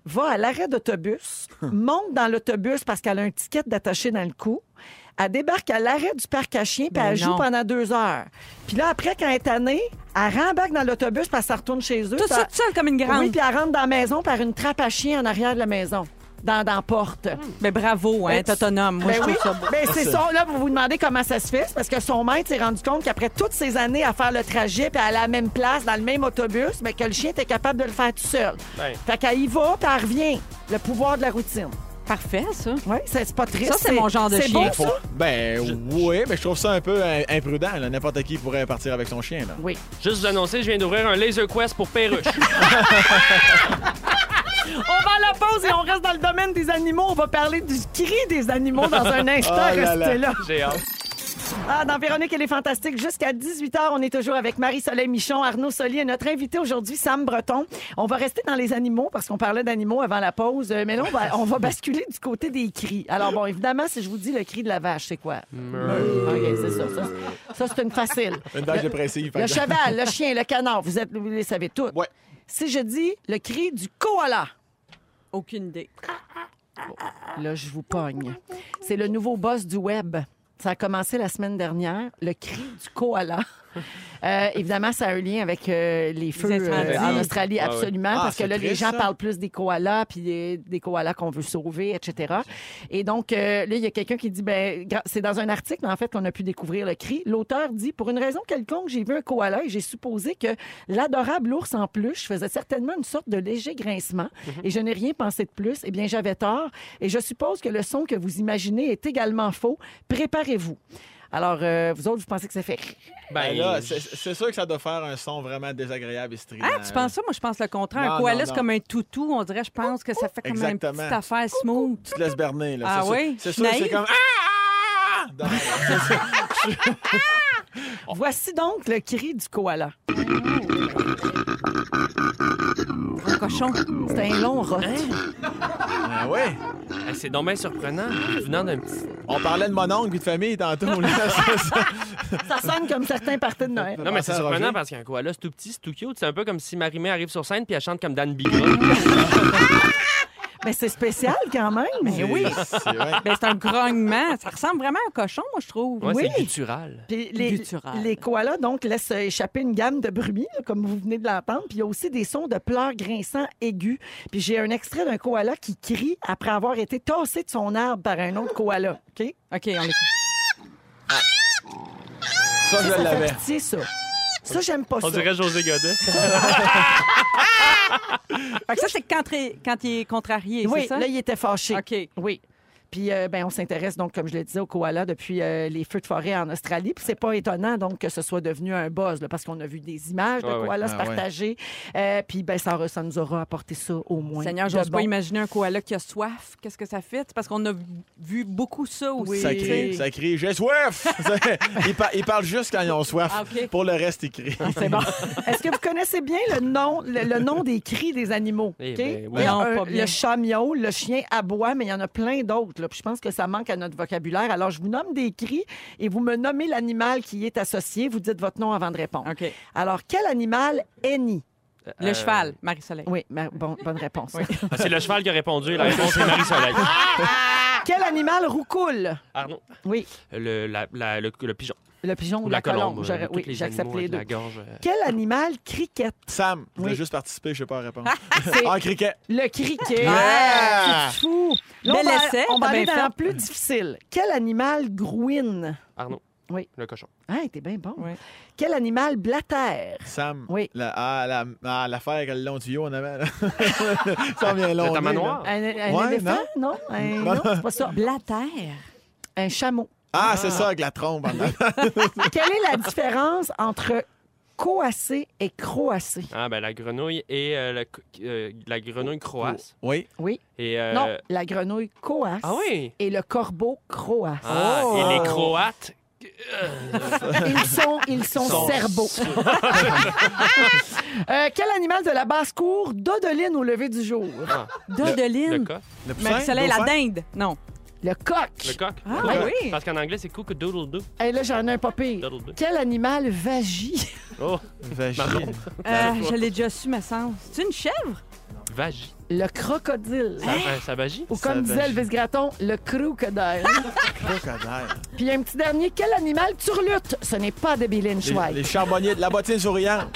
Speaker 1: va à l'arrêt d'autobus, monte dans l'autobus parce qu'elle a un ticket d'attaché dans le cou. Elle débarque à l'arrêt du parc à chiens, puis
Speaker 3: Ben
Speaker 1: elle joue
Speaker 3: non.
Speaker 1: pendant deux heures. Puis là, après, quand elle est tannée, elle rembarque dans l'autobus, parce qu'elle retourne chez eux.
Speaker 3: Tout
Speaker 1: puis
Speaker 3: ça,
Speaker 1: elle-
Speaker 3: tout seul comme une grande.
Speaker 1: oui, puis elle rentre dans la maison par une trappe à chien en arrière de la maison. Dans, dans la porte.
Speaker 3: Mais bravo, hein,
Speaker 1: Ben,
Speaker 3: t'es autonome. Moi,
Speaker 1: Ben
Speaker 3: je trouve
Speaker 1: oui.
Speaker 3: ça beau.
Speaker 1: Ben, c'est ça. Là, vous vous demandez comment ça se fait. C'est parce que son maître s'est rendu compte qu'après toutes ces années à faire le trajet puis à aller à la même place, dans le même autobus, mais que le chien était capable de le faire tout seul.
Speaker 2: Ben.
Speaker 1: Fait qu'elle y va puis elle revient. Le pouvoir de la routine.
Speaker 3: Parfait, ça.
Speaker 1: Oui, c'est c'est pas triste.
Speaker 3: Ça, c'est mon genre de
Speaker 1: c'est
Speaker 3: chien.
Speaker 1: beau, ça?
Speaker 4: Faut- Ben oui, mais je trouve ça un peu euh, imprudent. là. N'importe qui pourrait partir avec son chien. Là.
Speaker 1: Oui.
Speaker 2: Juste vous annoncer, je viens d'ouvrir un Laser Quest pour Perruche.
Speaker 1: On va à la pause et on reste dans le domaine des animaux. On va parler du cri des animaux dans un instant.
Speaker 4: Oh là là.
Speaker 1: Restez Ah là.
Speaker 2: J'ai hâte.
Speaker 1: Ah, dans Véronique, elle est fantastique. Jusqu'à 18h, on est toujours avec Marie-Soleil Michon, Arnaud Soli et notre invité aujourd'hui, Sam Breton. On va rester dans les animaux parce qu'on parlait d'animaux avant la pause. Euh, Mais là, on va, on va basculer du côté des cris. Alors, bon, évidemment, si je vous dis le cri de la vache, c'est quoi? OK, c'est ça. Ça, c'est- ça, c'est une facile.
Speaker 4: Une vache dépressive. par
Speaker 1: Le
Speaker 4: exemple.
Speaker 1: cheval, le chien, le canard, vous, êtes, vous les savez tous.
Speaker 4: Ouais.
Speaker 1: Si je dis le cri du koala,
Speaker 3: Aucune idée.
Speaker 1: Là, je vous pogne. C'est le nouveau boss du web. Ça a commencé la semaine dernière, le cri du koala. Euh, évidemment, ça a un lien avec euh, les feux euh,
Speaker 3: incendies.
Speaker 1: en Australie,
Speaker 2: Ah ouais.
Speaker 1: absolument,
Speaker 4: Ah,
Speaker 1: parce que
Speaker 4: c'est
Speaker 1: là, les
Speaker 4: triste,
Speaker 1: gens
Speaker 4: ça.
Speaker 1: parlent plus des koalas, puis des, des koalas qu'on veut sauver, etc. Et donc, euh, là, il y a quelqu'un qui dit, ben, gra- c'est dans un article, en fait, qu'on a pu découvrir le cri. L'auteur dit, pour une raison quelconque, j'ai vu un koala et j'ai supposé que l'adorable ours en peluche faisait certainement une sorte de léger grincement,
Speaker 4: Mhm.
Speaker 1: et je n'ai rien pensé de plus. Eh bien, j'avais tort, et je suppose que le son que vous imaginez est également faux. Préparez-vous. Alors, euh, vous autres, vous pensez que ça fait...
Speaker 4: Ben là, c'est- c'est sûr que ça doit faire un son vraiment désagréable et strident.
Speaker 3: Ah, tu penses ça? Moi, je pense le contraire.
Speaker 4: Euh, Non,
Speaker 3: un koala,
Speaker 4: non,
Speaker 3: c'est
Speaker 4: non.
Speaker 3: comme un toutou. On dirait, je pense que ça fait comme une
Speaker 4: Exactement.
Speaker 3: petite affaire smooth.
Speaker 4: Tu te laisses berner, là.
Speaker 3: Ah
Speaker 4: c'est sûr.
Speaker 3: oui?
Speaker 4: C'est
Speaker 3: Je
Speaker 4: sûr,
Speaker 3: suis
Speaker 4: c'est
Speaker 3: naïve.
Speaker 4: comme. Ah! Ah! Non, non, non, c'est sûr. Oh.
Speaker 1: Voici donc le cri du koala.
Speaker 3: Un cochon.
Speaker 1: C'est un long rot.
Speaker 4: Ah ouais.
Speaker 2: Ah, c'est donc bien surprenant. Venant d'un petit.
Speaker 4: On parlait de mon oncle et de famille tantôt, là. C'est ça.
Speaker 1: Ça sonne comme certains parties de Noël.
Speaker 2: Non, mais
Speaker 4: Pensez
Speaker 2: c'est
Speaker 4: à Roger.
Speaker 2: surprenant parce qu'un koala, c'est tout petit, c'est tout cute. C'est un peu comme si Marimé arrive sur scène puis elle chante comme Dan Bigra.
Speaker 1: Mais c'est spécial quand même. Mais oui.
Speaker 4: C'est vrai.
Speaker 3: Ben, c'est un grognement. Ça ressemble vraiment à un cochon, moi, je trouve.
Speaker 2: Ouais,
Speaker 1: Oui.
Speaker 2: C'est guttural.
Speaker 1: Puis les,
Speaker 3: Guttural.
Speaker 1: les koalas, donc, laissent échapper une gamme de bruits, là, comme vous venez de l'entendre. Puis il y a aussi des sons de pleurs grinçants aigus. Puis j'ai un extrait d'un koala qui crie après avoir été tassé de son arbre par un autre koala. OK?
Speaker 3: OK, on l'écoute.
Speaker 4: Ça, je
Speaker 1: Ça fait
Speaker 4: l'avais.
Speaker 1: pitié, ça. Ça, j'aime pas ça.
Speaker 2: On dirait José Godet.
Speaker 3: Fait que ça, c'est quand, il- quand il est contrarié,
Speaker 1: Oui,
Speaker 3: c'est ça?
Speaker 1: là, il était fâché.
Speaker 3: OK.
Speaker 1: Oui. Puis, euh, ben, on s'intéresse, donc, comme je le disais, au koala depuis euh, les feux de forêt en Australie. Puis, c'est pas étonnant, donc, que ce soit devenu un buzz, là, parce qu'on a vu des images de
Speaker 2: Ouais, ouais.
Speaker 1: koalas se
Speaker 4: Ah, ouais.
Speaker 1: partager. Euh, puis, ben, ça, re- ça nous aura apporté ça au moins.
Speaker 3: Seigneur,
Speaker 1: de
Speaker 3: j'ose
Speaker 1: bon.
Speaker 3: pas imaginer un koala qui a soif. Qu'est-ce que ça fait? C'est parce qu'on a vu beaucoup ça aussi.
Speaker 4: Ça
Speaker 3: tu
Speaker 4: crie,
Speaker 3: sais.
Speaker 4: ça crie, j'ai soif! ils, par- ils parlent juste quand ils ont soif.
Speaker 3: Ah, ok.
Speaker 4: Pour le reste, ils crient.
Speaker 1: Ah, C'est bon. Est-ce que vous connaissez bien le nom, le, le nom des cris des animaux?
Speaker 2: Eh
Speaker 1: OK?
Speaker 2: ben, oui.
Speaker 1: Il y a
Speaker 3: Non,
Speaker 1: un-
Speaker 3: pas bien.
Speaker 1: le chat miaule, le chien aboie, mais il y en a plein d'autres. là. Puis je pense que ça manque à notre vocabulaire. Alors, je vous nomme des cris et vous me nommez l'animal qui y est associé. Vous dites votre nom avant de répondre.
Speaker 3: OK.
Speaker 1: Alors, quel animal hennit?
Speaker 3: Le
Speaker 2: Euh,
Speaker 3: cheval, Marie-Soleil.
Speaker 1: Oui, ma- bon- bonne réponse.
Speaker 2: Ah, c'est le cheval qui a répondu. La réponse est Marie-Soleil.
Speaker 1: Quel animal roucoule?
Speaker 2: Arnaud.
Speaker 1: Oui,
Speaker 2: Le, la- la- le, le pigeon.
Speaker 1: le pigeon ou,
Speaker 2: Ou
Speaker 1: la,
Speaker 2: la
Speaker 1: colombe.
Speaker 2: colombe.
Speaker 1: J'aurais-
Speaker 2: euh,
Speaker 1: Oui,
Speaker 2: tous les
Speaker 1: j'accepte
Speaker 2: animaux
Speaker 1: les
Speaker 2: avec
Speaker 1: deux.
Speaker 2: La gorge. euh,
Speaker 1: Quel animal criquette?
Speaker 4: Sam, je voulais
Speaker 1: Oui.
Speaker 4: juste participer, je sais pas la réponse.
Speaker 1: C'est
Speaker 4: en criquet.
Speaker 1: le criquet. Ah,
Speaker 4: Yeah!
Speaker 1: C'est fou. Là, on
Speaker 3: Bel
Speaker 1: va,
Speaker 3: essai,
Speaker 1: on va
Speaker 3: t'as
Speaker 1: aller
Speaker 3: bien
Speaker 1: dans
Speaker 3: fait.
Speaker 1: le plus difficile. Quel animal grouine?
Speaker 2: Arnaud.
Speaker 1: Oui.
Speaker 2: Le cochon.
Speaker 1: Ah, t'es bien bon.
Speaker 3: Oui.
Speaker 1: Quel animal blatère?
Speaker 4: Sam,
Speaker 1: Oui.
Speaker 4: la, ah, la, ah, l'affaire avec le long tuyau en avant. là. ça vient long.
Speaker 2: Le tamanoir.
Speaker 1: Un, un
Speaker 4: Ouais,
Speaker 1: éléphant? Non, un- non, c'est pas ça.
Speaker 3: Blatter.
Speaker 1: Un chameau.
Speaker 4: Ah, c'est ça, avec la trompe. en avant.
Speaker 1: Quelle est la différence entre coacé et croacé?
Speaker 2: Ah, ben la grenouille et euh, le co- euh, la grenouille croasse.
Speaker 4: oui.
Speaker 1: Oui.
Speaker 2: Et, euh,
Speaker 1: Non, la grenouille coasse
Speaker 2: Ah oui.
Speaker 1: et le corbeau croasse.
Speaker 2: Ah,
Speaker 4: Oh.
Speaker 2: Et les croates.
Speaker 1: Ils sont, ils sont
Speaker 4: Sont-
Speaker 1: cerbeaux. Euh, quel animal de la basse-cour dodeline au lever du jour?
Speaker 2: Ah, le
Speaker 3: Dodeline.
Speaker 2: coq.
Speaker 4: Le poussin,
Speaker 3: Marie-Soleil, la
Speaker 4: dauphin.
Speaker 3: dinde. Non.
Speaker 1: Le
Speaker 2: Le
Speaker 1: coq.
Speaker 2: coq.
Speaker 3: Ah,
Speaker 2: Le coq.
Speaker 3: oui.
Speaker 2: Parce qu'en anglais, c'est cook doodle doo.
Speaker 1: Et là, j'en ai un pas pire.
Speaker 2: Doodle doo.
Speaker 1: Quel animal vagit?
Speaker 2: Oh,
Speaker 4: Vagine.
Speaker 3: Euh, je l'ai déjà su, ma sens. C'est une chèvre?
Speaker 2: vagie.
Speaker 1: Le crocodile.
Speaker 2: Ça, euh, ça vagie?
Speaker 1: Ou comme
Speaker 4: Ça
Speaker 1: disait
Speaker 4: vagit.
Speaker 1: Elvis Gratton, le crocodile.
Speaker 4: Crocodile.
Speaker 1: Puis un petit dernier, quel animal turlute? Ce n'est pas Debbie Lynch
Speaker 4: Les,
Speaker 1: White.
Speaker 4: les charbonniers de la bottine souriante.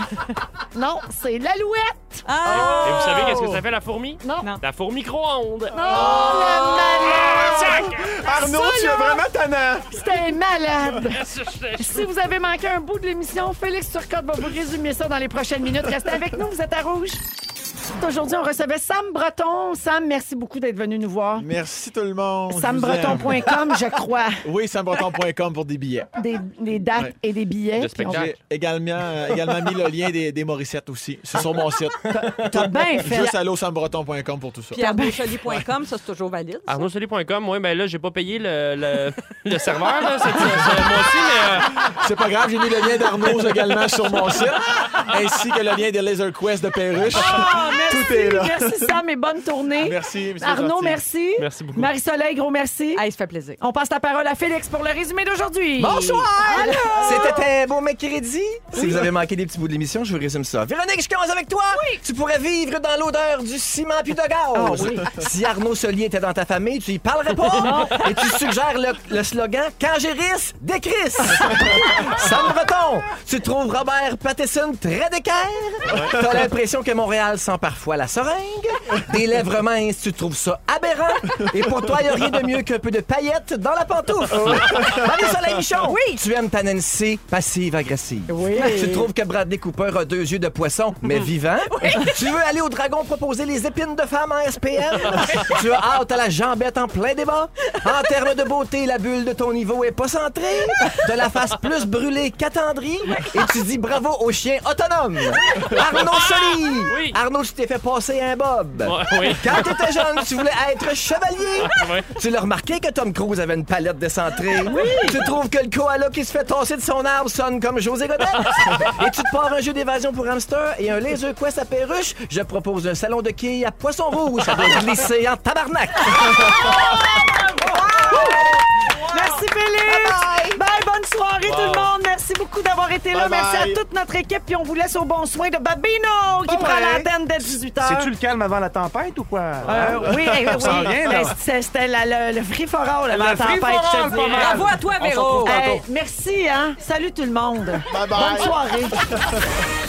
Speaker 1: Non, c'est l'alouette.
Speaker 3: Ah!
Speaker 2: Et vous savez qu'est-ce que ça fait la fourmi?
Speaker 1: Non.
Speaker 3: Non.
Speaker 2: La fourmi Ah, micro-ondes.
Speaker 1: Oh, le malade!
Speaker 4: Arnaud, tu es vraiment tannant.
Speaker 1: C'était malade! Si vous avez manqué un bout de l'émission, Félix Turcotte va vous résumer ça dans les prochaines minutes. Restez avec nous, vous êtes à rouge. Aujourd'hui, on recevait Sam Breton. Sam, merci beaucoup d'être venu nous voir.
Speaker 4: Merci tout le monde. Je vous aime.
Speaker 1: Sambreton.com, je crois,
Speaker 4: Oui, sambreton.com pour des billets.
Speaker 1: des, des dates
Speaker 4: Ouais.
Speaker 1: et des billets.
Speaker 2: De
Speaker 1: Puis on-
Speaker 2: spectacle.
Speaker 4: J'ai également, euh, également mis le lien des, des Morissettes aussi. C'est sur mon site.
Speaker 1: T'as bien fait.
Speaker 4: Juste allô sambreton.com pour tout ça.
Speaker 3: Puis arnaudsolis.com, ça, c'est toujours valide. ça.
Speaker 2: Ah. ArnaudSoli.com, moi, ben là, j'ai pas payé le, le, le serveur, là, cette, ce- ce mois-ci, mais euh,
Speaker 4: C'est pas grave, j'ai mis le lien d'Arnaud également sur mon site, ainsi que le lien des Laser Quest de Perruche.
Speaker 3: Ah, merci!
Speaker 4: Tout été là.
Speaker 1: Merci Sam et bonne tournée.
Speaker 4: Merci, monsieur
Speaker 1: Arnaud,
Speaker 4: Sartier.
Speaker 1: merci.
Speaker 2: Merci beaucoup.
Speaker 1: Marie-Soleil, gros merci.
Speaker 3: Hey, ça fait plaisir.
Speaker 1: On passe la parole à Félix pour le résumé d'aujourd'hui.
Speaker 7: C'était un beau mercredi. Si vous avez manqué des petits bouts de l'émission, je vous résume ça. Véronique, je commence avec toi. Tu pourrais vivre dans l'odeur du ciment puis de gaz. Si Arnaud Solier était dans ta famille, tu y parlerais pas. et tu suggères le, le slogan Quand j'ai ris, décris. Sam Breton, tu trouves Robert Pattinson très d'équerre. T'as l'impression que Montréal sent parfois la seringue. Des lèvres minces, tu trouves ça aberrant. Et pour toi, il n'y a rien de mieux qu'un peu de paillettes dans la pantoufle. Marie-Soleil Michon, tu aimes ta Nancy passive-agressive. Tu trouves que Bradley Cooper a deux yeux de poisson, mais vivant. Tu veux aller au dragon proposer les épines de femmes en SPM. tu as hâte à la jambette en plein débat. En termes de beauté, la bulle de ton niveau est pas centrée. De la face plus brûlée qu'attendrie. Et tu dis bravo au chien autonome. Arnaud Soli.
Speaker 2: Oui.
Speaker 7: Arnaud, tu t'es fait passer un bob.
Speaker 2: Ouais, oui.
Speaker 7: Quand t'étais jeune, tu voulais être chevalier.
Speaker 2: Ouais.
Speaker 7: Tu l'as remarqué que Tom Cruise avait une palette décentrée. Tu trouves que le koala qui se fait tasser de son arbre sonne comme José Godet. et tu te pars un jeu d'évasion pour hamster et un laser quest à perruche. Je propose un salon de quilles à poisson rouge. Ça doit glisser en tabarnak.
Speaker 1: Merci Félix. Bye, bonne soirée tout le monde. Merci beaucoup d'avoir été là.
Speaker 4: Bye,
Speaker 1: Merci
Speaker 4: bye.
Speaker 1: à toute notre équipe. Puis on vous laisse au bon soin de Babino qui
Speaker 8: Ouais.
Speaker 1: prend l'antenne dès 18h.
Speaker 8: C'est-tu le calme avant la tempête ou quoi?
Speaker 1: Euh, oui, eh, oui,
Speaker 8: s'en vient, là.
Speaker 1: Ben, c'est- C'était la- le, le free for all avant
Speaker 8: Le
Speaker 1: la tempête,
Speaker 8: free for
Speaker 1: je te
Speaker 8: all,
Speaker 1: dis.
Speaker 8: pas mal.
Speaker 3: Bravo à toi, Véro.
Speaker 1: Hey, merci, hein? Salut tout le monde.
Speaker 4: bye.
Speaker 1: Bonne soirée.